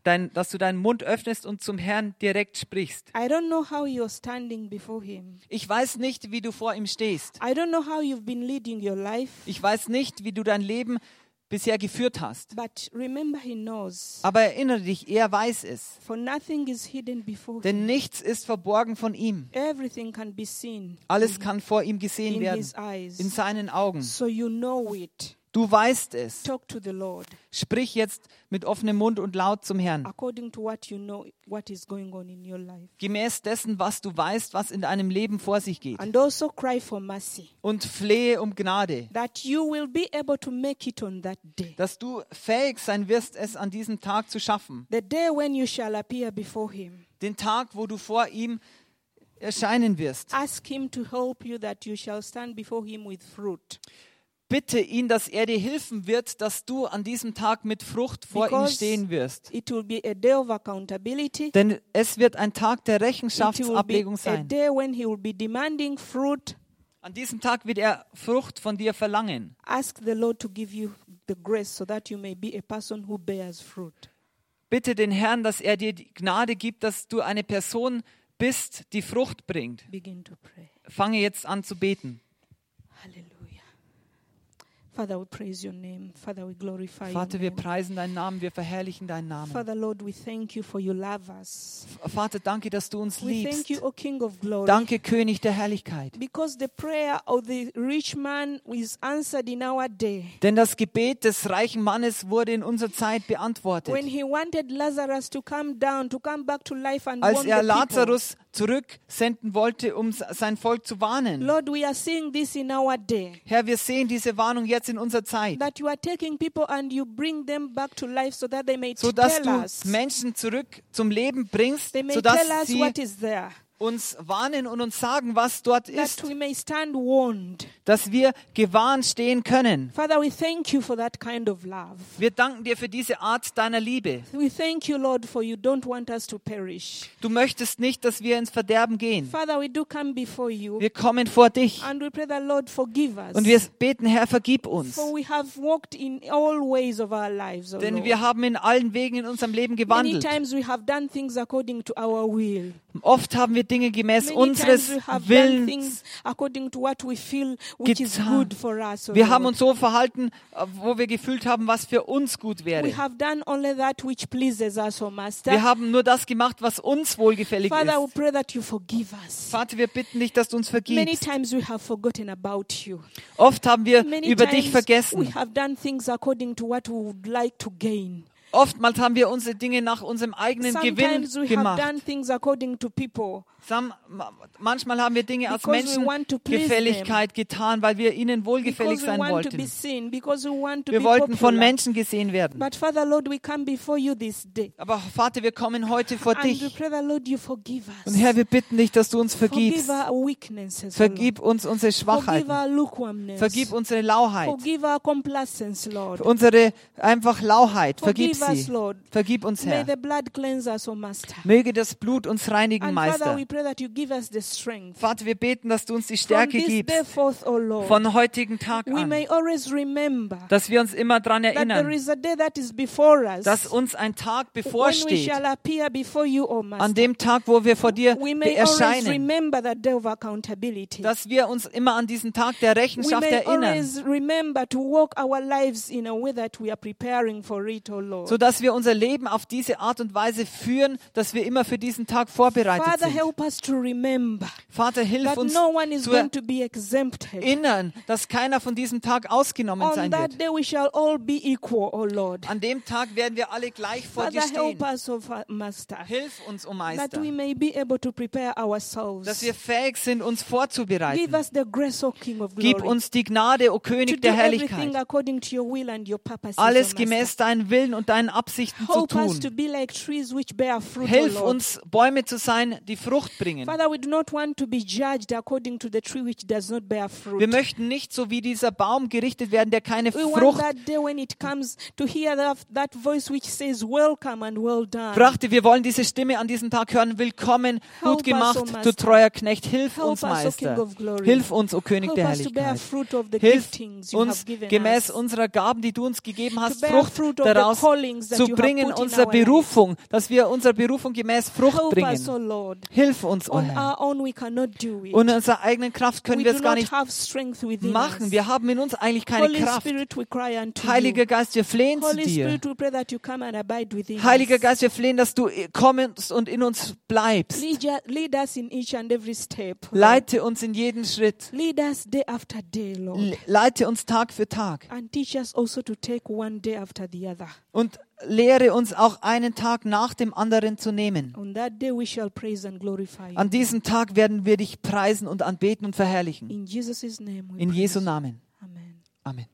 Speaker 2: dein, dass du deinen Mund öffnest und zum Herrn direkt sprichst.
Speaker 3: I don't know how you're standing before Him.
Speaker 2: Ich weiß nicht, wie du vor ihm stehst.
Speaker 3: I don't know how you've been leading your life,
Speaker 2: Ich weiß nicht, wie du dein Leben bisher geführt hast.
Speaker 3: but remember He knows.
Speaker 2: Aber erinnere dich, er weiß es.
Speaker 3: For nothing is hidden before Him.
Speaker 2: Denn nichts ist verborgen von ihm.
Speaker 3: Everything can be seen
Speaker 2: Alles kann vor ihm gesehen
Speaker 3: in
Speaker 2: werden.
Speaker 3: His eyes.
Speaker 2: In seinen Augen.
Speaker 3: So you know it.
Speaker 2: Du weißt es.
Speaker 3: Talk to the Lord
Speaker 2: Sprich jetzt mit offenem Mund und laut zum Herrn.
Speaker 3: according to what you know, what is going on in your life.
Speaker 2: Gemäß dessen, was du weißt, was in deinem Leben vor sich geht.
Speaker 3: And also cry for mercy
Speaker 2: Und flehe um Gnade.
Speaker 3: that you will be able to make it on that day.
Speaker 2: dass du fähig sein wirst, es an diesem Tag zu schaffen.
Speaker 3: The day when you shall appear before Him.
Speaker 2: Den Tag, wo du vor ihm erscheinen wirst.
Speaker 3: Ask Him to help you that you shall stand before Him with fruit.
Speaker 2: bitte ihn, dass er dir helfen wird, dass du an diesem Tag mit Frucht vor ihm
Speaker 3: Because
Speaker 2: stehen wirst.
Speaker 3: It will be a day of accountability.
Speaker 2: Denn es wird ein Tag der
Speaker 3: It will be
Speaker 2: Rechenschaftsablegung
Speaker 3: a
Speaker 2: sein.
Speaker 3: day when he will be demanding fruit.
Speaker 2: An diesem Tag wird er Frucht von dir verlangen.
Speaker 3: Ask the Lord to give you the grace so that you may be a person who bears fruit.
Speaker 2: Bitte den Herrn, dass er dir die Gnade gibt, dass du eine Person bist, die Frucht bringt.
Speaker 3: Begin to pray.
Speaker 2: Fange jetzt an zu beten.
Speaker 3: Hallelujah. Father, we praise your name. Father, we glorify
Speaker 2: Vater,
Speaker 3: your
Speaker 2: wir
Speaker 3: name.
Speaker 2: preisen deinen Namen, wir verherrlichen deinen Namen.
Speaker 3: Father, Lord, we thank you for you love us.
Speaker 2: Vater, danke, dass du uns
Speaker 3: We thank
Speaker 2: liebst.
Speaker 3: you, O King of Glory.
Speaker 2: Danke, König der Herrlichkeit.
Speaker 3: Because the prayer of the rich man is answered in our day.
Speaker 2: Denn das Gebet des reichen Mannes wurde in unserer Zeit beantwortet.
Speaker 3: When he wanted Lazarus to come down, to come back to life and
Speaker 2: Als
Speaker 3: warm
Speaker 2: er
Speaker 3: the people.
Speaker 2: Lazarus zurücksenden wollte, um s- sein Volk zu warnen.
Speaker 3: Lord, we are seeing this in our day.
Speaker 2: Herr, wir sehen diese Warnung jetzt in unserer Zeit,
Speaker 3: That you are taking people and you bring them back to life so that they may
Speaker 2: sodass
Speaker 3: tell
Speaker 2: du
Speaker 3: us.
Speaker 2: Menschen zurück zum Leben bringst,
Speaker 3: They may tell
Speaker 2: sodass
Speaker 3: us
Speaker 2: sie
Speaker 3: what is there.
Speaker 2: uns warnen und uns sagen, was dort
Speaker 3: That
Speaker 2: ist,
Speaker 3: we may stand warned.
Speaker 2: dass wir gewarnt stehen können.
Speaker 3: Father, we thank you for that kind of love.
Speaker 2: Wir danken dir für diese Art deiner Liebe.
Speaker 3: We thank you, Lord, for you don't want us to perish.
Speaker 2: Du möchtest nicht, dass wir ins Verderben gehen.
Speaker 3: Father, we do come before you
Speaker 2: Wir kommen vor dich
Speaker 3: and we pray that, Lord, forgive us.
Speaker 2: und wir beten, Herr, vergib uns.
Speaker 3: For we have walked in all ways of our lives, O
Speaker 2: Denn
Speaker 3: Lord.
Speaker 2: wir haben in allen Wegen in unserem Leben
Speaker 3: Many
Speaker 2: gewandelt.
Speaker 3: times we have done things according to our will.
Speaker 2: Oft haben wir Dinge gemäß
Speaker 3: Many
Speaker 2: unseres
Speaker 3: times we have done
Speaker 2: Willens.
Speaker 3: things according to what we feel which is
Speaker 2: getan.
Speaker 3: good for us. O
Speaker 2: Wir haben
Speaker 3: Lord.
Speaker 2: uns so verhalten, äh, wo wir gefühlt haben, was für uns gut
Speaker 3: we
Speaker 2: wäre.
Speaker 3: have done only that which pleases us, O Master.
Speaker 2: Wir haben nur das gemacht, was uns wohlgefällig
Speaker 3: Father, we
Speaker 2: ist.
Speaker 3: pray that you forgive us.
Speaker 2: Vater, wir bitten dich, dass du uns
Speaker 3: Many
Speaker 2: vergibst.
Speaker 3: times we have forgotten about you.
Speaker 2: Oft haben wir
Speaker 3: Many
Speaker 2: über
Speaker 3: times
Speaker 2: dich
Speaker 3: we
Speaker 2: vergessen.
Speaker 3: have done things according to what we would like to gain.
Speaker 2: Oftmals haben wir unsere Dinge nach unserem eigenen Gewinn
Speaker 3: Sometimes we have
Speaker 2: gemacht.
Speaker 3: done things according to people.
Speaker 2: Sam- ma- manchmal haben wir Dinge aus
Speaker 3: Because we want to please
Speaker 2: Menschengefälligkeit getan, weil wir ihnen wohlgefällig
Speaker 3: Because we
Speaker 2: sein
Speaker 3: want to be
Speaker 2: wollten.
Speaker 3: seen, because we want to
Speaker 2: Wir
Speaker 3: be
Speaker 2: wollten von
Speaker 3: popular.
Speaker 2: Menschen gesehen werden.
Speaker 3: But Father, Lord, we come before you this day.
Speaker 2: Aber Vater, wir kommen heute vor
Speaker 3: And we
Speaker 2: dich.
Speaker 3: pray that, Lord, you forgive us.
Speaker 2: Und Herr, wir bitten dich, dass du uns
Speaker 3: Forgive
Speaker 2: vergibst.
Speaker 3: our weaknesses. O
Speaker 2: Vergib uns unsere
Speaker 3: Lord. Forgive
Speaker 2: Schwachheiten.
Speaker 3: our lukewarmness.
Speaker 2: Vergib unsere Lauheit.
Speaker 3: Forgive our complacence, Lord.
Speaker 2: Unsere einfach Lauheit. Vergib
Speaker 3: Forgive us,
Speaker 2: sie.
Speaker 3: Lord.
Speaker 2: Vergib uns,
Speaker 3: May
Speaker 2: Herr.
Speaker 3: the blood cleanse us, O Master.
Speaker 2: Möge das Blut uns reinigen,
Speaker 3: And Father,
Speaker 2: Meister.
Speaker 3: we pray that you give us the strength.
Speaker 2: Vater, wir beten, dass du uns die
Speaker 3: From
Speaker 2: Stärke
Speaker 3: this day
Speaker 2: gibst
Speaker 3: forth, O Lord,
Speaker 2: von heutigen Tag
Speaker 3: we
Speaker 2: an,
Speaker 3: may always remember
Speaker 2: dass wir uns immer daran
Speaker 3: that there
Speaker 2: erinnern,
Speaker 3: is a day that is before us
Speaker 2: dass uns ein Tag
Speaker 3: when we
Speaker 2: bevorsteht,
Speaker 3: shall appear before you, O Master.
Speaker 2: an dem Tag, wo wir vor <laughs> dir
Speaker 3: we may always
Speaker 2: erscheinen,
Speaker 3: remember that day of accountability.
Speaker 2: dass wir uns immer an diesen Tag der
Speaker 3: we
Speaker 2: Rechenschaft
Speaker 3: may
Speaker 2: erinnern,
Speaker 3: always remember to walk our lives in a way that we are preparing for it, O Lord.
Speaker 2: sodass wir unser Leben auf diese Art und Weise führen, dass wir immer für diesen Tag vorbereitet
Speaker 3: Father,
Speaker 2: sind.
Speaker 3: help us to remember
Speaker 2: Vater, hilf
Speaker 3: that
Speaker 2: uns
Speaker 3: no one is
Speaker 2: zu
Speaker 3: going to be exempted.
Speaker 2: erinnern, dass keiner von diesem Tag ausgenommen
Speaker 3: On
Speaker 2: sein
Speaker 3: that
Speaker 2: wird.
Speaker 3: day we shall all be equal, O Lord.
Speaker 2: An dem Tag werden wir alle gleich vor dir
Speaker 3: Father,
Speaker 2: stehen.
Speaker 3: help us, O Fa- Master.
Speaker 2: Hilf uns, o
Speaker 3: that
Speaker 2: Meister,
Speaker 3: we may be able to prepare ourselves.
Speaker 2: dass wir fähig sind, uns
Speaker 3: Give
Speaker 2: vorzubereiten.
Speaker 3: us the grace, O King of Glory,
Speaker 2: Gib uns die Gnade, o
Speaker 3: to
Speaker 2: König
Speaker 3: do
Speaker 2: der
Speaker 3: everything
Speaker 2: Herrlichkeit,
Speaker 3: according to your will and your purposes. O
Speaker 2: alles
Speaker 3: Master.
Speaker 2: gemäß deinen Willen und deinen Absichten zu
Speaker 3: Help us to
Speaker 2: tun.
Speaker 3: be like trees which bear fruit,
Speaker 2: Hilf
Speaker 3: O Lord.
Speaker 2: uns, Bäume zu sein, die Frucht bringen.
Speaker 3: Father, we do not want to be judged according to the tree which does not bear fruit.
Speaker 2: Wir möchten nicht so wie dieser Baum gerichtet werden, der keine
Speaker 3: we want
Speaker 2: Frucht
Speaker 3: that day when it comes to hear that, that voice which says, Welcome and well done.
Speaker 2: brachte. Wir wollen diese Stimme an diesem Tag hören. Willkommen, gut
Speaker 3: Help us,
Speaker 2: gemacht,
Speaker 3: O
Speaker 2: du
Speaker 3: Master.
Speaker 2: treuer Knecht. Hilf
Speaker 3: Help
Speaker 2: uns,
Speaker 3: us, O King
Speaker 2: Meister.
Speaker 3: of Glory.
Speaker 2: Hilf uns, o König
Speaker 3: Help
Speaker 2: der
Speaker 3: us to bear
Speaker 2: Herrlichkeit.
Speaker 3: fruit of the
Speaker 2: Hilf
Speaker 3: giftings you
Speaker 2: uns
Speaker 3: have given
Speaker 2: gemäß
Speaker 3: us.
Speaker 2: unserer Gaben, die du uns gegeben hast,
Speaker 3: bear
Speaker 2: Frucht
Speaker 3: fruit of the
Speaker 2: daraus
Speaker 3: callings that
Speaker 2: zu
Speaker 3: you have
Speaker 2: bringen,
Speaker 3: put in
Speaker 2: unserer
Speaker 3: our lives.
Speaker 2: Berufung, dass wir unserer Berufung gemäß Frucht
Speaker 3: Help us, O
Speaker 2: bringen.
Speaker 3: Lord.
Speaker 2: Hilf uns, o
Speaker 3: On
Speaker 2: Herr.
Speaker 3: our own we cannot do it.
Speaker 2: Und in unserer eigenen Kraft können
Speaker 3: we
Speaker 2: wir
Speaker 3: do
Speaker 2: es gar
Speaker 3: not
Speaker 2: nicht
Speaker 3: have strength within
Speaker 2: machen.
Speaker 3: us.
Speaker 2: Wir haben in uns eigentlich keine
Speaker 3: Holy
Speaker 2: Kraft.
Speaker 3: Spirit, we cry unto
Speaker 2: Heiliger
Speaker 3: you.
Speaker 2: Geist, wir flehen zu
Speaker 3: Holy
Speaker 2: dir.
Speaker 3: Spirit, we pray that you come and abide within
Speaker 2: Heiliger
Speaker 3: us.
Speaker 2: Geist, wir flehen, dass du kommst und in uns bleibst.
Speaker 3: Lead, ya- lead us in each and every step. Lord.
Speaker 2: Leite uns in jeden Schritt.
Speaker 3: Lead us day after day, Lord.
Speaker 2: Le- Leite uns Tag für Tag.
Speaker 3: and teach us also to take one day after the other.
Speaker 2: Und lehre uns auch einen Tag nach dem anderen zu nehmen.
Speaker 3: On that day we shall praise and glorify you.
Speaker 2: An diesem Tag werden wir dich preisen und anbeten und verherrlichen.
Speaker 3: In Jesus' name we
Speaker 2: In
Speaker 3: praise.
Speaker 2: Jesu Namen.
Speaker 3: Amen.
Speaker 2: Amen.